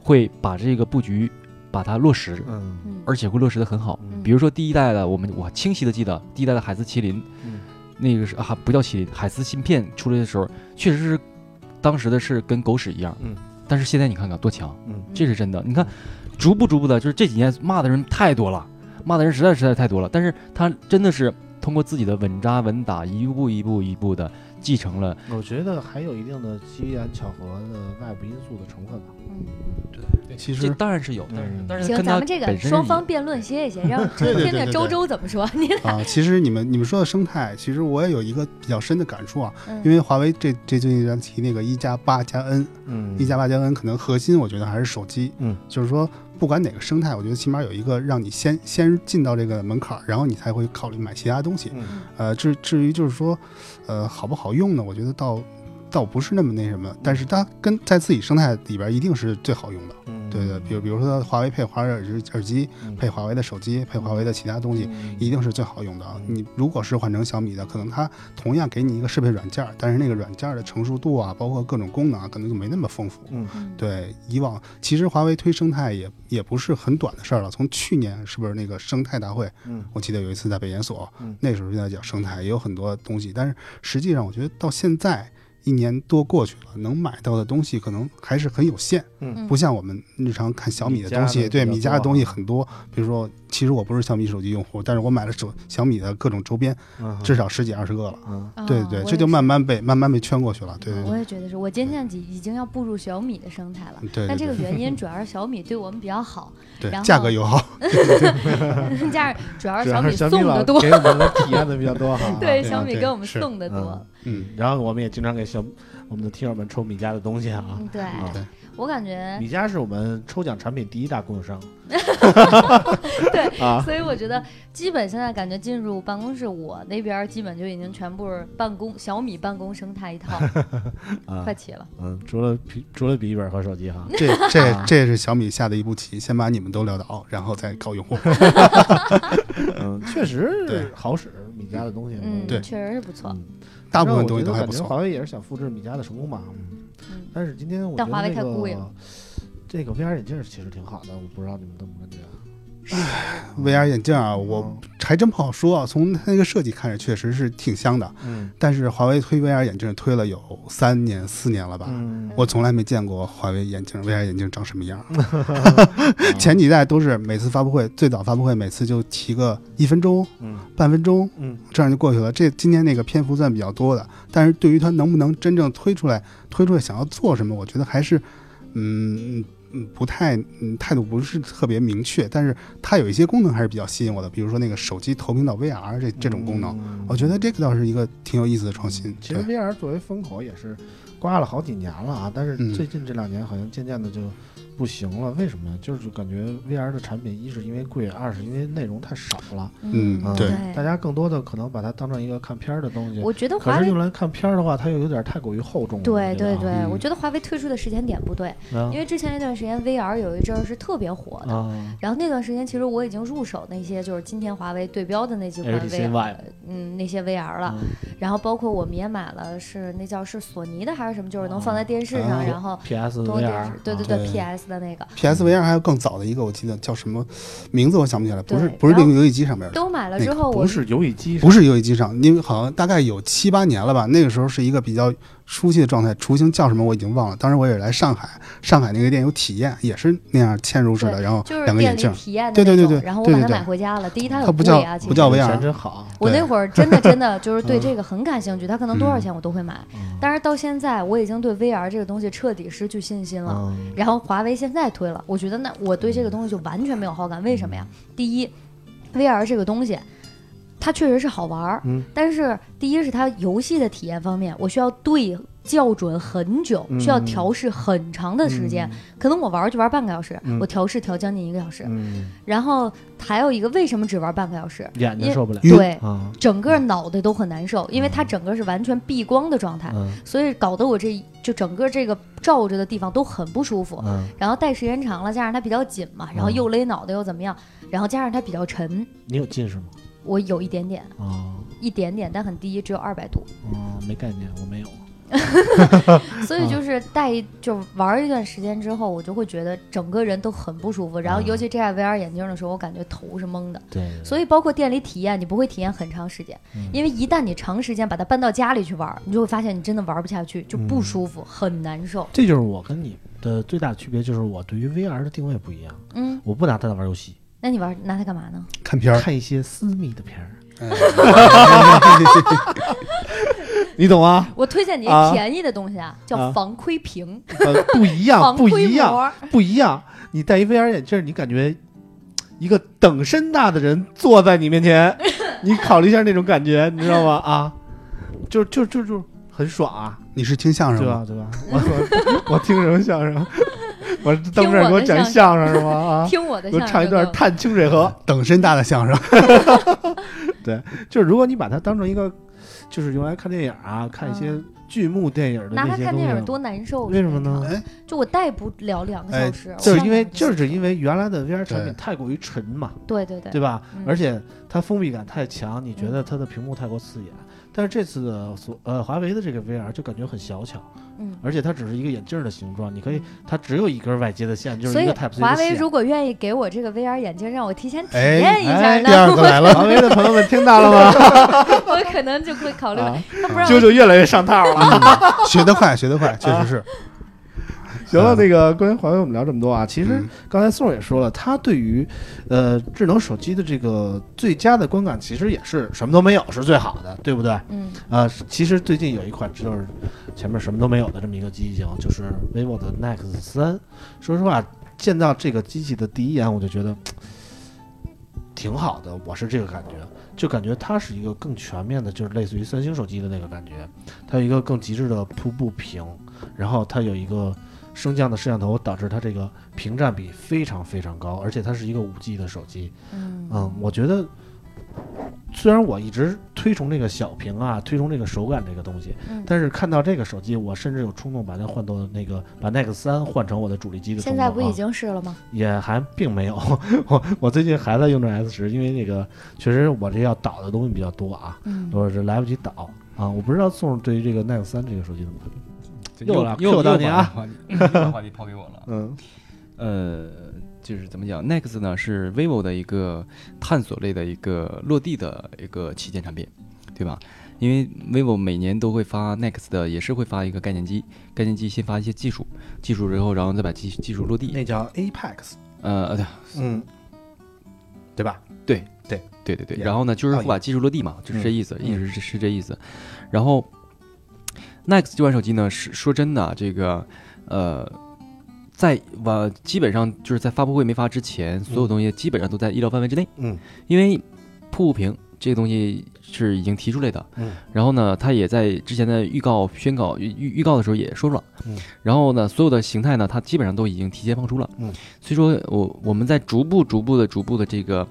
[SPEAKER 3] 会把这个布局把它落实，
[SPEAKER 2] 嗯
[SPEAKER 1] 嗯
[SPEAKER 3] 而且会落实的很好。
[SPEAKER 2] 嗯
[SPEAKER 3] 比如说第一代的，我们我清晰的记得，第一代的海思麒麟，
[SPEAKER 2] 嗯
[SPEAKER 3] 那个是啊不叫麒麟，海思芯片出来的时候，确实是当时的是跟狗屎一样。
[SPEAKER 2] 嗯，
[SPEAKER 3] 但是现在你看看多强，
[SPEAKER 2] 嗯
[SPEAKER 3] 这是真的。你看，逐步逐步的，就是这几年骂的人太多了，骂的人实在实在太多了。但是他真的是通过自己的稳扎稳打，一步一步一步的继承了。
[SPEAKER 2] 我觉得还有一定的机缘巧合的外部因素的成分吧。
[SPEAKER 1] 嗯
[SPEAKER 5] 其
[SPEAKER 3] 这
[SPEAKER 5] 实
[SPEAKER 3] 当然是有，但是、
[SPEAKER 2] 嗯
[SPEAKER 3] 但是
[SPEAKER 1] 行，
[SPEAKER 3] 跟
[SPEAKER 1] 咱
[SPEAKER 3] 他
[SPEAKER 1] 们这个
[SPEAKER 3] 本身
[SPEAKER 1] 双
[SPEAKER 3] 是
[SPEAKER 1] 方
[SPEAKER 3] 一
[SPEAKER 1] 辩论歇一歇， 让
[SPEAKER 5] 对对对
[SPEAKER 1] 听听
[SPEAKER 5] 对
[SPEAKER 1] 周
[SPEAKER 5] 对
[SPEAKER 1] 周怎 么说。你俩，
[SPEAKER 5] 啊，其实你们你们说的生态，其实我也有一个比较深的感触啊，
[SPEAKER 1] 嗯
[SPEAKER 5] 因为华为这这最近在提那个一加八加 N，
[SPEAKER 2] 嗯
[SPEAKER 5] 一加八加 N 可能核心我觉得还是手机，
[SPEAKER 2] 嗯，
[SPEAKER 5] 就是说不管哪个生态，我觉得起码有一个让你先先进到这个门槛儿，然后你才会考虑买其他东西。
[SPEAKER 2] 嗯
[SPEAKER 5] 呃，至至于就是说，呃，好不好用呢？我觉得倒倒不是那么那什么，但是它跟在自己生态里边儿一定是最好用的。
[SPEAKER 2] 嗯
[SPEAKER 5] 对对，比如比如说华为配华为耳机耳机，配华为的手机，配华为的其他东西，一定是最好用的啊！
[SPEAKER 2] 嗯
[SPEAKER 5] 你如果是换成小米的，可能它同样给你一个适配软件儿，但是那个软件儿的成熟度啊，包括各种功能啊，可能就没那么丰富。
[SPEAKER 2] 嗯
[SPEAKER 1] 嗯，
[SPEAKER 5] 对，以往其实华为推生态也也不是很短的事儿了，从去年是不是那个生态大会？
[SPEAKER 2] 嗯
[SPEAKER 5] 我记得有一次在北研所，
[SPEAKER 2] 嗯
[SPEAKER 5] 那时候就在讲生态，也有很多东西，但是实际上我觉得到现在。一年多过去了，能买到的东西可能还是很有限，
[SPEAKER 2] 嗯
[SPEAKER 5] 不像我们日常看小米的东
[SPEAKER 2] 米
[SPEAKER 5] 西，
[SPEAKER 2] 家的
[SPEAKER 5] 对
[SPEAKER 2] 比较
[SPEAKER 5] 米家的
[SPEAKER 2] 多啊
[SPEAKER 5] 东西很多。比如说，其实我不是小米手机用户，但是我买了手小米的各种周边，
[SPEAKER 1] 哦
[SPEAKER 2] 嗯
[SPEAKER 5] 至少十几二十个了。
[SPEAKER 2] 嗯
[SPEAKER 1] 啊
[SPEAKER 5] 对对，
[SPEAKER 1] 我
[SPEAKER 5] 这
[SPEAKER 1] 也
[SPEAKER 5] 就是慢慢被慢慢被圈过去了。对对
[SPEAKER 1] 我也觉得是我今天几已经要步入小米的生态了。
[SPEAKER 5] 对对，
[SPEAKER 1] 但这个
[SPEAKER 5] 对
[SPEAKER 1] 原因主要是小米对我们比较好，
[SPEAKER 5] 对
[SPEAKER 1] 然后
[SPEAKER 5] 价格友好，
[SPEAKER 1] 加上主要
[SPEAKER 2] 主
[SPEAKER 1] 是
[SPEAKER 2] 要
[SPEAKER 1] 米
[SPEAKER 2] 是小米
[SPEAKER 1] 送
[SPEAKER 2] 老
[SPEAKER 1] 的多
[SPEAKER 2] 给，我们的体验的比较多哈。
[SPEAKER 5] 对
[SPEAKER 1] 对小米
[SPEAKER 5] 啊对
[SPEAKER 1] 给我们
[SPEAKER 5] 是
[SPEAKER 1] 送的多
[SPEAKER 2] 啊嗯，
[SPEAKER 5] 嗯，
[SPEAKER 2] 然后我们也经常给小我们的听友们抽米家的东西啊。
[SPEAKER 1] 嗯对，
[SPEAKER 2] 啊，
[SPEAKER 5] 对
[SPEAKER 1] 我感觉
[SPEAKER 2] 米家是我们抽奖产品第一大供应商。
[SPEAKER 1] 对
[SPEAKER 2] 啊，
[SPEAKER 1] 所以我觉得，基本现在感觉进入办公室，我那边儿基本就已经全部是办公小米办公生态 一套，
[SPEAKER 2] 啊
[SPEAKER 1] 快齐了。
[SPEAKER 2] 嗯，除了笔除了笔记本和手机哈，
[SPEAKER 5] 这这这是小米下的一步棋，先把你们都撂倒，然后再搞用 户。
[SPEAKER 2] 嗯，确实
[SPEAKER 5] 对
[SPEAKER 2] 好使米家的东西。
[SPEAKER 1] 嗯，
[SPEAKER 5] 对
[SPEAKER 1] 确实是不错。
[SPEAKER 2] 嗯
[SPEAKER 5] 大部
[SPEAKER 2] 但
[SPEAKER 5] 分
[SPEAKER 2] 我
[SPEAKER 5] 东西
[SPEAKER 2] 觉
[SPEAKER 5] 都
[SPEAKER 2] 得
[SPEAKER 5] 还
[SPEAKER 2] 感
[SPEAKER 5] 不
[SPEAKER 2] 觉
[SPEAKER 5] 错。
[SPEAKER 2] 华为也是想复制米家的成功吧。
[SPEAKER 1] 嗯
[SPEAKER 2] 但是今天我觉
[SPEAKER 1] 但
[SPEAKER 2] 得
[SPEAKER 1] 华为
[SPEAKER 2] 那
[SPEAKER 1] 太
[SPEAKER 2] 个
[SPEAKER 1] 贵了
[SPEAKER 2] 这个 VR 眼镜其实挺好的，我不知道你们怎么感觉啊。
[SPEAKER 5] VR 眼镜啊，
[SPEAKER 2] 哦
[SPEAKER 5] 我还真不好说啊。从它那个设计看着，确实是挺香的。
[SPEAKER 2] 嗯
[SPEAKER 5] 但是华为推 VR 眼镜推了有三年四年了吧？
[SPEAKER 2] 嗯，
[SPEAKER 5] 我从来没见过华为眼镜 VR 眼镜长什么 样。 前几代都是每次发布会，最早发布会每次就提个一分钟、
[SPEAKER 2] 嗯
[SPEAKER 5] 半分钟，
[SPEAKER 2] 嗯
[SPEAKER 5] 这样就过去了。这今天那个篇幅算比较多的，但是对于它能不能真正推出来，推出来想要做什么，我觉得还是，嗯。嗯，不太，嗯，态度不是特别明确，但是它有一些功能还是比较吸引我的，比如说那个手机投屏到 VR 这这种功能，
[SPEAKER 2] 嗯
[SPEAKER 5] 我觉得这个倒是一个挺有意思的创新。
[SPEAKER 2] 其实
[SPEAKER 5] 对
[SPEAKER 2] VR 作为风口也是刮了好几年了啊，但是
[SPEAKER 5] 嗯
[SPEAKER 2] 最近这两年好像渐渐的就不行了。为什么呀？就是感觉 VR 的产品，一是因为贵，二是因为内容太少了，
[SPEAKER 5] 嗯
[SPEAKER 2] 嗯
[SPEAKER 5] 对
[SPEAKER 2] 大家更多的可能把它当成一个看片儿的东西。
[SPEAKER 1] 我觉得
[SPEAKER 2] 可
[SPEAKER 1] 华
[SPEAKER 2] 是
[SPEAKER 1] 为
[SPEAKER 2] 用来看片儿的话，它又有点太过于厚重了。
[SPEAKER 1] 对对对，
[SPEAKER 5] 嗯
[SPEAKER 1] 我觉得华为推出的时间点不对，因为之前那段时间 VR 有一阵儿是特别火
[SPEAKER 5] 嗯
[SPEAKER 1] 的。
[SPEAKER 2] 啊，
[SPEAKER 1] 然后那段时间，其实我已经入手那些就是今天华为对标的那几款
[SPEAKER 2] HTC
[SPEAKER 1] VR，
[SPEAKER 2] Vive
[SPEAKER 1] 嗯，那些 VR 了。然后包括我们也买了，是那叫是索尼的还是什么，就是能放在电视上，
[SPEAKER 5] 啊
[SPEAKER 1] 然后
[SPEAKER 2] PS
[SPEAKER 1] 通过电视
[SPEAKER 2] VR，，
[SPEAKER 1] 对对
[SPEAKER 5] 对
[SPEAKER 1] 对，PS 的那个
[SPEAKER 5] PSVR 还有更早的一个，我记得叫什么名字，我想不起来，不是
[SPEAKER 1] 对
[SPEAKER 5] 不是
[SPEAKER 1] 然
[SPEAKER 5] 那
[SPEAKER 1] 后
[SPEAKER 5] 个游戏机上面的，
[SPEAKER 1] 都买了
[SPEAKER 5] 那
[SPEAKER 1] 之
[SPEAKER 5] 个
[SPEAKER 1] 后，我
[SPEAKER 2] 不是游戏机上，
[SPEAKER 5] 不是游戏机上，因为好像大概有七八年了吧，那个时候是一个比较熟悉的状态，雏形叫什么我已经忘了。当时我也是来上海，上海那个店有体验，也是那样嵌入式的，然后
[SPEAKER 1] 就是
[SPEAKER 5] 两个眼
[SPEAKER 1] 店里
[SPEAKER 5] 镜，
[SPEAKER 1] 体验的
[SPEAKER 5] 对对
[SPEAKER 1] 那
[SPEAKER 5] 对
[SPEAKER 1] 种
[SPEAKER 5] 对，
[SPEAKER 1] 然后我
[SPEAKER 5] 对
[SPEAKER 1] 把
[SPEAKER 5] 对
[SPEAKER 1] 它
[SPEAKER 5] 对
[SPEAKER 1] 买回家了。第一，它
[SPEAKER 5] 它
[SPEAKER 1] 很
[SPEAKER 5] 不
[SPEAKER 1] 贵
[SPEAKER 5] 叫
[SPEAKER 1] 啊，其
[SPEAKER 5] 不
[SPEAKER 1] 实
[SPEAKER 5] 叫 VR
[SPEAKER 2] 钱真好。
[SPEAKER 1] 我
[SPEAKER 5] 对
[SPEAKER 1] 那会儿真的真的 就是对这个很感兴趣，它可能多少
[SPEAKER 5] 嗯
[SPEAKER 1] 钱我都会买。
[SPEAKER 2] 嗯
[SPEAKER 1] 但是到现在，我已经对 VR 这个东西彻底失去信心了。
[SPEAKER 2] 嗯
[SPEAKER 1] 然后华为现在推了，我觉得那我对这个东西就完全没有好感。为什么呀？第一，VR 这个东西，它确实是好玩儿，
[SPEAKER 2] 嗯
[SPEAKER 1] 但是第一是它游戏的体验方面，我需要对校准很久，
[SPEAKER 2] 嗯
[SPEAKER 1] 需要调试很长的时间，可能我玩儿就玩儿半个小时，
[SPEAKER 2] 嗯
[SPEAKER 1] 我调试调将近一个小时。
[SPEAKER 2] 嗯，
[SPEAKER 1] 然后还有一个，为什么只玩半个小时？
[SPEAKER 2] 眼睛
[SPEAKER 1] 因
[SPEAKER 2] 受不了
[SPEAKER 5] 晕
[SPEAKER 1] 对，
[SPEAKER 2] 啊，
[SPEAKER 1] 整个脑袋都很难受，因为它整个是完全避光的状态，
[SPEAKER 2] 嗯
[SPEAKER 1] 所以搞得我这就整个这个罩着的地方都很不舒服。
[SPEAKER 2] 嗯，
[SPEAKER 1] 然后戴时间长了，加上它比较紧嘛，然后又勒脑袋又怎么样，然后加上它比较沉，
[SPEAKER 2] 你有近视吗？
[SPEAKER 1] 我有一点点，
[SPEAKER 2] 啊，
[SPEAKER 5] 哦
[SPEAKER 1] 一点点，但很低，只有二百 度，
[SPEAKER 2] 嗯，没概念，我没有。
[SPEAKER 1] 所以
[SPEAKER 2] 嗯
[SPEAKER 1] 就是戴一就玩一段时间之后，我就会觉得整个人都很不舒服。然后
[SPEAKER 2] 嗯
[SPEAKER 1] 尤其摘下 VR 眼镜的时候，我感觉头是蒙的。
[SPEAKER 2] 对，
[SPEAKER 1] 所以包括店里体验，你不会体验很长时间，
[SPEAKER 2] 嗯
[SPEAKER 1] 因为一旦你长时间把它搬到家里去玩儿，你就会发现你真的玩不下去，就不
[SPEAKER 2] 嗯
[SPEAKER 1] 舒服，很难受。
[SPEAKER 2] 这就是我跟你的最大区别，就是我对于 VR 的定位不一样。
[SPEAKER 1] 嗯，
[SPEAKER 2] 我不拿它当玩游戏，
[SPEAKER 1] 那你玩拿它干嘛呢？
[SPEAKER 5] 看片儿。
[SPEAKER 2] 看一些私密的片儿，
[SPEAKER 5] 哎
[SPEAKER 2] 你 懂吗？
[SPEAKER 1] 我推荐你一
[SPEAKER 2] 啊
[SPEAKER 1] 便宜的东西啊，
[SPEAKER 2] 啊
[SPEAKER 1] 叫防窥屏、
[SPEAKER 2] 呃，不一样，
[SPEAKER 1] 防
[SPEAKER 2] 不
[SPEAKER 1] 窥
[SPEAKER 2] 一样，
[SPEAKER 1] 膜。
[SPEAKER 2] 不一样。你戴一 VR 眼镜，你感觉一个等身大的人坐在你 面前，你考虑一下那种感觉，你知道吗？啊，就就就就很爽啊，
[SPEAKER 5] 你是听相声
[SPEAKER 2] 对
[SPEAKER 5] 吗？
[SPEAKER 2] 吧？对吧？我 我我听什么相 声？我是当面
[SPEAKER 1] 听我的
[SPEAKER 2] 给我讲相声是吗？啊，
[SPEAKER 1] 听我的
[SPEAKER 2] 给我
[SPEAKER 1] 相声
[SPEAKER 2] 唱一
[SPEAKER 1] 就
[SPEAKER 2] 段
[SPEAKER 1] 够
[SPEAKER 2] 《
[SPEAKER 1] 了
[SPEAKER 2] 探清水河》。
[SPEAKER 5] 等身大的相 声，
[SPEAKER 2] 就是如果你把它当成一个，就是用来看电影啊，看一些剧目电影的
[SPEAKER 1] 嗯拿
[SPEAKER 2] 那
[SPEAKER 1] 它
[SPEAKER 2] 些
[SPEAKER 1] 看
[SPEAKER 2] 东西
[SPEAKER 1] 电
[SPEAKER 2] 啊
[SPEAKER 1] 影，多难受。
[SPEAKER 2] 为什么呢哎
[SPEAKER 1] 时间
[SPEAKER 5] 哎
[SPEAKER 1] 长就我戴不了两个小时，我
[SPEAKER 2] 就是
[SPEAKER 1] 上
[SPEAKER 2] 因为
[SPEAKER 1] 两个
[SPEAKER 2] 就
[SPEAKER 1] 小
[SPEAKER 2] 是
[SPEAKER 1] 时
[SPEAKER 2] 因为原来的 VR 产
[SPEAKER 5] 对
[SPEAKER 2] 品太过于沉嘛，
[SPEAKER 1] 对对对
[SPEAKER 2] 对吧？
[SPEAKER 1] 嗯
[SPEAKER 2] 而且它封闭感太强，你觉得它的屏幕太过刺眼。但是这次的所呃华为的这个 VR 就感觉很小巧，
[SPEAKER 1] 嗯。
[SPEAKER 2] 而且它只是一个眼镜儿的形状，你可以它只有一根外接的线，就是
[SPEAKER 1] 所
[SPEAKER 2] 一
[SPEAKER 1] 以
[SPEAKER 2] 个 Type C
[SPEAKER 1] 华
[SPEAKER 2] 的啊
[SPEAKER 1] 为
[SPEAKER 2] 线。
[SPEAKER 1] 如果愿意给我这个 VR 眼镜，让我提前体
[SPEAKER 5] 哎
[SPEAKER 1] 验一下
[SPEAKER 2] 哎
[SPEAKER 5] 第
[SPEAKER 1] 呢，
[SPEAKER 5] 二个来了，
[SPEAKER 2] 华为的朋友们听到了吗？
[SPEAKER 1] 我可能就会考虑了。
[SPEAKER 2] 啊，
[SPEAKER 1] 他不让
[SPEAKER 2] 啾啾越来越上套了。
[SPEAKER 5] 学得快，学得
[SPEAKER 2] 啊
[SPEAKER 5] 快，确实是。
[SPEAKER 2] 行了，那个关于华为我们聊这么多啊，其实
[SPEAKER 5] 嗯
[SPEAKER 2] 刚才宋儿也说了，他对于呃智能手机的这个最佳的观感，其实也是什么都没有是最好的，对不对？
[SPEAKER 1] 嗯
[SPEAKER 2] 啊，是其实最近有一款就是前面什么都没有的这么一个机型，就是 vivo 的 Nex 三。说实话，见到这个机器的第一眼，我就觉得，挺好的，我是这个感觉，就感觉它是一个更全面的，就是类似于三星手机的那个感觉，它有一个更极致的瀑布屏，然后它有一个升降的摄像头，导致它这个屏占比非常非常高，而且它是一个五 G 的手机，
[SPEAKER 1] 嗯
[SPEAKER 2] 嗯，我觉得虽然我一直推崇这个小屏啊，推崇这个手感这个东西，
[SPEAKER 1] 嗯
[SPEAKER 2] 但是看到这个手机，我甚至有冲动把它换到那个把 Nex 三换成我的主力机的冲
[SPEAKER 1] 现
[SPEAKER 2] 动啊。
[SPEAKER 1] 在不已经是了吗？
[SPEAKER 2] 也还并没有，我我最近还在用着 S 十，因为那个确实我这要导的东西比较多啊，
[SPEAKER 1] 嗯，
[SPEAKER 2] 我是来不及导啊。我不知道宋对于这个 Nex 三这个手机怎么看？又来
[SPEAKER 3] 又
[SPEAKER 2] Q 到你啊！
[SPEAKER 6] 又把话题抛给我了。
[SPEAKER 2] 嗯
[SPEAKER 3] 呃，就是怎么讲，Next 呢是 vivo 的一个探索类的一个落地的一个旗舰产品，对吧？因为 vivo 每年都会发 Next 的，也是会发一个概念机，概念机先发一些技术，技术之后，然后再把技技术落地。
[SPEAKER 2] 那叫 E Apex，
[SPEAKER 3] 呃，对
[SPEAKER 2] 嗯，对吧？
[SPEAKER 3] 对对对，
[SPEAKER 2] Yeah
[SPEAKER 3] 然后呢，就是
[SPEAKER 2] 哦
[SPEAKER 3] 会把技术落地嘛，就是这意思，
[SPEAKER 2] 嗯
[SPEAKER 3] 一直是是这意思。然后，Next 这款手机呢，是说真的啊，这个呃，在我基本上就是在发布会没发之前，所有东西基本上都在意料范围之内。
[SPEAKER 2] 嗯，
[SPEAKER 3] 因为瀑布屏这个东西是已经提出来的，
[SPEAKER 2] 嗯，
[SPEAKER 3] 然后呢，它也在之前的预告宣告预预预告的时候也说了，
[SPEAKER 2] 嗯，
[SPEAKER 3] 然后呢，所有的形态呢，它基本上都已经提前放出了，
[SPEAKER 2] 嗯，
[SPEAKER 3] 所以说我我们在逐步逐步的逐步的这个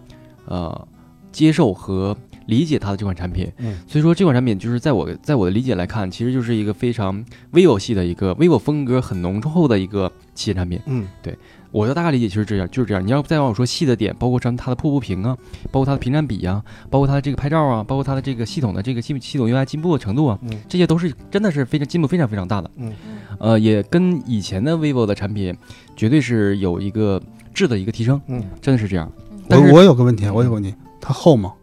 [SPEAKER 3] 呃接受和理解它的这款产品，
[SPEAKER 2] 嗯，
[SPEAKER 3] 所以说这款产品就是在我在我的理解来看，其实就是一个非常 vivo 系的一个 vivo 风格很浓厚的一个旗舰产品，
[SPEAKER 2] 嗯，
[SPEAKER 3] 我的大概理解其实这样，就是这样。你要再让我说细的点，包括咱们它的瀑布屏啊，包括它的屏占比啊，包括它的这个拍照啊，包括它的这个系统的这个系系统 UI 进步的程度啊，
[SPEAKER 2] 嗯
[SPEAKER 3] 这些都是真的是非常进步非常非常大的。
[SPEAKER 2] 嗯，
[SPEAKER 3] 呃，也跟以前的 vivo 的产品绝对是有一个质的一个提升，
[SPEAKER 2] 嗯，
[SPEAKER 3] 真的是这样。但是
[SPEAKER 5] 我我有个问题，啊，我有个问题，它厚吗？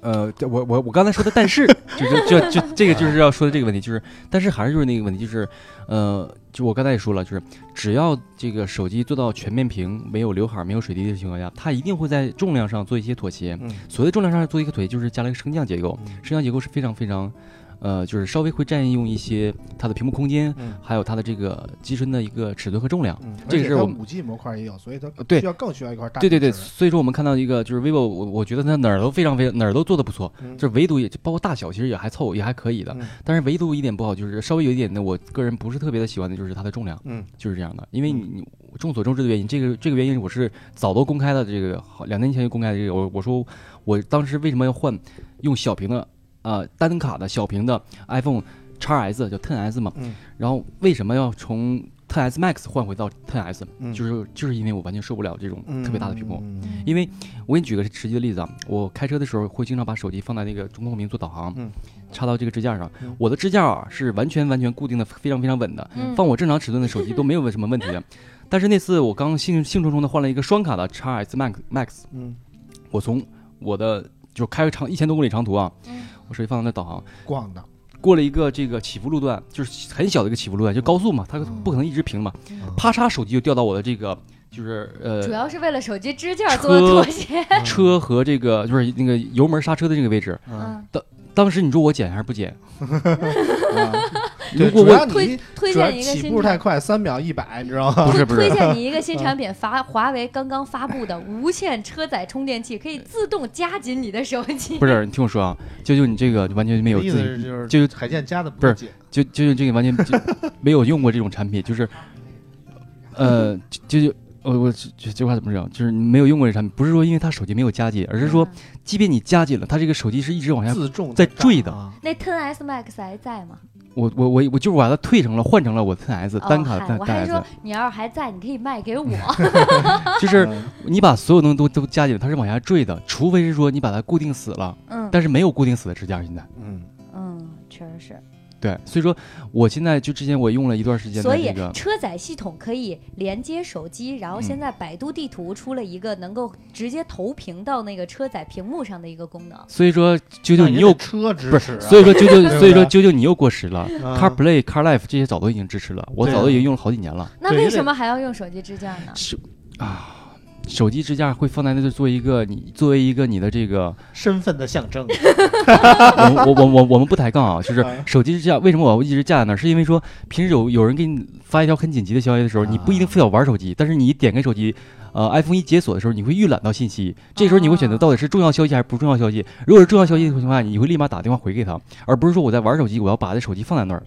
[SPEAKER 3] 呃，这我我我刚才说的，但是就就就就这个就是要说的这个问题，就是但是还是就是那个问题，就是呃，就我刚才也说了，就是只要这个手机做到全面屏、没有刘海、没有水滴的情况下，它一定会在重量上做一些妥协。
[SPEAKER 2] 嗯
[SPEAKER 3] 所谓重量上做一个妥协，就是加了一个升降结构，
[SPEAKER 2] 嗯
[SPEAKER 3] 升降结构是非常非常。呃，就是稍微会占用一些它的屏幕空间，
[SPEAKER 2] 嗯
[SPEAKER 3] 还有它的这个机身的一个尺寸和重量。
[SPEAKER 2] 嗯，
[SPEAKER 3] 这个是我们
[SPEAKER 2] 五 G 模块也有，所以它
[SPEAKER 3] 对
[SPEAKER 2] 需要更需要一块大
[SPEAKER 3] 对对对，
[SPEAKER 2] 屏池
[SPEAKER 3] 所以说我们看到一个就是 vivo，我我觉得它哪儿都非常非常哪儿都做的不错，
[SPEAKER 2] 嗯
[SPEAKER 3] 就是唯独也就包括大小其实也还凑合也还可以的，
[SPEAKER 2] 嗯
[SPEAKER 3] 但是唯独一点不好就是稍微有一点的，我个人不是特别的喜欢的就是它的重量，
[SPEAKER 2] 嗯
[SPEAKER 3] 就是这样的，因为你你众所周知的原因，这个这个原因我是早都公开了，这个好两年前就公开了这个，我我说我当时为什么要换用小屏的呃单卡的小屏的 iPhone x S 叫 Ten S 嘛，
[SPEAKER 2] 嗯
[SPEAKER 3] 然后为什么要从 Ten S Max 换回到 Ten S，
[SPEAKER 2] 嗯，
[SPEAKER 3] 就是就是因为我完全受不了这种特别大的屏幕。
[SPEAKER 2] 嗯，
[SPEAKER 3] 因为我给你举个实际的例子啊，我开车的时候会经常把手机放在那个中控屏做导航，
[SPEAKER 2] 嗯
[SPEAKER 3] 插到这个支架上。
[SPEAKER 2] 嗯
[SPEAKER 3] 我的支架啊是完全完全固定的，非常非常稳的，
[SPEAKER 1] 嗯
[SPEAKER 3] 放我正常尺寸的手机都没有什 么问题的。但是那次我刚兴兴冲冲的换了一个双卡的 x S Max Max，
[SPEAKER 2] 嗯，
[SPEAKER 3] 我从我的就开个长一千多公里长途啊，
[SPEAKER 1] 嗯
[SPEAKER 3] 我手机放在那导航，
[SPEAKER 2] 逛 的，
[SPEAKER 3] 过了一个这个起伏路段，就是很小的一个起伏路段，就高速嘛，
[SPEAKER 1] 嗯
[SPEAKER 3] 它不可能一直平嘛，啪嚓手机就掉到我的这个就是呃
[SPEAKER 1] 主要是为了手机支架做的妥协。
[SPEAKER 3] 车和这个就是那个油门刹车的这个位置，
[SPEAKER 2] 嗯，
[SPEAKER 3] 当时你说我捡还是不捡？
[SPEAKER 2] 啊
[SPEAKER 3] 如
[SPEAKER 2] 对
[SPEAKER 3] 果
[SPEAKER 2] 主
[SPEAKER 3] 我
[SPEAKER 2] 要
[SPEAKER 1] 推
[SPEAKER 2] 你
[SPEAKER 1] 推
[SPEAKER 2] 主要
[SPEAKER 1] 荐一个
[SPEAKER 2] 起
[SPEAKER 1] 新
[SPEAKER 2] 步太
[SPEAKER 1] 产
[SPEAKER 2] 快，三秒一百，你知道吗？
[SPEAKER 3] 不是不
[SPEAKER 1] 推
[SPEAKER 3] 是，
[SPEAKER 1] 荐你一个新产品，华华为刚刚发布的无线车载充电器，可以自动夹紧你的手 机。
[SPEAKER 3] 不是，你听我说啊，啾啾，你这个完全没有
[SPEAKER 2] 意
[SPEAKER 3] 自
[SPEAKER 2] 思
[SPEAKER 3] 己，
[SPEAKER 2] 是就是
[SPEAKER 3] 就
[SPEAKER 2] 海建家的不
[SPEAKER 3] 不是
[SPEAKER 2] 解，
[SPEAKER 3] 就啾啾这个完全 就没有用过这种产品，就是，呃，就就我我这这话怎么讲？就是你没有用过这产品，不是说因为它手机没有加紧，而是
[SPEAKER 1] 嗯
[SPEAKER 3] 说即便你加紧了，它这个手机是一直往下。
[SPEAKER 2] 自重
[SPEAKER 3] 在
[SPEAKER 2] 长
[SPEAKER 3] 坠的
[SPEAKER 2] 啊
[SPEAKER 1] 那 10s Max 还在吗？
[SPEAKER 3] 我我我我就把它退成了，换成了我的 S
[SPEAKER 1] 哦
[SPEAKER 3] 呃单卡
[SPEAKER 1] 嗨
[SPEAKER 3] 单
[SPEAKER 1] 我
[SPEAKER 3] 单
[SPEAKER 1] 还说
[SPEAKER 3] S，
[SPEAKER 1] 你要是还在，你可以卖 给我。
[SPEAKER 3] 就是你把所有东西都都加紧了，它是往下坠的，除非是说你把它固定死了，
[SPEAKER 1] 嗯
[SPEAKER 3] 但是没有固定死的支架现在。
[SPEAKER 2] 嗯，
[SPEAKER 1] 嗯，确实是。
[SPEAKER 3] 对，所以说我现在就之前我用了一段时间
[SPEAKER 1] 所
[SPEAKER 3] 的
[SPEAKER 1] 以
[SPEAKER 3] 这个，
[SPEAKER 1] 车载系统可以连接手机，然后现在百度地图出了一个能够直接投屏到那个车载屏幕上的一个功能。
[SPEAKER 3] 所以说啾啾
[SPEAKER 2] 那啊
[SPEAKER 3] 你
[SPEAKER 2] 也
[SPEAKER 3] 又
[SPEAKER 2] 得车支
[SPEAKER 3] 不
[SPEAKER 2] 持
[SPEAKER 3] 是，
[SPEAKER 2] 啊，
[SPEAKER 3] 所以说啾
[SPEAKER 2] 对不
[SPEAKER 3] 啾，
[SPEAKER 2] 对
[SPEAKER 3] 所以说啾啾你又过时了。
[SPEAKER 2] 啊
[SPEAKER 3] CarPlay、CarLife 这些早都已经支持了，我
[SPEAKER 2] 对啊
[SPEAKER 3] 早都已经用了好几年了
[SPEAKER 1] 那
[SPEAKER 2] 对
[SPEAKER 1] 为
[SPEAKER 2] 因为
[SPEAKER 1] 什么还要用手机支架呢？
[SPEAKER 3] 是啊。手机支架会放在那，就做一个你作为一个你的这 个，
[SPEAKER 2] 身份的象征。
[SPEAKER 3] 我们我我我我们不抬杠 啊，就是
[SPEAKER 2] 啊
[SPEAKER 3] 手机支架为什么我一直架在那儿，是因为说平时有有人给你发一条很紧急的消息的时候，
[SPEAKER 2] 啊
[SPEAKER 3] 你不一定非要玩手机，但是你一点开手机。呃，iPhone 一解锁的时候，你会预览到信息，这时候你
[SPEAKER 2] 啊
[SPEAKER 3] 会选择到底是重要消息还是不重要消息。如果是重要消息的情况下，你会立马打电话回给他，而不是说我在玩手机，我要把这手机放在那儿，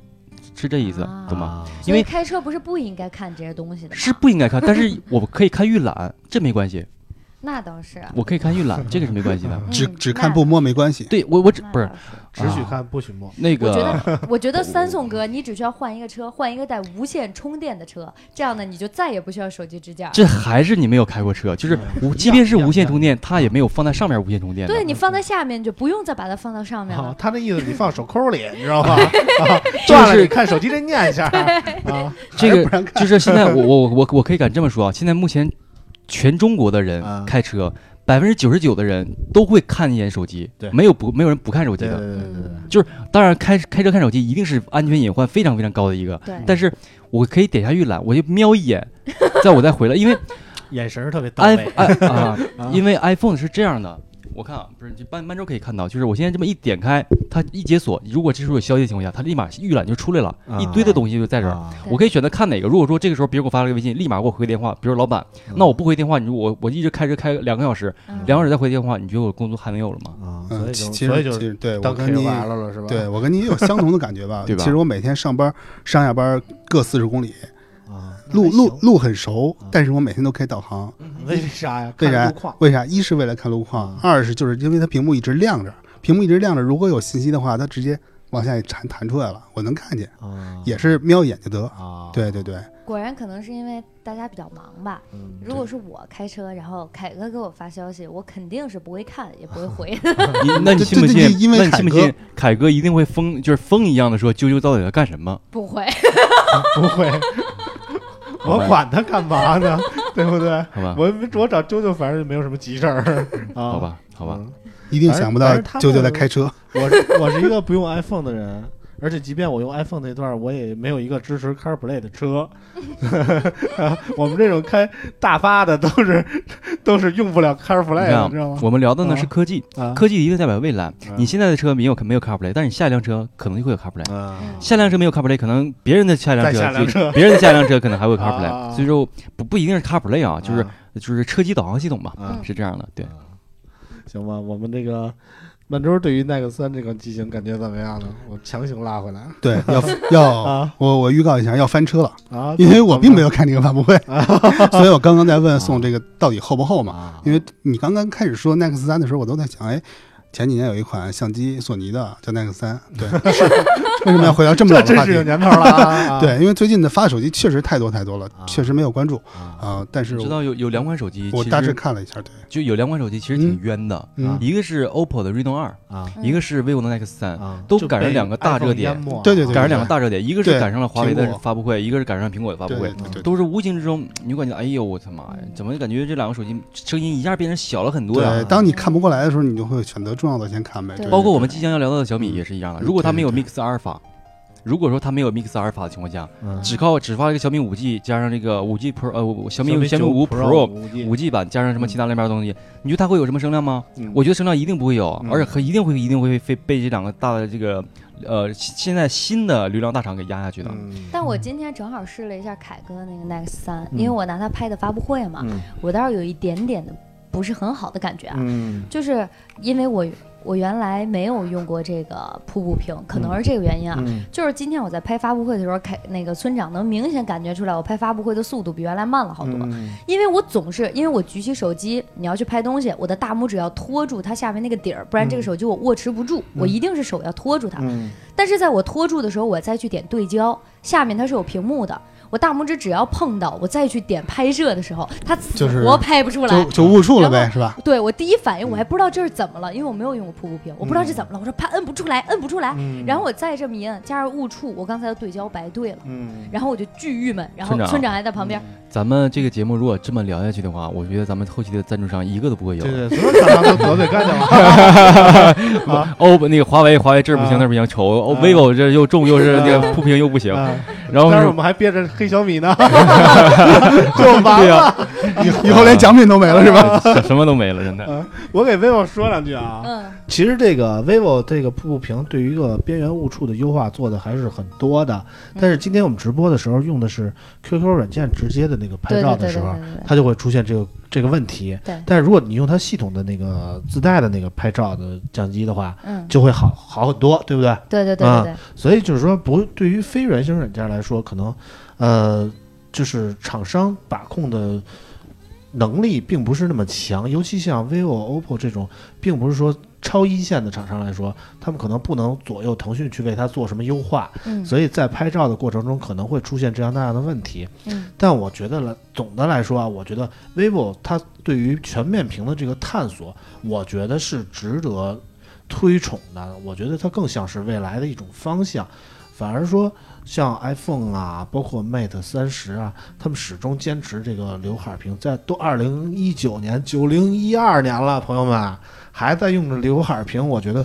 [SPEAKER 3] 是这意思，
[SPEAKER 2] 啊
[SPEAKER 3] 懂吗？因
[SPEAKER 1] 所
[SPEAKER 3] 为
[SPEAKER 1] 以开车不是不应该看这些东西的吗？
[SPEAKER 3] 是不应该看，但是我可以看预览，这没关系，
[SPEAKER 1] 那倒是，
[SPEAKER 3] 我可以看预览，这个是没关 系的。
[SPEAKER 5] 只
[SPEAKER 1] 嗯
[SPEAKER 5] 只看不摸没关系。
[SPEAKER 3] 对我我只
[SPEAKER 1] 那
[SPEAKER 3] 不是
[SPEAKER 1] 倒是
[SPEAKER 2] 只许看不许摸。
[SPEAKER 3] 那
[SPEAKER 1] 我觉
[SPEAKER 3] 个，
[SPEAKER 1] 得，我 觉得三宋哥，你只需要换一个车，换一个带无线充电的车，这样呢，你就再也不需要手机支架。
[SPEAKER 3] 这还是你没有开过车，就是无，即便是无线充电，它也没有放在上面无线充电的。
[SPEAKER 1] 对
[SPEAKER 2] 嗯
[SPEAKER 1] 你放在下面，你就不用再把它放到上面
[SPEAKER 2] 啊
[SPEAKER 1] 了，。
[SPEAKER 2] 他那意思你放手抠里，你知 道吗？啊，断了
[SPEAKER 3] 就是
[SPEAKER 2] 你看手机再念一下啊。
[SPEAKER 3] 这
[SPEAKER 2] 还是不让
[SPEAKER 3] 个
[SPEAKER 2] 看
[SPEAKER 3] 就是现在我我我我可以敢这么说啊，现在目前全中国的人
[SPEAKER 2] 啊
[SPEAKER 3] 开车，百分之九十九的人都会看一眼手机
[SPEAKER 2] 对，
[SPEAKER 3] 没有不没有人不看手机
[SPEAKER 2] 对对
[SPEAKER 3] 的。
[SPEAKER 2] 对对对，
[SPEAKER 3] 当然开开车看手机一定是安全隐患非常非常高的一个，
[SPEAKER 1] 对，
[SPEAKER 3] 但是我可以点下预览，我就瞄一眼，再我再回来，因为
[SPEAKER 2] 眼神儿特别到
[SPEAKER 3] i
[SPEAKER 2] 位
[SPEAKER 3] i 哎啊
[SPEAKER 2] 啊，
[SPEAKER 3] 因为 iPhone 是这样的，我看啊，不是就半半周可以看到，就是我现在这么一点开，它一解锁，如果这时候有消息的情况下，它立马预览就出来了，
[SPEAKER 2] 啊
[SPEAKER 3] 一堆的东西就在这儿。
[SPEAKER 2] 啊
[SPEAKER 3] 我可以选择看哪个。如果说这个时候别人给我发了个微信，立马给我回个电话，比如老板，
[SPEAKER 2] 嗯
[SPEAKER 3] 那我不回电话，你说我我一直开车开两个小时，
[SPEAKER 1] 嗯
[SPEAKER 3] 两个小时再回电话，你觉得我工作还没有了吗？，
[SPEAKER 2] 啊，所
[SPEAKER 5] 嗯，
[SPEAKER 2] 以
[SPEAKER 5] 其
[SPEAKER 2] 就
[SPEAKER 5] 其
[SPEAKER 2] 所
[SPEAKER 5] 实
[SPEAKER 2] 以
[SPEAKER 5] 其
[SPEAKER 2] 就
[SPEAKER 5] 实对我
[SPEAKER 2] 当 K
[SPEAKER 5] 跟你
[SPEAKER 2] O L 了是吧？
[SPEAKER 5] 对我跟你也有相同的感觉 吧
[SPEAKER 3] 对吧
[SPEAKER 5] 其实我每天上班上下班各四十公里，
[SPEAKER 2] 啊，那
[SPEAKER 5] 路
[SPEAKER 2] 还行
[SPEAKER 5] 路路很熟
[SPEAKER 2] 啊，
[SPEAKER 5] 但是我每天都可以导航。
[SPEAKER 2] 嗯为啥呀？
[SPEAKER 5] 为
[SPEAKER 2] 看
[SPEAKER 5] 啥
[SPEAKER 2] 路况？
[SPEAKER 5] 为啥？一是为了看路况
[SPEAKER 2] 嗯，
[SPEAKER 5] 二是就是因为它屏幕一直亮着，屏幕一直亮着，如果有信息的话，它直接往下一弹弹出来了，我能看见，
[SPEAKER 2] 啊
[SPEAKER 5] 也是瞄一眼就得。
[SPEAKER 2] 啊，
[SPEAKER 5] 对对对，
[SPEAKER 1] 果然可能是因为大家比较忙吧。
[SPEAKER 2] 嗯，
[SPEAKER 1] 如果是我开车，然后凯哥给我发消息，我肯定是不会看，也不 会回。
[SPEAKER 2] 嗯
[SPEAKER 3] 你那你
[SPEAKER 5] 这
[SPEAKER 3] 信不
[SPEAKER 5] 这
[SPEAKER 3] 信？
[SPEAKER 5] 因为
[SPEAKER 3] 那你
[SPEAKER 5] 凯
[SPEAKER 3] 信不
[SPEAKER 5] 哥
[SPEAKER 3] 信？凯哥一定会疯，就是疯一样的说，啾啾到底要干什么？
[SPEAKER 1] 不 会，
[SPEAKER 2] 不会，
[SPEAKER 3] 好吧
[SPEAKER 2] 我管他干嘛呢？对不对？
[SPEAKER 3] 好吧，
[SPEAKER 2] 我我找啾啾，反正没有什么急事儿啊。
[SPEAKER 3] 好，吧，好吧，
[SPEAKER 2] 嗯。
[SPEAKER 5] 一定想不到
[SPEAKER 2] 反正反正他
[SPEAKER 5] 舅舅
[SPEAKER 2] 们
[SPEAKER 5] 在开车，
[SPEAKER 2] 我是我是一个不用 iPhone 的人，而且即便我用 iPhone 那段儿，我也没有一个支持 CarPlay 的车。 我们这种开大发的都是都是用不了 CarPlay
[SPEAKER 3] 你看
[SPEAKER 2] 的，
[SPEAKER 3] 啊
[SPEAKER 2] 你知道吗？
[SPEAKER 3] 我们聊的呢
[SPEAKER 2] 啊
[SPEAKER 3] 是科技，
[SPEAKER 2] 啊
[SPEAKER 3] 科技一定代表未来
[SPEAKER 2] 嗯。
[SPEAKER 3] 你现在的车没有没有 CarPlay，但是你下一辆车可能就会有
[SPEAKER 5] 嗯
[SPEAKER 3] CarPlay。
[SPEAKER 2] 啊
[SPEAKER 3] 下一辆车没有 CarPlay，可能别人的下一辆
[SPEAKER 2] 再下辆
[SPEAKER 3] 车
[SPEAKER 2] 车
[SPEAKER 3] 就，别人的下一辆车可能还会有
[SPEAKER 2] 啊
[SPEAKER 3] CarPlay。所以说不不一定是 CarPlay 啊，就是
[SPEAKER 5] 嗯
[SPEAKER 2] 啊
[SPEAKER 3] 就是车机导航系统吧，
[SPEAKER 2] 啊
[SPEAKER 3] 是这样的。对，
[SPEAKER 2] 行吧，我们这个满洲对于耐克三这个机型感觉怎么样呢？我强行拉回来
[SPEAKER 5] 对，要要
[SPEAKER 2] 啊
[SPEAKER 5] 我我预告一下要翻车了，
[SPEAKER 2] 啊！
[SPEAKER 5] 因为我并没有看这个发布会， 所以我刚刚在问宋这个到底厚不厚嘛。
[SPEAKER 2] 啊
[SPEAKER 5] 因为你刚刚开始说 Nex 三的时候，我都在想，哎，前几年有一款相机索尼的叫 Nex 三， 对，是为什么要回到这么老
[SPEAKER 2] 这
[SPEAKER 5] 的
[SPEAKER 2] 真
[SPEAKER 5] 话
[SPEAKER 2] 是有
[SPEAKER 5] 题？
[SPEAKER 2] 年头了 啊！
[SPEAKER 5] 对，因为最近的发的手机确实太多太多了
[SPEAKER 2] 啊，
[SPEAKER 5] 确实没有关注
[SPEAKER 2] 啊
[SPEAKER 5] 啊。但是
[SPEAKER 3] 知
[SPEAKER 5] 我
[SPEAKER 3] 道有有两款手机，
[SPEAKER 5] 我
[SPEAKER 3] 其
[SPEAKER 5] 大致
[SPEAKER 3] 实啊
[SPEAKER 5] 看了一下，对，
[SPEAKER 3] 就有两款手机其实挺冤的，
[SPEAKER 5] 嗯，
[SPEAKER 3] 一个是 OPPO 的 Reno 二，
[SPEAKER 2] 啊
[SPEAKER 3] 一个是 vivo 的 X 三，
[SPEAKER 2] 啊，
[SPEAKER 3] 都
[SPEAKER 2] 就
[SPEAKER 3] 赶上
[SPEAKER 2] 被
[SPEAKER 3] 两个大
[SPEAKER 2] iPhone
[SPEAKER 3] 热点
[SPEAKER 2] 淹没了
[SPEAKER 5] 对对对
[SPEAKER 3] 赶上
[SPEAKER 2] 啊
[SPEAKER 3] 两个大热点，一个是
[SPEAKER 5] 对
[SPEAKER 3] 赶上了华为
[SPEAKER 5] 苹
[SPEAKER 3] 的
[SPEAKER 5] 果
[SPEAKER 3] 发布会，一个是赶上苹果的发布
[SPEAKER 5] 对
[SPEAKER 3] 会
[SPEAKER 5] 对。对对对
[SPEAKER 3] 都是无形之中，你就感觉哎呦我的妈呀，怎么感觉这两个手机声音一下变成小了很多呀？
[SPEAKER 5] 对。当你看不过来的时候，你就会选择重要的先看呗。
[SPEAKER 1] 对
[SPEAKER 5] 对
[SPEAKER 3] 啊嗯包括我们即将要聊到的小米也是一样的。
[SPEAKER 5] 嗯
[SPEAKER 3] 如果它没有
[SPEAKER 5] 对
[SPEAKER 3] Mix 阿尔法，如果说它没有 Mix 阿尔法的情况下，
[SPEAKER 2] 嗯
[SPEAKER 3] 只靠只发了一个小米五 G 加上这个五 G Pro 呃我
[SPEAKER 2] 小
[SPEAKER 3] 小米小米
[SPEAKER 2] 九
[SPEAKER 3] 五 Pro
[SPEAKER 2] 五 G
[SPEAKER 3] 五 G 版加上什么其他乱七八糟东西，你觉得它会有什么声量吗？
[SPEAKER 2] 嗯
[SPEAKER 3] 我觉得声量一定不会有，
[SPEAKER 2] 嗯
[SPEAKER 3] 而且和一定会一定会被被这两个大的这个呃现现在新的流量大厂给压下去的。
[SPEAKER 2] 嗯
[SPEAKER 1] 但我今天正好试了一下凯哥那个 Nex 三，
[SPEAKER 2] 嗯
[SPEAKER 1] 因为我拿它拍的发布会嘛，
[SPEAKER 2] 嗯
[SPEAKER 1] 我倒是有一点点的不是很好的感觉啊，
[SPEAKER 2] 嗯
[SPEAKER 1] 就是因为我我原来没有用过这个瀑布屏，可能
[SPEAKER 2] 嗯
[SPEAKER 1] 是这个原因啊。
[SPEAKER 2] 嗯
[SPEAKER 1] 就是今天我在拍发布会的时候，凯那个村长能明显感觉出来，我拍发布会的速度比原来慢了好多。
[SPEAKER 2] 嗯
[SPEAKER 1] 因为我总是因为我举起手机，你要去拍东西，我的大拇指要托住它下面那个底儿，不然这个
[SPEAKER 2] 嗯
[SPEAKER 1] 手机我握持不住，我一定是手要托住它。
[SPEAKER 2] 嗯
[SPEAKER 1] 但是在我托住的时候，我再去点对焦，下面它是有屏幕的，我大拇指只要碰到，我再去点拍摄的时候，它死
[SPEAKER 5] 就是
[SPEAKER 1] 活拍不出来。
[SPEAKER 5] 就就误触了
[SPEAKER 1] 然
[SPEAKER 5] 呗，
[SPEAKER 1] 后
[SPEAKER 5] 是 吧？
[SPEAKER 1] 对我第一反应我还不知道这是怎么了，因为我没有用过瀑布屏，我不知道这
[SPEAKER 2] 嗯
[SPEAKER 1] 怎么了，我说怕摁不出来，摁不出来。
[SPEAKER 2] 嗯
[SPEAKER 1] 然后我再这么一摁，加上误触，我刚才的对焦白对了，
[SPEAKER 2] 嗯
[SPEAKER 1] 然后我就巨郁闷。然后
[SPEAKER 3] 村长
[SPEAKER 1] 村长还在旁边，
[SPEAKER 3] 咱们这个节目如果这么聊下去的话，我觉得咱们后期的赞助商一个都不会有。
[SPEAKER 2] 对对，所有厂商都得罪干掉啊 了。
[SPEAKER 3] 欧那个华为，华为这儿不行
[SPEAKER 2] 啊
[SPEAKER 3] 那儿不行，丑。哦
[SPEAKER 2] 啊
[SPEAKER 3] vivo 这又重又是那个铺屏又不行，
[SPEAKER 2] 啊
[SPEAKER 7] 然后
[SPEAKER 2] 但是
[SPEAKER 7] 是
[SPEAKER 2] 我们还憋着黑小米呢， 就完
[SPEAKER 7] 对
[SPEAKER 2] 了。
[SPEAKER 7] 呀，
[SPEAKER 5] 以后连奖品都没了是吧？
[SPEAKER 7] 什什么都没了，真的。
[SPEAKER 2] 我给 vivo 说两句啊。
[SPEAKER 8] 嗯，
[SPEAKER 2] 其实这个 vivo 这个瀑布屏对于一个边缘误触的优化做的还是很多的，
[SPEAKER 1] 嗯
[SPEAKER 2] 但是今天我们直播的时候用的是 QQ 软件直接的那个拍
[SPEAKER 1] 对
[SPEAKER 2] 照
[SPEAKER 1] 对对
[SPEAKER 2] 的
[SPEAKER 1] 对
[SPEAKER 2] 时
[SPEAKER 1] 对
[SPEAKER 2] 候，
[SPEAKER 1] 对
[SPEAKER 2] 它就会出现这个这个问题
[SPEAKER 1] 对。
[SPEAKER 2] 但是如果你用它系统的那个自带的那个拍照的相机的话，
[SPEAKER 1] 嗯
[SPEAKER 2] 就会好好很多，对不对？
[SPEAKER 1] 对对对对
[SPEAKER 2] 啊
[SPEAKER 1] 对，
[SPEAKER 2] 所以就是说，不对于非原型软件来说，可能呃，就是厂商把控的能力并不是那么强，尤其像 vivo、OPPO 这种，并不是说超一线的厂商来说，他们可能不能左右腾讯去为它做什么优化，
[SPEAKER 1] 嗯
[SPEAKER 2] 所以在拍照的过程中可能会出现这样那样的问题。
[SPEAKER 1] 嗯
[SPEAKER 2] 但我觉得了，总的来说啊，我觉得 vivo 它对于全面屏的这个探索，我觉得是值得推崇的。我觉得它更像是未来的一种方向，反而说像 iPhone 啊，包括 Mate 三十啊，他们始终坚持这个刘海屏，在都二零一九年、九零一二年了，朋友们还在用着刘海屏，我觉得，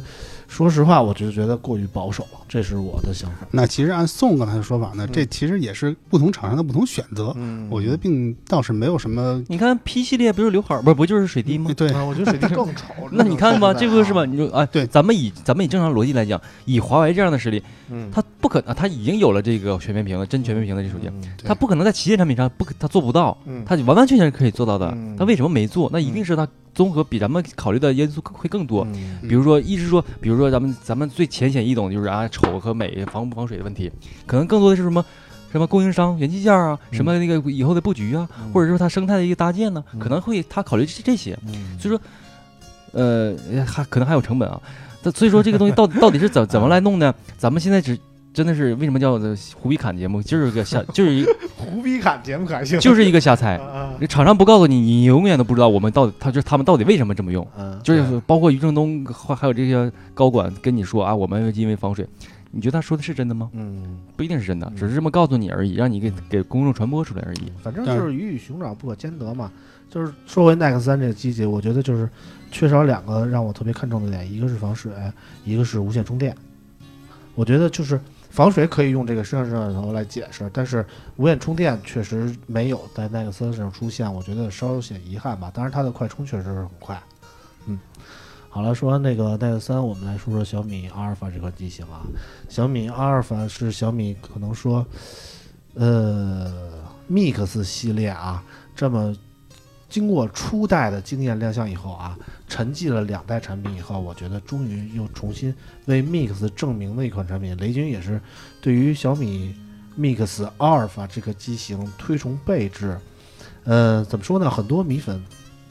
[SPEAKER 2] 说实话，我就觉得过于保守了，这是我的想法。
[SPEAKER 5] 那其实按宋刚才的说法呢，这其实也是不同厂商的不同选择。
[SPEAKER 2] 嗯
[SPEAKER 5] 我觉得并倒是没有什么
[SPEAKER 3] 你看 P 系列不是刘海儿，不是不就是水滴吗？。
[SPEAKER 5] 对
[SPEAKER 2] 啊，我觉得水滴更丑
[SPEAKER 3] 那你看吧，这不是吧？
[SPEAKER 2] 吧？
[SPEAKER 3] 你说啊，
[SPEAKER 5] 对
[SPEAKER 3] 咱们以咱们以正常逻辑来讲，以华为这样的实力，
[SPEAKER 2] 嗯，
[SPEAKER 3] 它不可能，它已经有了这个全面屏了，真全面屏的这手机，
[SPEAKER 2] 嗯
[SPEAKER 5] 对
[SPEAKER 3] 它不可能在旗舰产品上不可，它做不到，
[SPEAKER 2] 嗯，
[SPEAKER 3] 它完完全全是可以做到的
[SPEAKER 2] 嗯。
[SPEAKER 3] 它为什么没做？那一定是它综合比咱们考虑的因素更会更多。
[SPEAKER 2] 嗯
[SPEAKER 3] 比如说，一直说，比如说咱们咱们最浅显易懂就是啊，丑和美、防不防水的问题，可能更多的是什么什么供应商、元器件啊，什么那个以后的布局啊，或者说它生态的一个搭建呢、
[SPEAKER 2] 嗯
[SPEAKER 3] 可能会它考虑这这些，
[SPEAKER 2] 嗯
[SPEAKER 3] 所以说，呃，还可能还有成本啊。但所以说这个东西到底到底是 怎怎么来弄呢？咱们现在只真的是为什么叫做胡逼侃节目，就是个瞎，就是一
[SPEAKER 2] 胡逼侃节目还行，
[SPEAKER 3] 就是一个瞎猜。
[SPEAKER 2] 啊
[SPEAKER 3] 厂商不告诉你，你永远都不知道我们到底他就是他们到底为什么这么用。
[SPEAKER 2] 啊，
[SPEAKER 3] 就是包括余正东还还有这些高管跟你说啊，我们因为防水，你觉得他说的是真的吗？
[SPEAKER 2] 嗯，
[SPEAKER 3] 不一定是真的，
[SPEAKER 2] 嗯
[SPEAKER 3] 只是这么告诉你而已，让你给给公众传播出来而已。
[SPEAKER 2] 反正就是鱼与熊掌不可兼得嘛。就是说回 Nex 三这个机器，我觉得就是缺少两个让我特别看重的点，一个是防水，一个是无线充电。我觉得就是防水可以用这个摄像头来解释，但是无线充电确实没有在 Nex 三上出现，我觉得稍显遗憾吧。当然它的快充确实是很快，嗯。好了，说完那个 Nex 三，我们来说说小米阿尔法这款机型啊。小米阿尔法是小米可能说，呃，Mix 系列啊，这么经过初代的经验亮相以后啊，沉寂了两代产品以后，我觉得终于又重新为 Mix 证明的一款产品。雷军也是对于小米 Mix 阿尔法这个机型推崇备至。呃，怎么说呢？很多米粉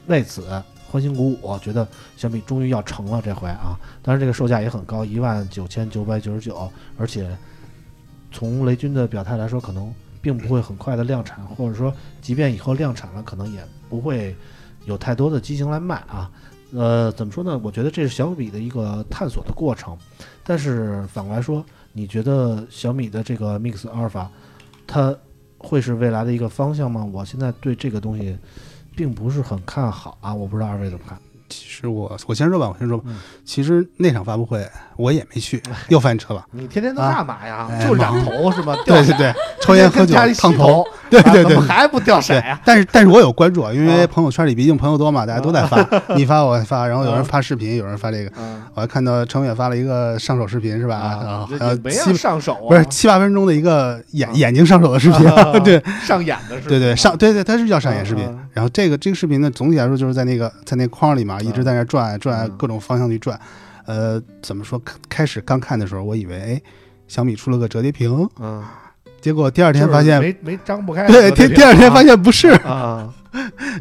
[SPEAKER 2] 为此欢欣鼓舞，觉得小米终于要成了这回啊！当然，这个售价也很高，一万九千九百九十九，而且从雷军的表态来说，可能并不会很快的量产，或者说，即便以后量产了，可能也不会有太多的机型来卖啊。呃，怎么说呢？我觉得这是小米的一个探索的过程，但是反过来说，你觉得小米的这个 Mix 阿尔法，它会是未来的一个方向吗？我现在对这个东西并不是很看好啊，我不知道二位怎么看。
[SPEAKER 5] 其实我我先说吧，我先说吧。
[SPEAKER 2] 嗯
[SPEAKER 5] 其实那场发布会我也没去，又翻车了。
[SPEAKER 2] 你天天都
[SPEAKER 5] 啊
[SPEAKER 2] 干嘛呀？
[SPEAKER 5] 哎
[SPEAKER 2] 就染头是吗？掉
[SPEAKER 5] 对对对，抽烟喝
[SPEAKER 2] 跟
[SPEAKER 5] 酒
[SPEAKER 2] 家里
[SPEAKER 5] 烫
[SPEAKER 2] 洗
[SPEAKER 5] 头，
[SPEAKER 2] 头，
[SPEAKER 5] 对
[SPEAKER 2] 啊
[SPEAKER 5] 对
[SPEAKER 2] 怎
[SPEAKER 5] 对
[SPEAKER 2] 么。还不 掉色
[SPEAKER 5] 对
[SPEAKER 2] 呀？，
[SPEAKER 5] 但是但是我有关注，啊，因为
[SPEAKER 2] 啊
[SPEAKER 5] 朋友圈里毕竟朋友多嘛，大家都在发， 你发我发，然后有人
[SPEAKER 2] 啊
[SPEAKER 5] 发视频，有人发这个，
[SPEAKER 2] 哦嗯，
[SPEAKER 5] 我还看到程远发了一个上手视频是吧？
[SPEAKER 2] 啊，
[SPEAKER 5] 还有
[SPEAKER 2] 这没
[SPEAKER 5] 七
[SPEAKER 2] 让上手啊，
[SPEAKER 5] 不是七八分钟的一个眼、
[SPEAKER 2] 啊
[SPEAKER 5] 眼睛上手的视频，
[SPEAKER 2] 啊
[SPEAKER 5] 对
[SPEAKER 2] 上眼的是吧
[SPEAKER 5] 对对上对对，它是叫上眼视频。
[SPEAKER 2] 啊啊
[SPEAKER 5] 然后这个这个视频呢，总体来说就是在那个在那框里嘛，一直在那转啊转啊，
[SPEAKER 2] 嗯
[SPEAKER 5] 各种方向去转。呃，怎么说？开开始刚看的时候，我以为哎，小米出了个折叠屏，
[SPEAKER 2] 嗯，
[SPEAKER 5] 结果第二
[SPEAKER 2] 就是
[SPEAKER 5] 天发现，
[SPEAKER 2] 没没张不开，
[SPEAKER 5] 对，第第二天
[SPEAKER 2] 啊
[SPEAKER 5] 发现不是，
[SPEAKER 2] 现啊，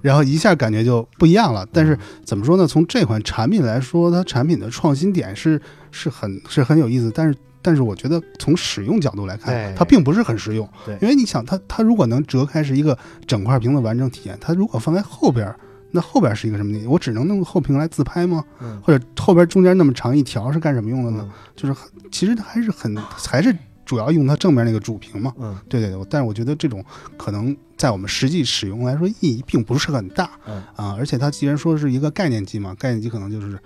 [SPEAKER 5] 然后一下感觉就不一样了。但
[SPEAKER 2] 嗯
[SPEAKER 5] 是怎么说呢？从这款产品来说，它产品的创新点是是很是很有意思，但是但是我觉得从使用角度来
[SPEAKER 2] 哎
[SPEAKER 5] 看，它并不是很实用。
[SPEAKER 2] 对
[SPEAKER 5] 因为你想，它它如果能折开是一个整块屏的完整体验，它如果放在后边儿，那后边儿是一个什么东西？我只能弄后屏来自拍吗？
[SPEAKER 2] 嗯
[SPEAKER 5] 或者后边中间那么长一条是干什么用的呢？
[SPEAKER 2] 嗯
[SPEAKER 5] 就是很其实它还是很还是主要用它正面那个主屏嘛。
[SPEAKER 2] 嗯，
[SPEAKER 5] 对对对，我但是我觉得这种可能在我们实际使用来说意义并不是很大，
[SPEAKER 2] 嗯
[SPEAKER 5] 啊，而且它既然说是一个概念机嘛，概念机可能就是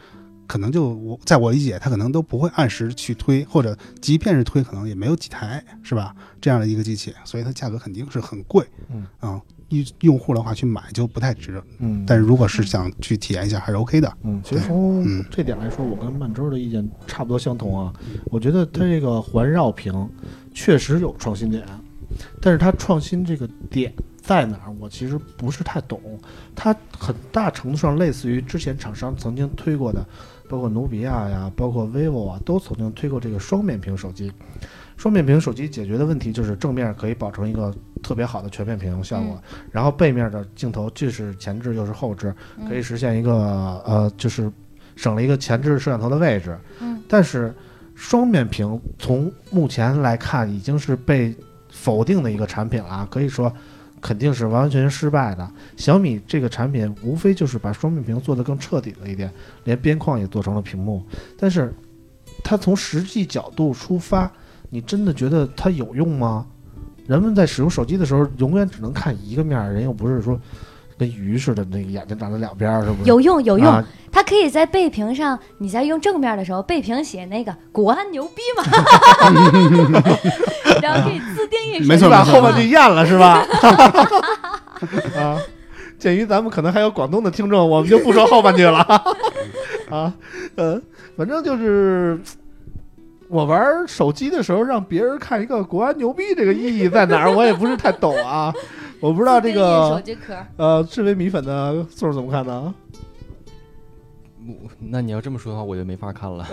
[SPEAKER 5] 可能就我在我理解，它可能都不会按时去推，或者即便是推，可能也没有几台，是吧？这样的一个机器，所以它价格肯定是很贵，
[SPEAKER 2] 嗯
[SPEAKER 5] 啊，用用户的话去买就不太值，
[SPEAKER 2] 嗯，
[SPEAKER 5] 但是如果是想去体验一下，还是 OK 的。
[SPEAKER 2] 嗯，其实从
[SPEAKER 5] 嗯
[SPEAKER 2] 这点来说，我跟曼周的意见差不多相同啊。我觉得它这个环绕屏确实有创新点，但是它创新这个点在哪儿，我其实不是太懂。它很大程度上类似于之前厂商曾经推过的，包括努比亚呀，包括 vivo 啊，都曾经推过这个双面屏手机。双面屏手机解决的问题就是正面可以保证一个特别好的全面屏效果，然后背面的镜头既是前置又是后置，可以实现一个呃，就是省了一个前置摄像头的位置。
[SPEAKER 1] 嗯，
[SPEAKER 2] 但是双面屏从目前来看已经是被否定的一个产品了，可以说肯定是完完全全失败的。小米这个产品无非就是把双面屏做得更彻底了一点，连边框也做成了屏幕，但是它从实际角度出发，你真的觉得它有用吗？人们在使用手机的时候，永远只能看一个面儿，人又不是说跟鱼似的，那个眼睛长在两边儿，是不是？
[SPEAKER 1] 有用有用，
[SPEAKER 2] 啊
[SPEAKER 1] 它可以在背屏上，你在用正面的时候，背屏写那个“国安牛逼嘛”， 然后可以自定义。
[SPEAKER 5] 没错
[SPEAKER 2] 你把
[SPEAKER 5] 没错
[SPEAKER 2] 后半句咽了是吧？啊，鉴于咱们可能还有广东的听众，我们就不说后半句了。 啊，呃，反正就是我玩手机的时候，让别人看一个国安牛逼这个意义在哪儿，我也不是太懂啊。我不知道这
[SPEAKER 7] 自定义手
[SPEAKER 2] 个
[SPEAKER 7] 机壳，
[SPEAKER 2] 呃，赤为米粉的宋儿怎么看呢？啊
[SPEAKER 3] 我那你要这么说的话，我就没 法看了。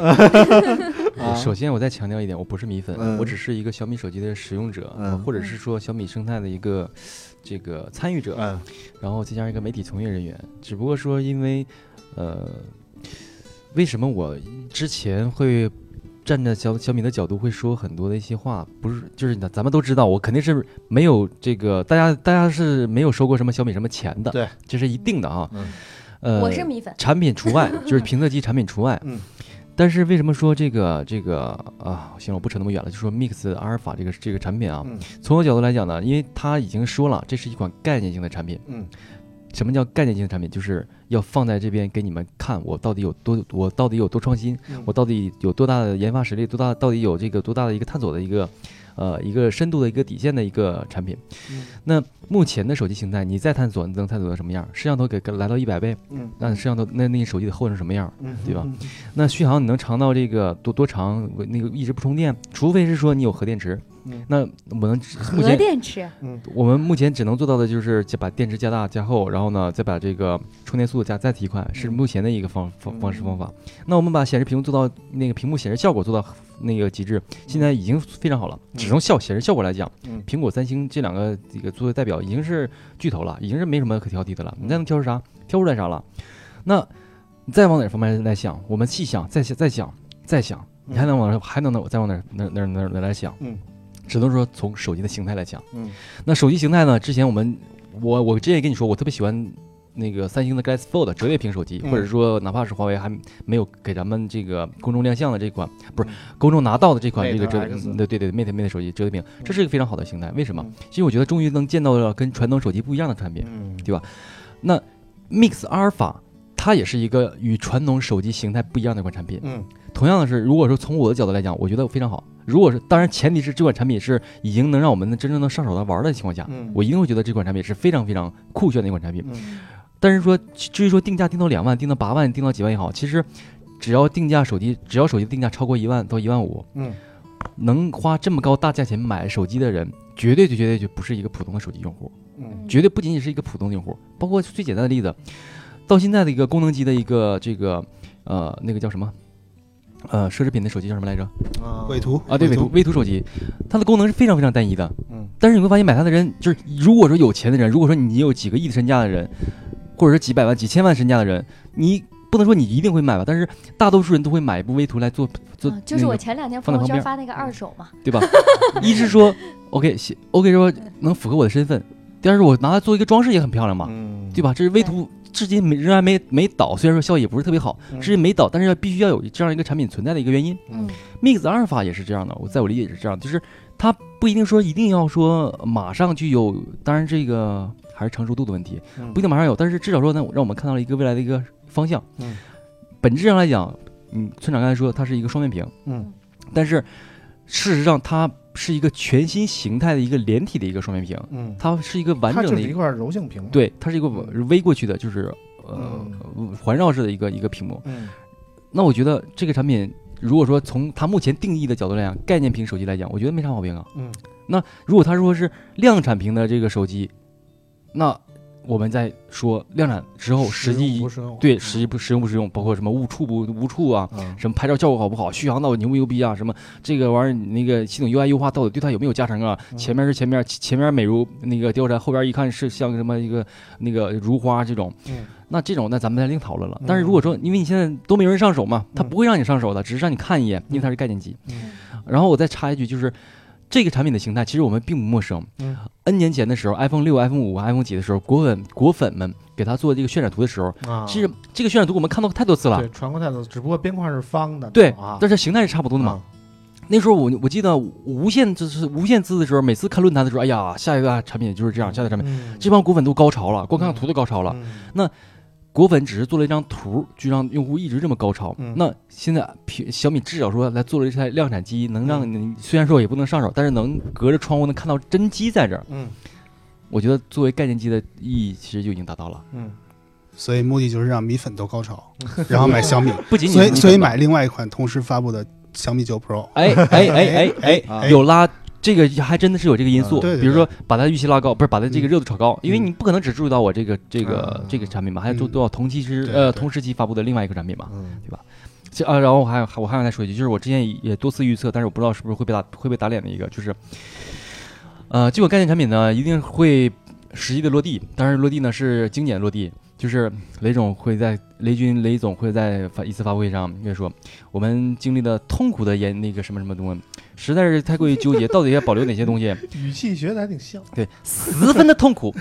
[SPEAKER 2] 啊，
[SPEAKER 3] 首先，我再强调一点，我不是米粉，
[SPEAKER 2] 嗯
[SPEAKER 3] 我只是一个小米手机的使用者，
[SPEAKER 2] 嗯
[SPEAKER 3] 或者是说小米生态的一个这个参与者，
[SPEAKER 2] 嗯
[SPEAKER 3] 然后再加上一个媒体从业人员。只不过说，因为呃，为什么我之前会站在小小米的角度会说很多的一些话，不是就是咱们都知道，我肯定是没有这个大家大家是没有收过什么小米什么钱的，
[SPEAKER 2] 对，
[SPEAKER 3] 这是一定的啊。
[SPEAKER 2] 嗯
[SPEAKER 3] 呃，
[SPEAKER 1] 我是米粉，
[SPEAKER 3] 产品除外，就是评测机产品除外。
[SPEAKER 2] 嗯。
[SPEAKER 3] 但是为什么说这个这个啊？行，我不扯那么远了，就说 Mix 阿尔法这个这个产品啊，
[SPEAKER 2] 嗯
[SPEAKER 3] 从我角度来讲呢，因为它已经说了，这是一款概念性的产品。
[SPEAKER 2] 嗯
[SPEAKER 3] 什么叫概念性的产品？就是要放在这边给你们看，我到底有多，我到底有多创新，
[SPEAKER 2] 嗯
[SPEAKER 3] 我到底有多大的研发实力，多大到底有这个多大的一个探索的一个，呃，一个深度的一个底线的一个产品。
[SPEAKER 2] 嗯
[SPEAKER 3] 那目前的手机形态，你再探索，你能探索到什么样？摄像头给给来到一百倍，
[SPEAKER 2] 嗯
[SPEAKER 3] 那摄像头那那手机得厚成什么样？
[SPEAKER 2] 嗯，
[SPEAKER 3] 对吧？那续航你能长到这个多多长？我那个一直不充电，除非是说你有核电池。
[SPEAKER 2] 嗯
[SPEAKER 3] 那我能
[SPEAKER 1] 核
[SPEAKER 3] 目前
[SPEAKER 1] 电池，
[SPEAKER 3] 我们目前只能做到的就是加把电池加大加厚，然后呢再把这个充电速度加再提快，是
[SPEAKER 2] 嗯
[SPEAKER 3] 目前的一个方方方式方法。那我们把显示屏幕做到那个屏幕显示效果做到那个极致，现在已经非常好了。只从效显示效果来讲，
[SPEAKER 2] 嗯
[SPEAKER 3] 苹果、三星这两个这个作为代表已经是巨头了，已经是没什么可挑剔的
[SPEAKER 2] 嗯
[SPEAKER 3] 了。你再能挑出啥？挑不出来啥了。那你再往哪方面来想？我们细想，再想，再想，再想，你还能往哪？还能哪？再往哪哪哪哪哪来想？
[SPEAKER 2] 嗯，
[SPEAKER 3] 只能说从手机的形态来讲。
[SPEAKER 2] 嗯，
[SPEAKER 3] 那手机形态呢？之前我们我我之前也跟你说，我特别喜欢。那个三星的 Galaxy Fold 折叠屏手机，
[SPEAKER 2] 嗯
[SPEAKER 3] 或者说哪怕是华为还没有给咱们这个公众亮相的这款，不是公众拿到的这款这
[SPEAKER 2] 嗯 Mate
[SPEAKER 3] 个折嗯
[SPEAKER 2] X
[SPEAKER 3] 对对对 Mate Mate 手机折叠屏，这是一个非常好的形态。为什么
[SPEAKER 2] 嗯？
[SPEAKER 3] 因为我觉得终于能见到了跟传统手机不一样的产品。
[SPEAKER 2] 嗯
[SPEAKER 3] Mix 阿尔法它也是一个与传统手机形态不一样的一款产品。
[SPEAKER 2] 嗯
[SPEAKER 3] 同样的是，如果说从我的角度来讲，我觉得非常好。如果是当然前提是这款产品是已经能让我们真正能上手的玩的情况下，
[SPEAKER 2] 嗯
[SPEAKER 3] 我一定会觉得这款产品是非常非常酷炫的一款产品。
[SPEAKER 2] 嗯
[SPEAKER 3] 但是说，其至于说定价定到两万、定到八万、定到几万也好，其实只要定价手机，只要手机定价超过一万到一万五，
[SPEAKER 2] 嗯，
[SPEAKER 3] 能花这么高大价钱买手机的人，绝对就绝对就不是一个普通的手机用户，
[SPEAKER 2] 嗯
[SPEAKER 3] 绝对不仅仅是一个普通用户。包括最简单的例子，到现在的一个功能机的一个这个呃那个叫什么？呃，奢侈品的手机叫什么来着？
[SPEAKER 2] 啊
[SPEAKER 5] 绘图
[SPEAKER 3] 啊，对，
[SPEAKER 5] 绘
[SPEAKER 3] 微图，微图手机，它的功能是非常非常单一的。
[SPEAKER 2] 嗯，
[SPEAKER 3] 但是你会发现，买它的人就是，如果说有钱的人，如果说你有几个亿的身价的人，或者是几百万、几千万身价的人，你不能说你一定会买吧，但是大多数人都会买一部微图来做做、
[SPEAKER 1] 啊就是我
[SPEAKER 3] 那个
[SPEAKER 1] 前两天
[SPEAKER 3] 放
[SPEAKER 1] 朋
[SPEAKER 3] 在
[SPEAKER 1] 友圈
[SPEAKER 3] 旁边嗯
[SPEAKER 1] 发那个二手嘛，
[SPEAKER 3] 对吧？一是说 OK，写 OK 说能符合我的身份，第二是我拿它做一个装饰也很漂亮嘛，
[SPEAKER 2] 嗯
[SPEAKER 3] 啊对吧？这是微图。至今没仍然没没倒，虽然说效益也不是特别好，
[SPEAKER 2] 嗯
[SPEAKER 3] 至今没倒，但是必须要有这样一个产品存在的一个原因。
[SPEAKER 2] 嗯
[SPEAKER 3] Mix 阿尔法也是这样的，我在我理解是这样，就是它不一定说一定要说马上具有，当然这个还是成熟度的问题，
[SPEAKER 2] 嗯
[SPEAKER 3] 不一定马上有，但是至少说呢，让我们看到了一个未来的一个方向。
[SPEAKER 2] 嗯，
[SPEAKER 3] 本质上来讲，嗯，村长刚才说它是一个双面屏，
[SPEAKER 2] 嗯，
[SPEAKER 3] 但是事实上它是一个全新形态的一个连体的一个双面屏，
[SPEAKER 2] 嗯，
[SPEAKER 3] 它是一个完
[SPEAKER 2] 它
[SPEAKER 3] 整
[SPEAKER 2] 就
[SPEAKER 3] 的
[SPEAKER 2] 是
[SPEAKER 3] 一
[SPEAKER 2] 一
[SPEAKER 3] 个，
[SPEAKER 2] 块柔性屏嗯幕，，
[SPEAKER 3] 对，它是一个微过去的，就是呃、环绕式的一个一个屏幕。
[SPEAKER 2] 嗯
[SPEAKER 3] 那我觉得这个产品，如果说从它目前定义的角度来讲，概念屏手机来讲，我觉得没啥毛病啊。
[SPEAKER 2] 嗯，
[SPEAKER 3] 那如果它说是量产屏的这个手机，那我们再说量产之后实际
[SPEAKER 2] 不实用，
[SPEAKER 3] 对实际不实用不实用，包括什么误触不无触啊，
[SPEAKER 2] 嗯，
[SPEAKER 3] 什么拍照效果好不好，续航到底牛不牛逼啊，什么这个玩意儿你那个系统 UI 优化到底对它有没有加成啊？
[SPEAKER 2] 嗯
[SPEAKER 3] 前面是前面，前前面美如那个貂蝉，后边一看是像什么一个那个如花这种，
[SPEAKER 2] 嗯
[SPEAKER 3] 那这种那咱们再另讨论了
[SPEAKER 2] 嗯。
[SPEAKER 3] 但是如果说因为你现在都没有人上手嘛，它
[SPEAKER 2] 嗯
[SPEAKER 3] 不会让你上手的，只是让你看一眼，因为它是概念机。然后我再插一句，就是这个产品的形态其实我们并不陌生。
[SPEAKER 2] 嗯
[SPEAKER 3] N 年前的时候，iPhone 六、iPhone 五、iPhone 几的时候，果粉果粉们给它做这个渲染图的时候，
[SPEAKER 2] 啊，
[SPEAKER 3] 其实这个渲染图我们看到太多次了。
[SPEAKER 2] 对传过太多，只不过边框是方的，
[SPEAKER 3] 对
[SPEAKER 2] 啊，，
[SPEAKER 3] 但是形态是差不多的嘛。那时候我我记得无限就是无限资的时候，每次看论坛的时候，哎呀，下一个产品就是这样，下一个产品，
[SPEAKER 2] 嗯，
[SPEAKER 3] 这帮果粉都高潮了，光看图都高
[SPEAKER 2] 好
[SPEAKER 3] 潮了。，果粉只是做了一张图，就让用户一直这么高潮。
[SPEAKER 2] 嗯
[SPEAKER 3] 那现在苹小米至少说来做了一台量产机，能让你、虽然说也不能上手，但是能隔着窗户能看到真机在这儿。
[SPEAKER 2] 嗯
[SPEAKER 3] 我觉得作为概念机的意义，其实就已经达到了。
[SPEAKER 2] 嗯，
[SPEAKER 5] 所以目的就是让米粉都高潮，然后买小米，
[SPEAKER 3] 不仅仅
[SPEAKER 5] 所
[SPEAKER 3] 是
[SPEAKER 5] 以
[SPEAKER 3] 你
[SPEAKER 5] 所以
[SPEAKER 3] 本
[SPEAKER 5] 买另外一款同时发布的小米九 Pro。
[SPEAKER 3] 哎哎哎哎哎，有拉这个还真的是有这个因素，
[SPEAKER 5] 嗯对对
[SPEAKER 3] 比如说把它的预期拉高，不是把它这个热度炒高，因为
[SPEAKER 5] 嗯
[SPEAKER 3] 你不可能只注意到我这个这个、
[SPEAKER 2] 嗯
[SPEAKER 3] 这个产品嘛，还都
[SPEAKER 5] 嗯
[SPEAKER 3] 都要同期时、
[SPEAKER 5] 对
[SPEAKER 3] 呃
[SPEAKER 5] 对
[SPEAKER 3] 同时期发布的另外一个产品嘛。
[SPEAKER 2] 嗯
[SPEAKER 3] 这啊，然后我还有我还想再说一句，就是我之前也也多次预测，但是我不知道是不是会被打会被打脸的一个，就是呃这款概念产品呢一定会实际的落地，但是落地呢是经典落地。就是雷总会在雷军雷总会在发一次发布会上也说，我们经历了痛苦的研那个什么什么东西，实在是太过于纠结，到底要保留哪些东西？
[SPEAKER 2] 语气学的还挺像，
[SPEAKER 3] 对，十分的痛苦，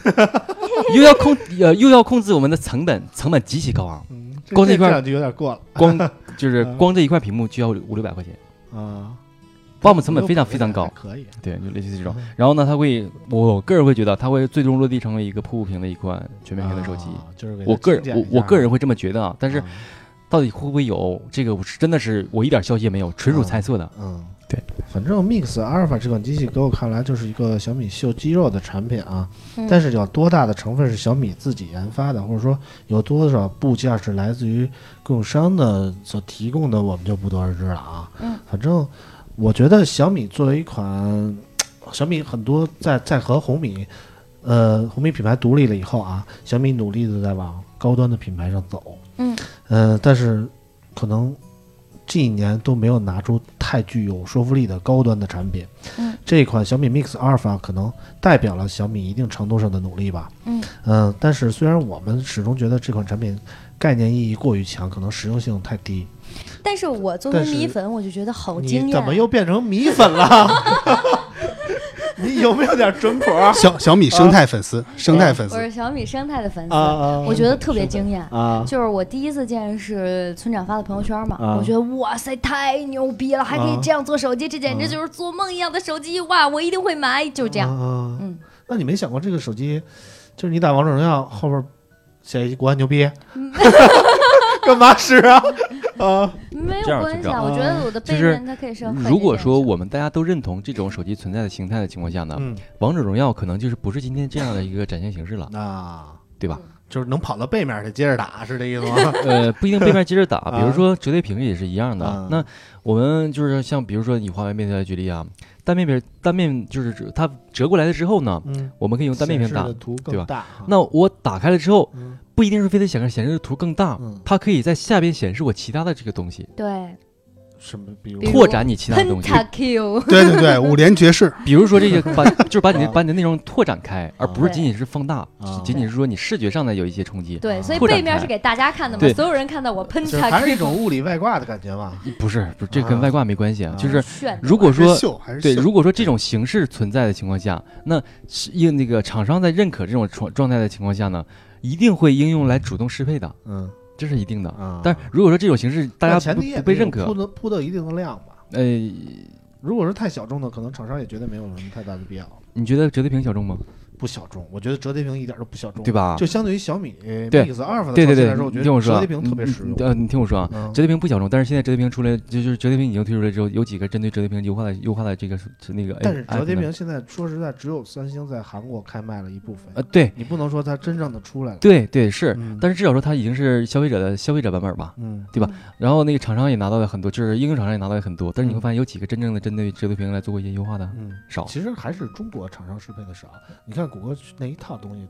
[SPEAKER 3] 又要控呃又要控制我们的成本，成本极其高昂，
[SPEAKER 2] 嗯，
[SPEAKER 3] 光这
[SPEAKER 2] 这
[SPEAKER 3] 块
[SPEAKER 2] 两句有点过了
[SPEAKER 3] 光就是
[SPEAKER 2] 嗯
[SPEAKER 3] 光这一块屏幕就要五六百块钱，
[SPEAKER 2] 啊，
[SPEAKER 3] 报幕成本非常非常高。嗯
[SPEAKER 2] 可以，
[SPEAKER 3] 对，就类似这种。然后呢，它会，我个人会觉得它会最终落地成为一个瀑布屏的一款全面屏的手机。
[SPEAKER 2] 啊就是给它
[SPEAKER 3] 我个
[SPEAKER 2] 精简
[SPEAKER 3] 人
[SPEAKER 2] 一下
[SPEAKER 3] 我我个人会这么觉得啊，但是
[SPEAKER 2] 啊
[SPEAKER 3] 到底会不会有这个，我是真的是我一点消息也没有，纯属猜测的。
[SPEAKER 2] 嗯，
[SPEAKER 3] 对，
[SPEAKER 2] 反正 Mix 阿尔法这款机器给我看来就是一个小米秀肌肉的产品啊，
[SPEAKER 1] 嗯
[SPEAKER 2] 但是有多大的成分是小米自己研发的，或者说有多少部件是来自于供应商的所提供的，我们就不得而知了啊。
[SPEAKER 1] 嗯，
[SPEAKER 2] 反正我觉得小米作为一款小米很多在在和红米。呃，红米品牌独立了以后啊，小米努力的在往高端的品牌上走。
[SPEAKER 1] 嗯，
[SPEAKER 2] 呃，但是可能近一年都没有拿出太具有说服力的高端的产品。
[SPEAKER 1] 嗯，
[SPEAKER 2] 这一款小米 Mix Alpha 可能代表了小米一定程度上的努力吧。
[SPEAKER 1] 嗯
[SPEAKER 2] 呃但是虽然我们始终觉得这款产品概念意义过于强，可能实用性太低。
[SPEAKER 1] 但是我作
[SPEAKER 2] 但
[SPEAKER 1] 为
[SPEAKER 2] 是
[SPEAKER 1] 米粉，我就觉得好惊啊
[SPEAKER 2] 你
[SPEAKER 1] 讶。
[SPEAKER 2] 怎么又变成米粉了？ 你有没有点准谱啊？
[SPEAKER 5] 小小米生态粉丝，生态粉
[SPEAKER 1] 我
[SPEAKER 5] 丝，
[SPEAKER 1] 是小米生态的粉丝，
[SPEAKER 2] 啊，
[SPEAKER 1] 我觉得特别惊讶。
[SPEAKER 2] 啊，
[SPEAKER 1] 就是我第一次见是村长发的朋友圈嘛，
[SPEAKER 2] 啊
[SPEAKER 1] 我觉得哇塞太牛逼了，还可以这样做手机，这简直就是做梦一样的手机哇！我一定会买，就这样。
[SPEAKER 2] 啊啊，
[SPEAKER 1] 嗯，
[SPEAKER 2] 那你没想过这个手机，就是你打王者荣耀后边写一国安牛逼，
[SPEAKER 1] 嗯
[SPEAKER 2] 干嘛使啊？啊，
[SPEAKER 1] 没有
[SPEAKER 3] 这样
[SPEAKER 1] 关系
[SPEAKER 3] 就这
[SPEAKER 1] 啊，
[SPEAKER 2] 样
[SPEAKER 1] 我觉得我的背
[SPEAKER 3] 就是
[SPEAKER 1] 面它可以是很
[SPEAKER 3] 如果说我们大家都认同这种手机存在的形态的情况下呢，
[SPEAKER 2] 嗯，
[SPEAKER 3] 王者荣耀可能就是不是今天这样的一个展现形式 了，
[SPEAKER 2] 那
[SPEAKER 3] 对吧？
[SPEAKER 2] 就是能跑到背面去接着打，是这意思 吗？
[SPEAKER 3] 呃，不一定背面接着 打，
[SPEAKER 2] 啊
[SPEAKER 3] 比如说折叠屏也是一样的。
[SPEAKER 2] 啊
[SPEAKER 3] 那我们就是像比如说以华为面条来举例啊，单面屏单面就是指它折过来了之后呢，
[SPEAKER 2] 嗯，
[SPEAKER 3] 我们可以用单面屏
[SPEAKER 2] 显示
[SPEAKER 3] 打
[SPEAKER 2] 的。图更
[SPEAKER 3] 对吧
[SPEAKER 2] 大哈。
[SPEAKER 3] 那我打开了之后，
[SPEAKER 2] 嗯
[SPEAKER 3] 不一定是非得显示显示的图更大，
[SPEAKER 2] 嗯，
[SPEAKER 3] 它可以在下边显示我其他的这个东西，
[SPEAKER 1] 对
[SPEAKER 2] 什么？比如
[SPEAKER 1] 比如
[SPEAKER 3] 拓展你其他的东西。
[SPEAKER 1] Pentakill，
[SPEAKER 5] 对对对，五连爵士，
[SPEAKER 3] 比如说这些 把就是把你的
[SPEAKER 2] 啊
[SPEAKER 3] 把你的内容拓展开，而不是
[SPEAKER 1] 对
[SPEAKER 3] 仅仅是放大
[SPEAKER 2] 啊，
[SPEAKER 3] 仅仅是说你视觉上的有一些冲击。
[SPEAKER 1] 对，所以
[SPEAKER 3] 拓展
[SPEAKER 1] 背面
[SPEAKER 3] 开
[SPEAKER 1] 是给大家看的嘛
[SPEAKER 3] 哎对，
[SPEAKER 1] 所有人看到我
[SPEAKER 2] 就是还是一
[SPEAKER 1] Pentakill，
[SPEAKER 2] 种物理外挂的感觉嘛。
[SPEAKER 3] 不是不是，这跟外挂没关系啊
[SPEAKER 2] 啊，
[SPEAKER 3] 就是
[SPEAKER 1] 炫
[SPEAKER 3] 如果
[SPEAKER 5] 还
[SPEAKER 3] 说
[SPEAKER 5] 是秀还是
[SPEAKER 3] 对，
[SPEAKER 5] 秀
[SPEAKER 3] 如果说这种形式存在的情况下，那是应那个厂商在认可这种状状态的情况下呢，一定会应用来主动适配的，
[SPEAKER 2] 嗯
[SPEAKER 3] 这是一定的。
[SPEAKER 2] 啊，
[SPEAKER 3] 但是如果说这种形式大
[SPEAKER 2] 但
[SPEAKER 3] 家
[SPEAKER 2] 前
[SPEAKER 3] 不
[SPEAKER 2] 提也
[SPEAKER 3] 不被
[SPEAKER 2] 得有
[SPEAKER 3] 认
[SPEAKER 2] 铺
[SPEAKER 3] 可，
[SPEAKER 2] 的铺到一定的量吧。
[SPEAKER 3] 呃，
[SPEAKER 2] 如果是太小众的，可能厂商也觉得没有什么太大的必要。
[SPEAKER 3] 你觉得折叠屏小众吗？
[SPEAKER 2] 不小众，我觉得折叠屏一点都不小众，
[SPEAKER 3] 对吧
[SPEAKER 2] 就相对于小米 Mix
[SPEAKER 3] 啊对
[SPEAKER 2] Alpha 的
[SPEAKER 3] 对
[SPEAKER 2] 手机
[SPEAKER 3] 对对
[SPEAKER 2] 来说，，我觉
[SPEAKER 3] 你
[SPEAKER 2] 得
[SPEAKER 3] 听我说
[SPEAKER 2] 折
[SPEAKER 3] 啊，
[SPEAKER 2] 叠屏特别
[SPEAKER 3] 你
[SPEAKER 2] 实用
[SPEAKER 3] 你。呃，你听我说啊，
[SPEAKER 2] 嗯
[SPEAKER 3] 折叠屏不小众，但是现在折叠屏出来，就就是折叠屏已经推出来之后，有几个针对折叠屏优化的优化的这个是那个哎 app 呢。
[SPEAKER 2] 但是折叠屏现在说实在，只有三星在韩国开卖了一部
[SPEAKER 3] 呃
[SPEAKER 2] 分，，
[SPEAKER 3] 对
[SPEAKER 2] 你不能说它真正的出来了。
[SPEAKER 3] 对对是
[SPEAKER 2] 嗯，
[SPEAKER 3] 但是至少说它已经是消费者的消费者版本吧。
[SPEAKER 2] 嗯，
[SPEAKER 3] 然后那个厂商也拿到了很多，就是应用厂商也拿到了很多，但是你
[SPEAKER 2] 嗯
[SPEAKER 3] 会发现有几个真正的针对折叠屏来做过一些优化的
[SPEAKER 2] 嗯，
[SPEAKER 3] 少。
[SPEAKER 2] 其实还是中国厂商适配的少。你看谷歌那一套东西，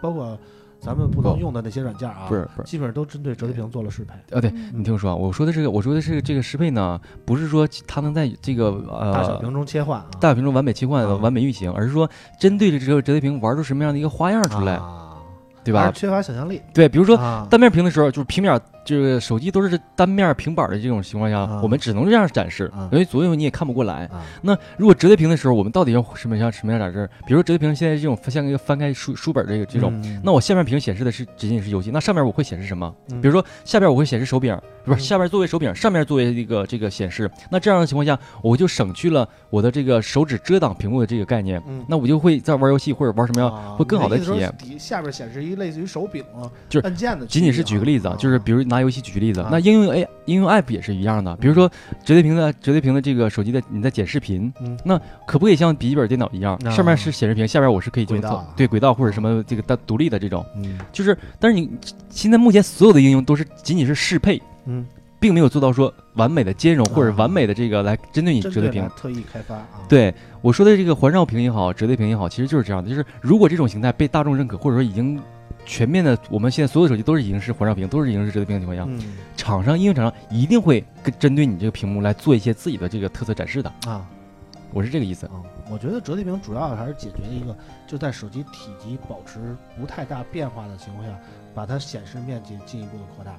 [SPEAKER 2] 包括咱们不能
[SPEAKER 3] 不
[SPEAKER 2] 用的那些软件啊，
[SPEAKER 3] 哦不是不是，
[SPEAKER 2] 基本上都针对折叠屏做了适配。
[SPEAKER 3] 啊对，
[SPEAKER 2] 嗯
[SPEAKER 3] 你听我说啊，我说的这个我说的是这个适配呢，不是说它能在这个呃
[SPEAKER 2] 大小屏中切换啊，
[SPEAKER 3] 大小屏中完美切换、
[SPEAKER 2] 啊
[SPEAKER 3] 完美运行，而是说针对着这个折叠屏玩出什么样的一个花样出来，
[SPEAKER 2] 啊，
[SPEAKER 3] 对
[SPEAKER 2] 还
[SPEAKER 3] 吧
[SPEAKER 2] 是？缺乏想象力。
[SPEAKER 3] 对，比如说
[SPEAKER 2] 啊，
[SPEAKER 3] 单面屏的时候，就是平面，就是手机都是单面平板的这种情况下，
[SPEAKER 2] 啊
[SPEAKER 3] 我们只能这样展示
[SPEAKER 2] 啊，
[SPEAKER 3] 因为左右你也看不过来。
[SPEAKER 2] 啊
[SPEAKER 3] 那如果折叠屏的时候，我们到底要什么样什么样展示？比如说折叠屏现在这种像一个翻开书书本这个这种。
[SPEAKER 2] 嗯
[SPEAKER 3] 那我下面屏显示的是仅仅是游戏，那上面我会显示什么？
[SPEAKER 2] 嗯
[SPEAKER 3] 比如说下边我会显示手柄，不
[SPEAKER 2] 嗯
[SPEAKER 3] 是下边作为手柄，上面作为一个这个显示。那这样的情况下，我就省去了我的这个手指遮挡屏幕的这个概念，
[SPEAKER 2] 嗯
[SPEAKER 3] 那我就会在玩游戏或者玩什么样，
[SPEAKER 2] 啊
[SPEAKER 3] 会更好地
[SPEAKER 2] 你的意思
[SPEAKER 3] 体
[SPEAKER 2] 说
[SPEAKER 3] 验
[SPEAKER 2] 底下边显示一类似于手柄啊，
[SPEAKER 3] 就是
[SPEAKER 2] 按键的区域啊，
[SPEAKER 3] 仅仅是举个例子啊，就是比如拿游戏举例子
[SPEAKER 2] 啊，
[SPEAKER 3] 那应用 A 应用 App 也是一样的，比如说折叠屏的折叠屏的这个手机的你在剪视频
[SPEAKER 2] 嗯，
[SPEAKER 3] 那可不可以像笔记本电脑一样，
[SPEAKER 2] 啊
[SPEAKER 3] 上面是显示屏，下边我是可以就
[SPEAKER 2] 轨道啊
[SPEAKER 3] 对轨道或者什么这个单独立的这种，
[SPEAKER 2] 嗯
[SPEAKER 3] 就是但是你现在目前所有的应用都是仅仅是适配，
[SPEAKER 2] 嗯，
[SPEAKER 3] 并没有做到说完美的兼容或者
[SPEAKER 2] 啊
[SPEAKER 3] 完美的这个来针对你
[SPEAKER 2] 针
[SPEAKER 3] 折
[SPEAKER 2] 对
[SPEAKER 3] 叠屏
[SPEAKER 2] 来。特意开发啊，
[SPEAKER 3] 对我说的这个环绕屏也好，折叠屏也好，其实就是这样的，就是如果这种形态被大众认可，或者说已经全面的，我们现在所有手机都是已经是环绕屏，都是已经是折叠屏的情况下，
[SPEAKER 2] 嗯
[SPEAKER 3] 厂商应用厂商一定会跟针对你这个屏幕来做一些自己的这个特色展示的，
[SPEAKER 2] 啊
[SPEAKER 3] 我是这个意思。
[SPEAKER 2] 啊，我觉得折叠屏主要还是解决一个，就在手机体积保持不太大变化的情况下，把它显示面积进一步的扩大。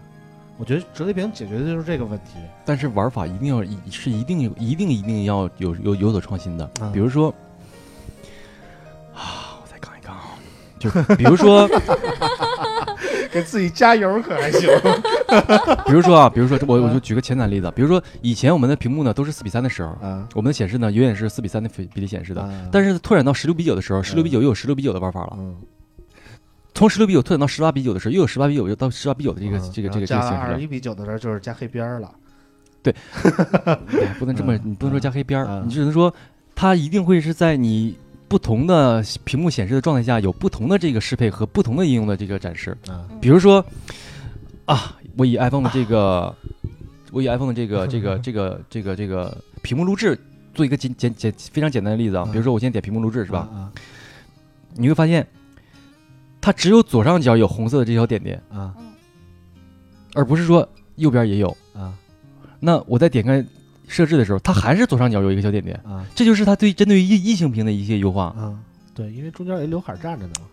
[SPEAKER 2] 我觉得折叠屏解决的就是这个问题。
[SPEAKER 3] 但是玩法一定要一是一定有一定一定要有有有所创新的，
[SPEAKER 2] 嗯
[SPEAKER 3] 比如说 啊，我再杠一杠啊，就是比如说。
[SPEAKER 2] 给自己加油可 还行？
[SPEAKER 3] 比如说啊，比如说我我就举个简单例子，比如说以前我们的屏幕呢都是四比三的时候，
[SPEAKER 2] 啊，
[SPEAKER 3] 我们的显示呢永远是四比三的比比例显示的。
[SPEAKER 2] 啊
[SPEAKER 3] 但是拓展到十六比九的时候，十六比九又有十六比九的玩法了。
[SPEAKER 2] 嗯，
[SPEAKER 3] 从十六比九拓展到十八比九的时候，又有十八比九到十八比九的这个
[SPEAKER 2] 嗯
[SPEAKER 3] 这个
[SPEAKER 2] 然
[SPEAKER 3] 这
[SPEAKER 2] 后
[SPEAKER 3] 个这
[SPEAKER 2] 加
[SPEAKER 3] 个形
[SPEAKER 2] 二十
[SPEAKER 3] 式。啊
[SPEAKER 2] 一比九的时候就是加黑边儿了。
[SPEAKER 3] 哎不能这么，
[SPEAKER 2] 嗯
[SPEAKER 3] 你不能说加黑边
[SPEAKER 2] 嗯
[SPEAKER 3] 儿，你只能说它一定会是在你不同的屏幕显示的状态下，有不同的这个适配和不同的应用的这个展示。
[SPEAKER 2] 啊，
[SPEAKER 3] 比如说啊，我以 iPhone 的这个，我以 iPhone 的这个这个这个这个这个屏幕录制做一个简简简非常简单的例子啊，比如说我现在点屏幕录制是吧？
[SPEAKER 2] 啊
[SPEAKER 3] 你会发现，它只有左上角有红色的这条点点，
[SPEAKER 2] 啊
[SPEAKER 3] 而不是说右边也有。
[SPEAKER 2] 啊
[SPEAKER 3] 那我再点开设置的时候，它还是左上角有一个小点点，
[SPEAKER 2] 啊
[SPEAKER 3] 这就是它对针对于异异形屏的一些优化。
[SPEAKER 2] 啊！对，因为中间有一刘海站着呢嘛。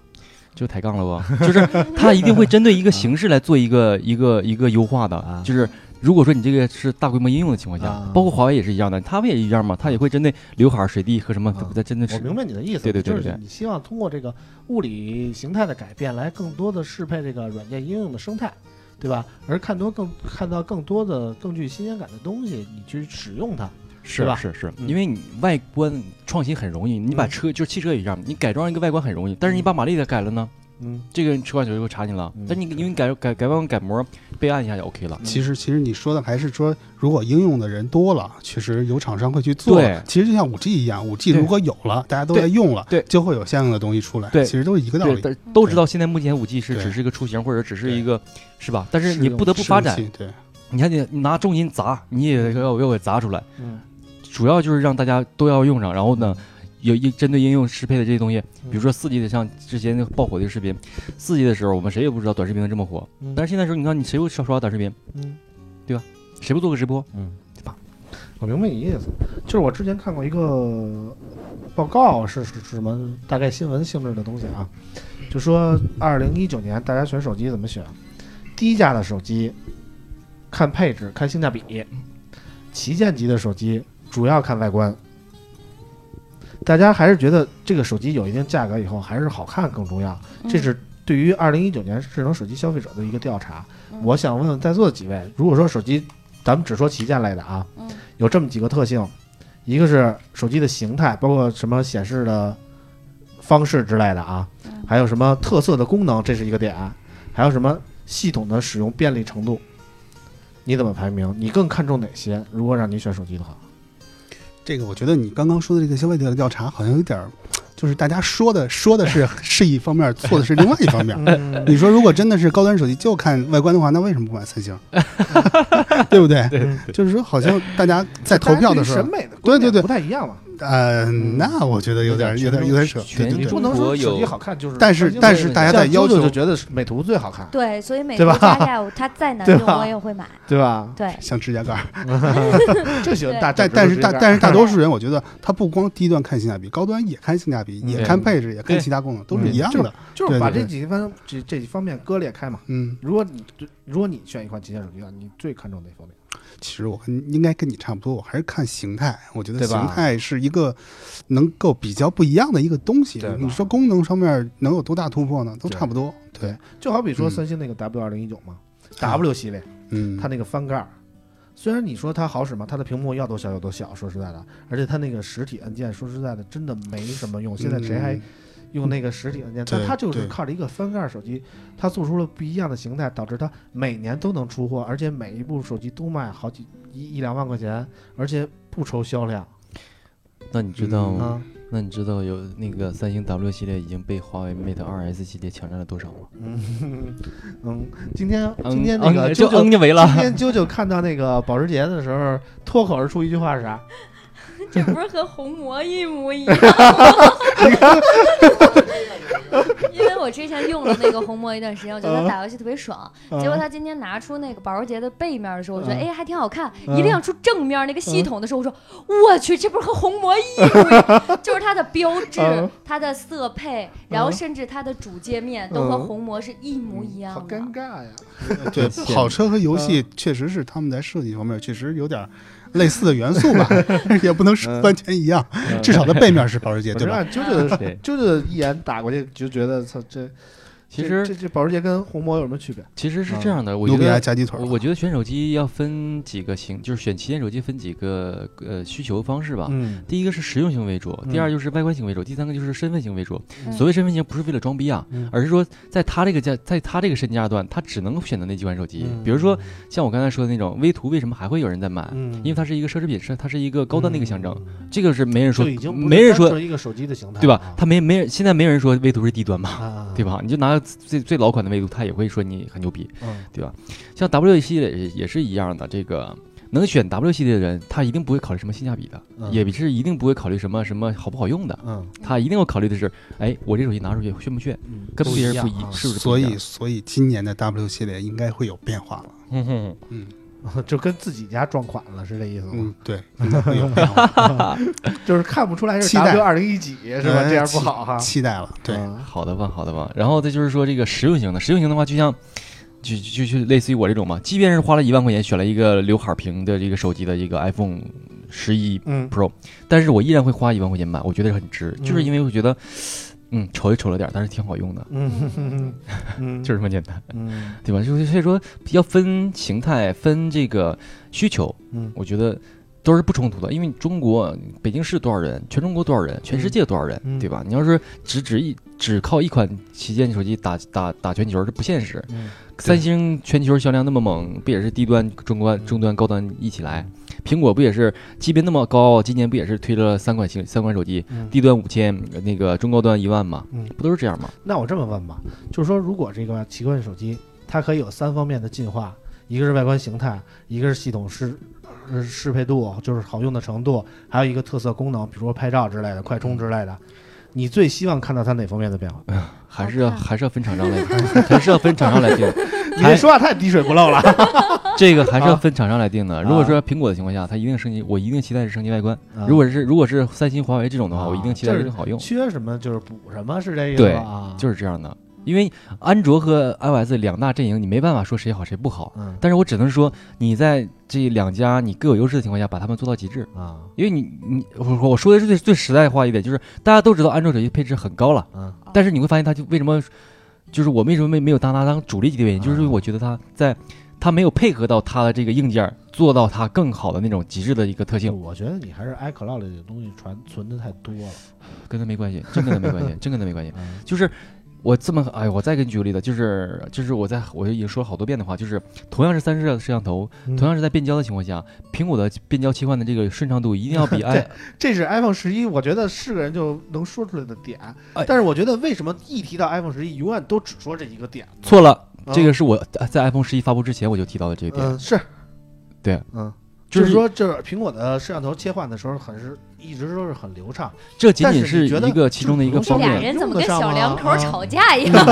[SPEAKER 3] 就抬杠了吧？就是 它一定会针对一个形式来做一个一个一个优化
[SPEAKER 2] 啊
[SPEAKER 3] 的，就是。如果说你这个是大规模应用的情况下，
[SPEAKER 2] 啊
[SPEAKER 3] 包括华为也是一样的，它不也一样吗？它也会针对刘海、水滴和什么
[SPEAKER 2] 啊，
[SPEAKER 3] 在针对
[SPEAKER 2] 我
[SPEAKER 3] 是
[SPEAKER 2] 明白你的意思，
[SPEAKER 3] 对对对
[SPEAKER 2] 就
[SPEAKER 3] 对
[SPEAKER 2] 是
[SPEAKER 3] 对
[SPEAKER 2] 你希望通过这个物理形态的改变，来更多的适配这个软件应用的生态，对吧？而看多更看到更多的更具新鲜感的东西，你去使用它。
[SPEAKER 3] 是
[SPEAKER 2] 对吧
[SPEAKER 3] 是是，
[SPEAKER 2] 嗯
[SPEAKER 3] 因为你外观创新很容易，你把
[SPEAKER 2] 嗯
[SPEAKER 3] 车就是汽车也一样，你改装一个外观很容易，但是你
[SPEAKER 2] 嗯
[SPEAKER 3] 把马力给改了呢，
[SPEAKER 2] 嗯，
[SPEAKER 3] 这个车管所就会查你了
[SPEAKER 2] 嗯。
[SPEAKER 3] 但你因为你改改改外观改模，备案一下就 OK 了。
[SPEAKER 5] 其实，其实你说的还是说，如果应用的人多了，确实有厂商会去做
[SPEAKER 3] 对。
[SPEAKER 5] 其实就像五 G 一样，五 G
[SPEAKER 3] 对
[SPEAKER 5] 如果有了，大家都在用了，
[SPEAKER 3] 对
[SPEAKER 5] 就会有相应的东西出来。
[SPEAKER 3] 对
[SPEAKER 5] 其实都是一个道
[SPEAKER 3] 对，
[SPEAKER 5] 理。
[SPEAKER 3] 但都知道现在目前五 G 是
[SPEAKER 5] 对
[SPEAKER 3] 只是一个雏形，或者只是
[SPEAKER 5] 对
[SPEAKER 3] 一个是吧？但是
[SPEAKER 5] 适
[SPEAKER 3] 你
[SPEAKER 5] 用
[SPEAKER 3] 不得不发展
[SPEAKER 5] 适，用器对，
[SPEAKER 3] 你还得拿重金砸，你也要要给砸出来。
[SPEAKER 2] 嗯，
[SPEAKER 3] 主要就是让大家都要用上，然后呢，有一针对应用适配的这些东西，
[SPEAKER 2] 嗯
[SPEAKER 3] 比如说四 G 的，像之前那个爆火的视频，四 G 的时候我们谁也不知道短视频能这么火，
[SPEAKER 2] 嗯
[SPEAKER 3] 但是现在时候你看你谁不刷刷短视频，
[SPEAKER 2] 嗯，
[SPEAKER 3] 谁不做个直播？
[SPEAKER 2] 我明白你意思，就是我之前看过一个报告，是是是什么大概新闻性质的东西啊，就说二零一九年大家选手机怎么选，低价的手机看配置看性价比，旗舰级的手机主要看外观。大家还是觉得这个手机有一定价格以后，还是好看更重要。
[SPEAKER 1] 嗯
[SPEAKER 2] 这是对于二零一九年智能手机消费者的一个调查。我想问问在座的几位，如果说手机，咱们只说旗舰类的啊，
[SPEAKER 4] 嗯
[SPEAKER 2] 有这么几个特性，一个是手机的形态，包括什么显示的方式之类的啊，还有什么特色的功能，这是一个点，还有什么系统的使用便利程度，你怎么排名？你更看重哪些？如果让你选手机的话，
[SPEAKER 5] 这个我觉得你刚刚说的这个消费者的调查好像有点儿，就是大家说的说的 是是一方面，做的是另外一方面。
[SPEAKER 2] 嗯
[SPEAKER 5] 你说如果真的是高端手机就看外观的话，那为什么不买三 星？ 对不对？就是说好像大家在投票的 时候
[SPEAKER 2] 审，美的
[SPEAKER 5] 对对对
[SPEAKER 2] 不太一样嘛，
[SPEAKER 5] 呃，那我觉得有
[SPEAKER 2] 嗯
[SPEAKER 5] 点有点有点扯。对
[SPEAKER 9] 全
[SPEAKER 5] 对
[SPEAKER 2] 你
[SPEAKER 5] 对
[SPEAKER 2] 不能说
[SPEAKER 9] 中国有
[SPEAKER 2] 手机好看就是，
[SPEAKER 5] 但是但是大家在
[SPEAKER 2] 像
[SPEAKER 5] 要
[SPEAKER 2] 啾啾就
[SPEAKER 5] 求，
[SPEAKER 2] 觉得美图最好看，
[SPEAKER 1] 对，所以美
[SPEAKER 2] 对
[SPEAKER 1] 图
[SPEAKER 2] 吧
[SPEAKER 1] 佳代，它再难
[SPEAKER 2] 对
[SPEAKER 1] 用
[SPEAKER 2] 吧
[SPEAKER 1] 我也会买。
[SPEAKER 2] 对吧？
[SPEAKER 1] 对，
[SPEAKER 5] 像指甲盖儿，
[SPEAKER 2] 就喜欢大
[SPEAKER 5] 但
[SPEAKER 2] 整
[SPEAKER 5] 但
[SPEAKER 2] 只
[SPEAKER 5] 是
[SPEAKER 2] 指
[SPEAKER 5] 大
[SPEAKER 2] 甲盖儿，
[SPEAKER 5] 但是大多数人，我觉得他不光低端看性价比，高端也看性价比，也
[SPEAKER 9] 对
[SPEAKER 5] 看配置，也看
[SPEAKER 9] 对
[SPEAKER 5] 其他功能，都是
[SPEAKER 2] 嗯
[SPEAKER 5] 一样的。
[SPEAKER 2] 就是把
[SPEAKER 5] 对对
[SPEAKER 2] 这
[SPEAKER 5] 对
[SPEAKER 2] 几方这这几方面割裂开嘛。
[SPEAKER 5] 嗯，
[SPEAKER 2] 如果你如果你选一款旗舰手机啊，你最看重哪方面？
[SPEAKER 5] 其实我跟应该跟你差不多，我还是看形态。我觉得
[SPEAKER 2] 对吧
[SPEAKER 5] 形态是一个能够比较不一样的一个东西
[SPEAKER 2] 对吧。
[SPEAKER 5] 你说功能上面能有多大突破呢？都
[SPEAKER 2] 对
[SPEAKER 5] 差不多。对，
[SPEAKER 2] 就好比说
[SPEAKER 5] 嗯
[SPEAKER 2] 三星那个 W 二零一九嘛，W 系列
[SPEAKER 5] 嗯，
[SPEAKER 2] 它那个翻盖儿，虽然你说它好使嘛，它的屏幕要多小有多小，说实在的，而且它那个实体按键，说实在的，真的没什么用。现在谁还
[SPEAKER 5] 嗯
[SPEAKER 2] 用那个实体按键？
[SPEAKER 5] 对
[SPEAKER 2] 但它就是
[SPEAKER 5] 对
[SPEAKER 2] 靠着一个翻盖手机，它做出了不一样的形态，导致它每年都能出货，而且每一部手机都卖好几一一两万块钱，而且不愁销量
[SPEAKER 3] 那你知道、
[SPEAKER 5] 嗯
[SPEAKER 2] 啊。
[SPEAKER 3] 那你知道有那个三星 W 系列已经被华为 Mate 2S 系列抢占了多少吗？
[SPEAKER 2] 嗯嗯，今天
[SPEAKER 3] 嗯
[SPEAKER 2] 今天那个
[SPEAKER 3] 嗯就
[SPEAKER 2] 啾啾
[SPEAKER 3] 嗯就没了。
[SPEAKER 2] 今天啾啾看到那个保时捷的时候，脱口而出一句话是啥？
[SPEAKER 10] 这不是和红魔一模一 样？
[SPEAKER 1] 因为我之前用了那个红魔一段时间，我觉得它打游戏特别爽。
[SPEAKER 2] 嗯
[SPEAKER 1] 结果他今天拿出那个保时捷的背面的时候，我觉得
[SPEAKER 2] 嗯
[SPEAKER 1] 哎还挺好看。
[SPEAKER 2] 嗯
[SPEAKER 1] 一亮出正面那个系统的时候，我说我去，这不是和红魔一模一样？ 就是它的标志
[SPEAKER 2] 嗯、
[SPEAKER 1] 它的色配，然后
[SPEAKER 2] 嗯
[SPEAKER 1] 甚至它的主界面都和
[SPEAKER 2] 嗯
[SPEAKER 1] 红魔是一模一样
[SPEAKER 2] 好
[SPEAKER 1] 的。
[SPEAKER 2] 尴尬呀！
[SPEAKER 5] 对，跑车和游戏确实是他们在设计方面确实有点类似的元素吧，但是也不能说完全一样，至少它背面是保时捷，
[SPEAKER 2] 我
[SPEAKER 5] 对
[SPEAKER 2] 是
[SPEAKER 5] 吧？
[SPEAKER 2] 按啾啾的
[SPEAKER 9] 对
[SPEAKER 2] 啾啾的一眼打过去，就觉得操这
[SPEAKER 3] 其
[SPEAKER 2] 这
[SPEAKER 3] 实
[SPEAKER 2] 这这保时捷跟红魔有什么区别？
[SPEAKER 3] 其实是这样的，我觉
[SPEAKER 5] 努比亚
[SPEAKER 3] 得
[SPEAKER 5] 加鸡腿儿
[SPEAKER 3] 我，我觉得选手机要分几个型，就是选旗舰手机分几个呃需求方式吧。
[SPEAKER 2] 嗯
[SPEAKER 3] 第一个是实用性为主，第
[SPEAKER 2] 嗯
[SPEAKER 3] 二就是外观型为主，第三个就是身份型为主。
[SPEAKER 1] 嗯
[SPEAKER 3] 所谓身份型，不是为了装逼啊，
[SPEAKER 2] 嗯
[SPEAKER 3] 而是说在他这个价，在他这个身价段，他只能选择那几款手机。
[SPEAKER 2] 嗯
[SPEAKER 3] 比如说像我刚才说的那种微图，为什么还会有人在买？
[SPEAKER 2] 嗯
[SPEAKER 3] 因为它是一个奢侈品，是它是一个高端的一个象征，，这个是没人说
[SPEAKER 2] 就已，经不
[SPEAKER 3] 没人
[SPEAKER 2] 单
[SPEAKER 3] 说，
[SPEAKER 2] 纯一个手机的形态了，
[SPEAKER 3] 对吧？他没没人，现在没人说微图是低端吧？
[SPEAKER 2] 啊，
[SPEAKER 3] 对吧？你就拿最最老款的魅族，他也会说你很牛逼，
[SPEAKER 2] 嗯
[SPEAKER 3] 对吧？像 W 系列也也是一样的，这个能选 W 系列的人，他一定不会考虑什么性价比的，
[SPEAKER 2] 嗯
[SPEAKER 3] 也是一定不会考虑什么什么好不好用的，
[SPEAKER 2] 嗯
[SPEAKER 3] 他一定要考虑的是，哎，我这手机拿出去炫不炫，
[SPEAKER 2] 嗯，
[SPEAKER 3] 跟别人
[SPEAKER 2] 不
[SPEAKER 3] 不
[SPEAKER 2] 一样啊
[SPEAKER 3] 是不是不
[SPEAKER 5] 所
[SPEAKER 3] 一
[SPEAKER 5] 以
[SPEAKER 3] 样？
[SPEAKER 5] 所以今年的 W 系列应该会有变化了。
[SPEAKER 3] 哼哼
[SPEAKER 5] 嗯
[SPEAKER 2] 就跟自己家撞款了，是这意思吗
[SPEAKER 5] 嗯？，对，应该会有变化。
[SPEAKER 2] 就是看不出来是
[SPEAKER 5] 期待
[SPEAKER 2] W 二零一几是吧？
[SPEAKER 5] 哎
[SPEAKER 2] 这样不好哈。
[SPEAKER 5] 期待了，对，
[SPEAKER 2] 嗯
[SPEAKER 3] 好的吧，好的吧。然后再就是说这个实用型的，实用型的话，就像。就就就类似于我这种嘛，即便是花了一万块钱选了一个刘海屏的这个手机的一个 iPhone 十一
[SPEAKER 2] 嗯
[SPEAKER 3] Pro，但是我依然会花一万块钱买，我觉得很值，
[SPEAKER 2] 嗯
[SPEAKER 3] 就是因为我觉得，嗯，丑也丑了点儿，但是挺好用的，
[SPEAKER 2] 嗯 嗯嗯，
[SPEAKER 3] 就是这么简单，
[SPEAKER 2] 嗯
[SPEAKER 3] 对吧？就是所以说要分形态，分这个需求，
[SPEAKER 2] 嗯
[SPEAKER 3] 我觉得都是不冲突的，因为中国北京市多少人，全中国多少人，全世界多少人，
[SPEAKER 2] 嗯
[SPEAKER 3] 对吧？你要是只只一只靠一款旗舰手机打打打全球，这不现实。
[SPEAKER 2] 嗯
[SPEAKER 3] 三星全球销量那么猛，不也是低端、中端、
[SPEAKER 2] 嗯
[SPEAKER 3] 中端、高端一起来？苹果不也是，级别那么高，今年不也是推了三款新三款手机，
[SPEAKER 2] 嗯
[SPEAKER 3] 低端五千，那个中高端一万嘛
[SPEAKER 2] 嗯，
[SPEAKER 3] 不都是这样吗？
[SPEAKER 2] 那我这么问吧，就是说，如果这个奇怪手机，它可以有三方面的进化，一个是外观形态，一个是系统适呃适配度，就是好用的程度，还有一个特色功能，比如说拍照之类的、快充之类
[SPEAKER 3] 嗯
[SPEAKER 2] 的。你最希望看到它哪方面的变 化？
[SPEAKER 3] 还是要
[SPEAKER 1] 好看
[SPEAKER 3] 还是要分厂商来， 还是要分厂商来定。
[SPEAKER 2] 你这说话太滴水不漏了。
[SPEAKER 3] 这个还是要分厂商来定
[SPEAKER 2] 啊
[SPEAKER 3] 的。如果说苹果的情况下，它一定升级，我一定期待是升级外观。 如果是如果是三星、华为这种的话，
[SPEAKER 2] 啊
[SPEAKER 3] 我一定期待
[SPEAKER 2] 就是
[SPEAKER 3] 啊是更好用。
[SPEAKER 2] 缺什么就是补什么，是这意思
[SPEAKER 3] 对
[SPEAKER 2] 吧？啊，
[SPEAKER 3] 就是这样的，因为安卓和 iOS 两大阵营，你没办法说谁好谁不好。
[SPEAKER 2] 嗯
[SPEAKER 3] 但是我只能说，你在这两家你各有优势的情况下，把它们做到极致。
[SPEAKER 2] 啊
[SPEAKER 3] 因为你你我我说的是最最实在话一点，就是大家都知道安卓手机配置很高了，
[SPEAKER 2] 嗯
[SPEAKER 3] 但啊是你会发现它就为什么，就是我为什么没没有当它当主力机的原因，就是因为我觉得它在。它没有配合到它的这个硬件儿，做到它更好的那种极致的一个特性，
[SPEAKER 2] 我觉得你还是 iCloud 里的东西传存的太多了。
[SPEAKER 3] 跟它没关系，真跟它没关系，真跟它没关系。
[SPEAKER 2] 嗯
[SPEAKER 3] 就是我这么，哎，我再给你举个例子，就是就是我在我已经说好多遍的话，就是同样是三摄摄像头，
[SPEAKER 2] 嗯
[SPEAKER 3] 同样是在变焦的情况下，苹果的变焦切换的这个顺畅度一定 要比 i
[SPEAKER 2] 这是 iPhone 十一，我觉得是个人就能说出来的点。
[SPEAKER 3] 哎
[SPEAKER 2] 但是我觉得为什么一提到 iPhone 十一，永远都只说这一个点？
[SPEAKER 3] 错了。
[SPEAKER 2] 啊
[SPEAKER 3] 这个是我在 iPhone 十一发布之前我就提到的这个点，
[SPEAKER 2] 嗯，是
[SPEAKER 3] 对，
[SPEAKER 2] 嗯，就
[SPEAKER 3] 就
[SPEAKER 2] 是是说，就是苹果的摄像头切换的时候，很是一直都是很流 畅。
[SPEAKER 3] 这仅仅
[SPEAKER 2] 但是你觉得
[SPEAKER 3] 一个其中的一个
[SPEAKER 2] 这
[SPEAKER 3] 方
[SPEAKER 2] 俩
[SPEAKER 3] 面。
[SPEAKER 2] 人怎么跟小两口吵
[SPEAKER 1] 架一样？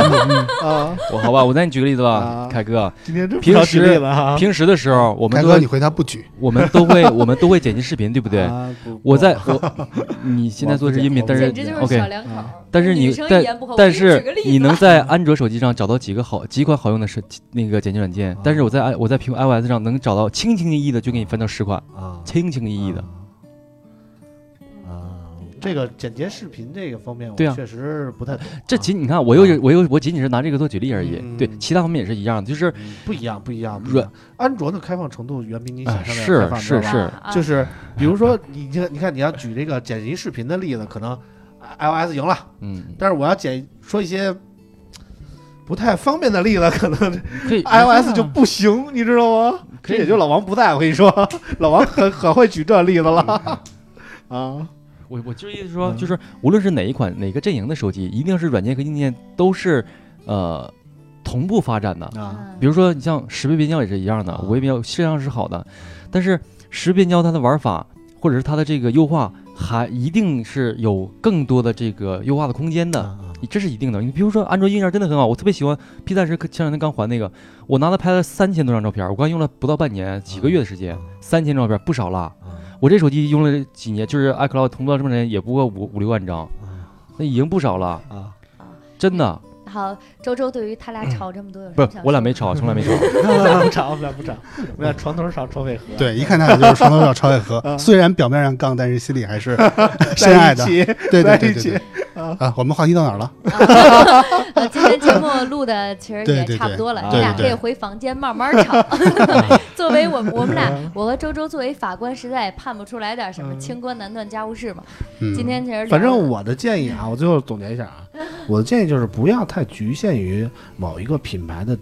[SPEAKER 2] 啊，
[SPEAKER 3] 我好吧，我再给你举个例子吧
[SPEAKER 2] 啊，
[SPEAKER 3] 凯哥，
[SPEAKER 2] 今天真
[SPEAKER 3] 平
[SPEAKER 2] 不着举
[SPEAKER 3] 时
[SPEAKER 2] 例子啊，
[SPEAKER 3] 平时的时候我们
[SPEAKER 5] 凯
[SPEAKER 3] 都
[SPEAKER 5] 哥，你回答不举，
[SPEAKER 3] 我们都会我们都会剪辑视频，对不对？
[SPEAKER 2] 啊不
[SPEAKER 3] 我在我你现在做的是音频，
[SPEAKER 2] 我不
[SPEAKER 3] 但
[SPEAKER 2] 剪
[SPEAKER 3] 是
[SPEAKER 2] 简直就是
[SPEAKER 3] OK，
[SPEAKER 1] 两
[SPEAKER 2] 啊
[SPEAKER 3] 但是
[SPEAKER 1] 女
[SPEAKER 3] 你
[SPEAKER 1] 生一
[SPEAKER 3] 但
[SPEAKER 1] 言不合我
[SPEAKER 3] 但
[SPEAKER 1] 给你
[SPEAKER 3] 是
[SPEAKER 1] 举个例
[SPEAKER 3] 你
[SPEAKER 1] 子
[SPEAKER 3] 能
[SPEAKER 1] 吧
[SPEAKER 3] 在安卓手机上找到几个好几款好用的手机那个剪辑软件
[SPEAKER 2] 啊，
[SPEAKER 3] 但是我在 i 我在苹果 iOS 上能找到轻轻易易的就给你翻到十款，
[SPEAKER 2] 啊
[SPEAKER 3] 轻轻易易的。
[SPEAKER 2] 啊，这个剪辑视频这个方面，我
[SPEAKER 3] 对啊
[SPEAKER 2] 确实不太懂。
[SPEAKER 3] 这仅你看，我又是我又我仅仅是拿这个做举例而已，
[SPEAKER 2] 嗯
[SPEAKER 3] 对，其他方面也是一样的，就是
[SPEAKER 2] 啊不一样，不一样。不一
[SPEAKER 3] 软
[SPEAKER 2] 样安卓的开放程度远比你
[SPEAKER 3] 啊
[SPEAKER 2] 想象的要开
[SPEAKER 3] 是
[SPEAKER 2] 放
[SPEAKER 3] 是
[SPEAKER 2] 知道吧
[SPEAKER 3] 是，
[SPEAKER 2] 就是比如说你这你看你要举这个剪辑视频的例子，可能 iOS 赢了，
[SPEAKER 3] 嗯，
[SPEAKER 2] 但是我要剪说一些不太方便的例子，可能
[SPEAKER 3] 可以
[SPEAKER 2] iOS 就
[SPEAKER 3] 啊
[SPEAKER 2] 不行，你知道吗？
[SPEAKER 3] 可
[SPEAKER 2] 这
[SPEAKER 3] 以
[SPEAKER 2] 也就老王不在，我跟你说，老王很很会举这例子了啊。
[SPEAKER 3] 我我就意思
[SPEAKER 2] 嗯
[SPEAKER 3] 说，就是无论是哪一款哪个阵营的手机，一定是软件和硬件都是呃同步发展的。
[SPEAKER 1] 嗯
[SPEAKER 2] 啊，
[SPEAKER 3] 比如说，你像十倍变焦也是一样的
[SPEAKER 2] 啊，
[SPEAKER 3] 五倍变焦摄像是好的，但是十倍变焦它的玩法或者是它的这个优化，还一定是有更多的这个优化的空间
[SPEAKER 2] 啊
[SPEAKER 3] 的，这是一定的。你比如说，安卓硬件真的很好，我特别喜欢 P 三十，前两天刚还那个，我拿它拍了三千多张照片，我刚用了不到半年，几个月的时间
[SPEAKER 2] 啊，
[SPEAKER 3] 三千照片不少了。
[SPEAKER 2] 啊
[SPEAKER 3] 我这手机用了几年，就是 iCloud 同步到这么年，也不过五五六万张，那已经不少了，
[SPEAKER 2] 啊！
[SPEAKER 3] 真的。
[SPEAKER 1] 好，周周对于他俩吵这么多有什
[SPEAKER 3] 嗯不
[SPEAKER 1] 么
[SPEAKER 3] 是
[SPEAKER 1] 想说？，
[SPEAKER 3] 我俩没吵，从来没吵。
[SPEAKER 2] 不吵，我们俩不吵，我们俩床头吵，床尾和。
[SPEAKER 5] 对，一看他就是床头吵，床尾和。
[SPEAKER 2] 啊
[SPEAKER 5] 虽然表面上杠，但是心里还是 深
[SPEAKER 2] 在
[SPEAKER 5] 爱
[SPEAKER 2] 一
[SPEAKER 5] 的。
[SPEAKER 2] 起，
[SPEAKER 5] 对对
[SPEAKER 2] 在
[SPEAKER 5] 对
[SPEAKER 2] 一
[SPEAKER 5] 对
[SPEAKER 2] 起
[SPEAKER 5] 对。啊，我们话题到哪儿了？
[SPEAKER 1] 呃今天节目录的其实
[SPEAKER 5] 对
[SPEAKER 1] 也
[SPEAKER 5] 对对
[SPEAKER 1] 差不多了，
[SPEAKER 3] 啊
[SPEAKER 2] 对
[SPEAKER 1] 你俩
[SPEAKER 5] 对
[SPEAKER 1] 可
[SPEAKER 5] 对
[SPEAKER 1] 以回房间慢慢 吵。作为我我们俩，
[SPEAKER 3] 嗯
[SPEAKER 1] 我和周周作为法官，实在也判不出来点什么
[SPEAKER 2] 嗯
[SPEAKER 1] 清官难断家务事嘛。
[SPEAKER 5] 嗯，
[SPEAKER 1] 今天其实聊
[SPEAKER 2] 反
[SPEAKER 1] 了
[SPEAKER 2] 正我的建议啊，我最后总结一下啊，我的建议就是不要太局限于某一个品牌的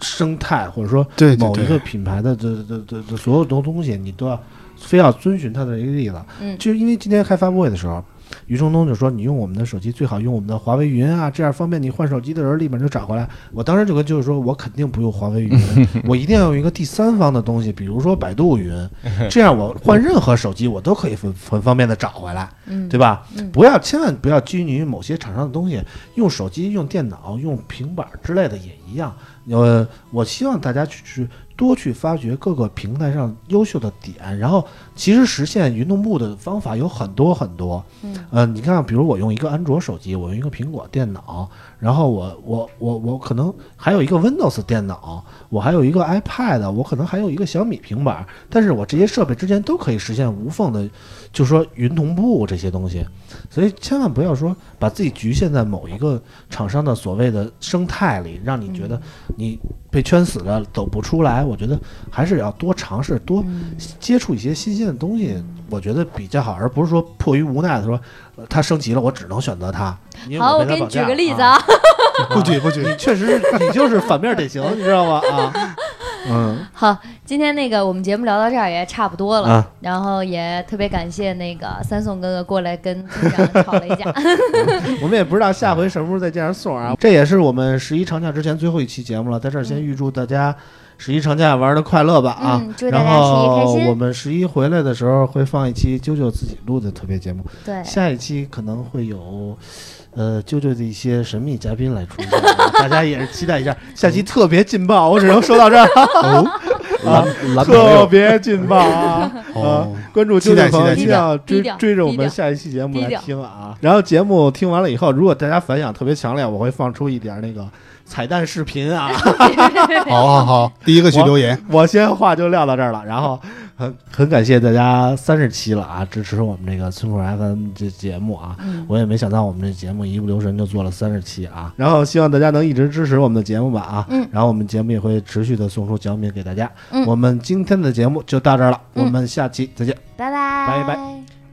[SPEAKER 2] 生态，或者说
[SPEAKER 5] 对对
[SPEAKER 2] 某一个
[SPEAKER 5] 对，
[SPEAKER 2] 品牌的这这这这所有的东西，你都要非要遵循它的一个例子。
[SPEAKER 1] 嗯
[SPEAKER 2] 就是因为今天开发布会的时候，余承东就说你用我们的手机最好用我们的华为云啊，这样方便你换手机的时候立马就找回来。我当时就跟就是说我肯定不用华为云，我一定要用一个第三方的东西，比如说百度云，这样我换任何手机我都可以很很方便的找回来。
[SPEAKER 1] 嗯
[SPEAKER 2] 对吧？
[SPEAKER 1] 嗯
[SPEAKER 2] 不要，千万不要拘泥于某些厂商的东西，用手机、用电脑、用平板之类的也一样。呃，我希望大家去去多去发掘各个平台上优秀的点，然后其实实现云同步的方法有很多很多。
[SPEAKER 1] 嗯，
[SPEAKER 2] 呃，你看，比如我用一个安卓手机，我用一个苹果电脑，然后我我我我可能还有一个 Windows 电脑，我还有一个 iPad，我可能还有一个小米平板，但是我这些设备之间都可以实现无缝的，就说云同步这些东西，所以千万不要说把自己局限在某一个厂商的所谓的生态里，让你觉得你被圈死了，走不出来。我觉得还是要多尝试，多接触一些新鲜的东西，我觉得比较好，而不是说迫于无奈的说，呃它升级了，我只能选择它。因为
[SPEAKER 1] 好，我
[SPEAKER 2] 没法
[SPEAKER 1] 给你
[SPEAKER 2] 绑
[SPEAKER 1] 举
[SPEAKER 2] 架
[SPEAKER 1] 个例子
[SPEAKER 2] 啊
[SPEAKER 1] 啊，
[SPEAKER 5] 不举不举，
[SPEAKER 2] 确实是你就是反面典型， 你知道吗？啊，嗯
[SPEAKER 1] 好，今天那个我们节目聊到这儿也差不多了，
[SPEAKER 2] 啊
[SPEAKER 1] 然后也特别感谢那个三宋哥哥过来跟村长吵了一架。
[SPEAKER 2] 啊我们也不知道下回什么时候再见着宋啊。这也是我们十一长假之前最后一期节目了，在这儿先预祝大家十一长假玩的快乐吧啊！
[SPEAKER 1] 嗯祝大
[SPEAKER 2] 然
[SPEAKER 1] 家11开
[SPEAKER 2] 后
[SPEAKER 1] 心
[SPEAKER 2] 我们十一回来的时候会放一期啾啾自己录的特别节目，
[SPEAKER 1] 对，
[SPEAKER 2] 下一期可能会有。呃，啾啾的一些神秘嘉宾来出现啊，大家也是期待一 下，下期特别劲爆，我只能说到这儿，
[SPEAKER 3] 蓝蓝朋
[SPEAKER 2] 特
[SPEAKER 3] 友，
[SPEAKER 2] 别劲爆啊！ 啊
[SPEAKER 5] 哦，
[SPEAKER 2] 关注
[SPEAKER 5] 期
[SPEAKER 2] 啾
[SPEAKER 5] 待
[SPEAKER 2] 啾朋友一
[SPEAKER 5] 期待
[SPEAKER 2] 定要
[SPEAKER 1] 低
[SPEAKER 2] 追
[SPEAKER 1] 调
[SPEAKER 2] 追着我
[SPEAKER 1] 低调
[SPEAKER 2] 们下一期节目来
[SPEAKER 1] 低调
[SPEAKER 2] 听啊。然后节目听完了以后，如果大家反响特别强烈，我会放出一点那个彩蛋视频啊。
[SPEAKER 5] 好好好，第一个去
[SPEAKER 2] 我
[SPEAKER 5] 留言，
[SPEAKER 2] 我先话就撂到这儿了，然后很很感谢大家三十期了啊，支持我们这个村口 FM 这节目啊。
[SPEAKER 4] 嗯，
[SPEAKER 2] 我也没想到我们这节目一不留神就做了三十期啊，然后希望大家能一直支持我们的节目吧啊，
[SPEAKER 4] 嗯
[SPEAKER 2] 然后我们节目也会持续的送出奖品给大家，
[SPEAKER 4] 嗯
[SPEAKER 2] 我们今天的节目就到这儿了，
[SPEAKER 4] 嗯
[SPEAKER 2] 我们下期再见。
[SPEAKER 4] 拜拜，
[SPEAKER 2] 拜拜。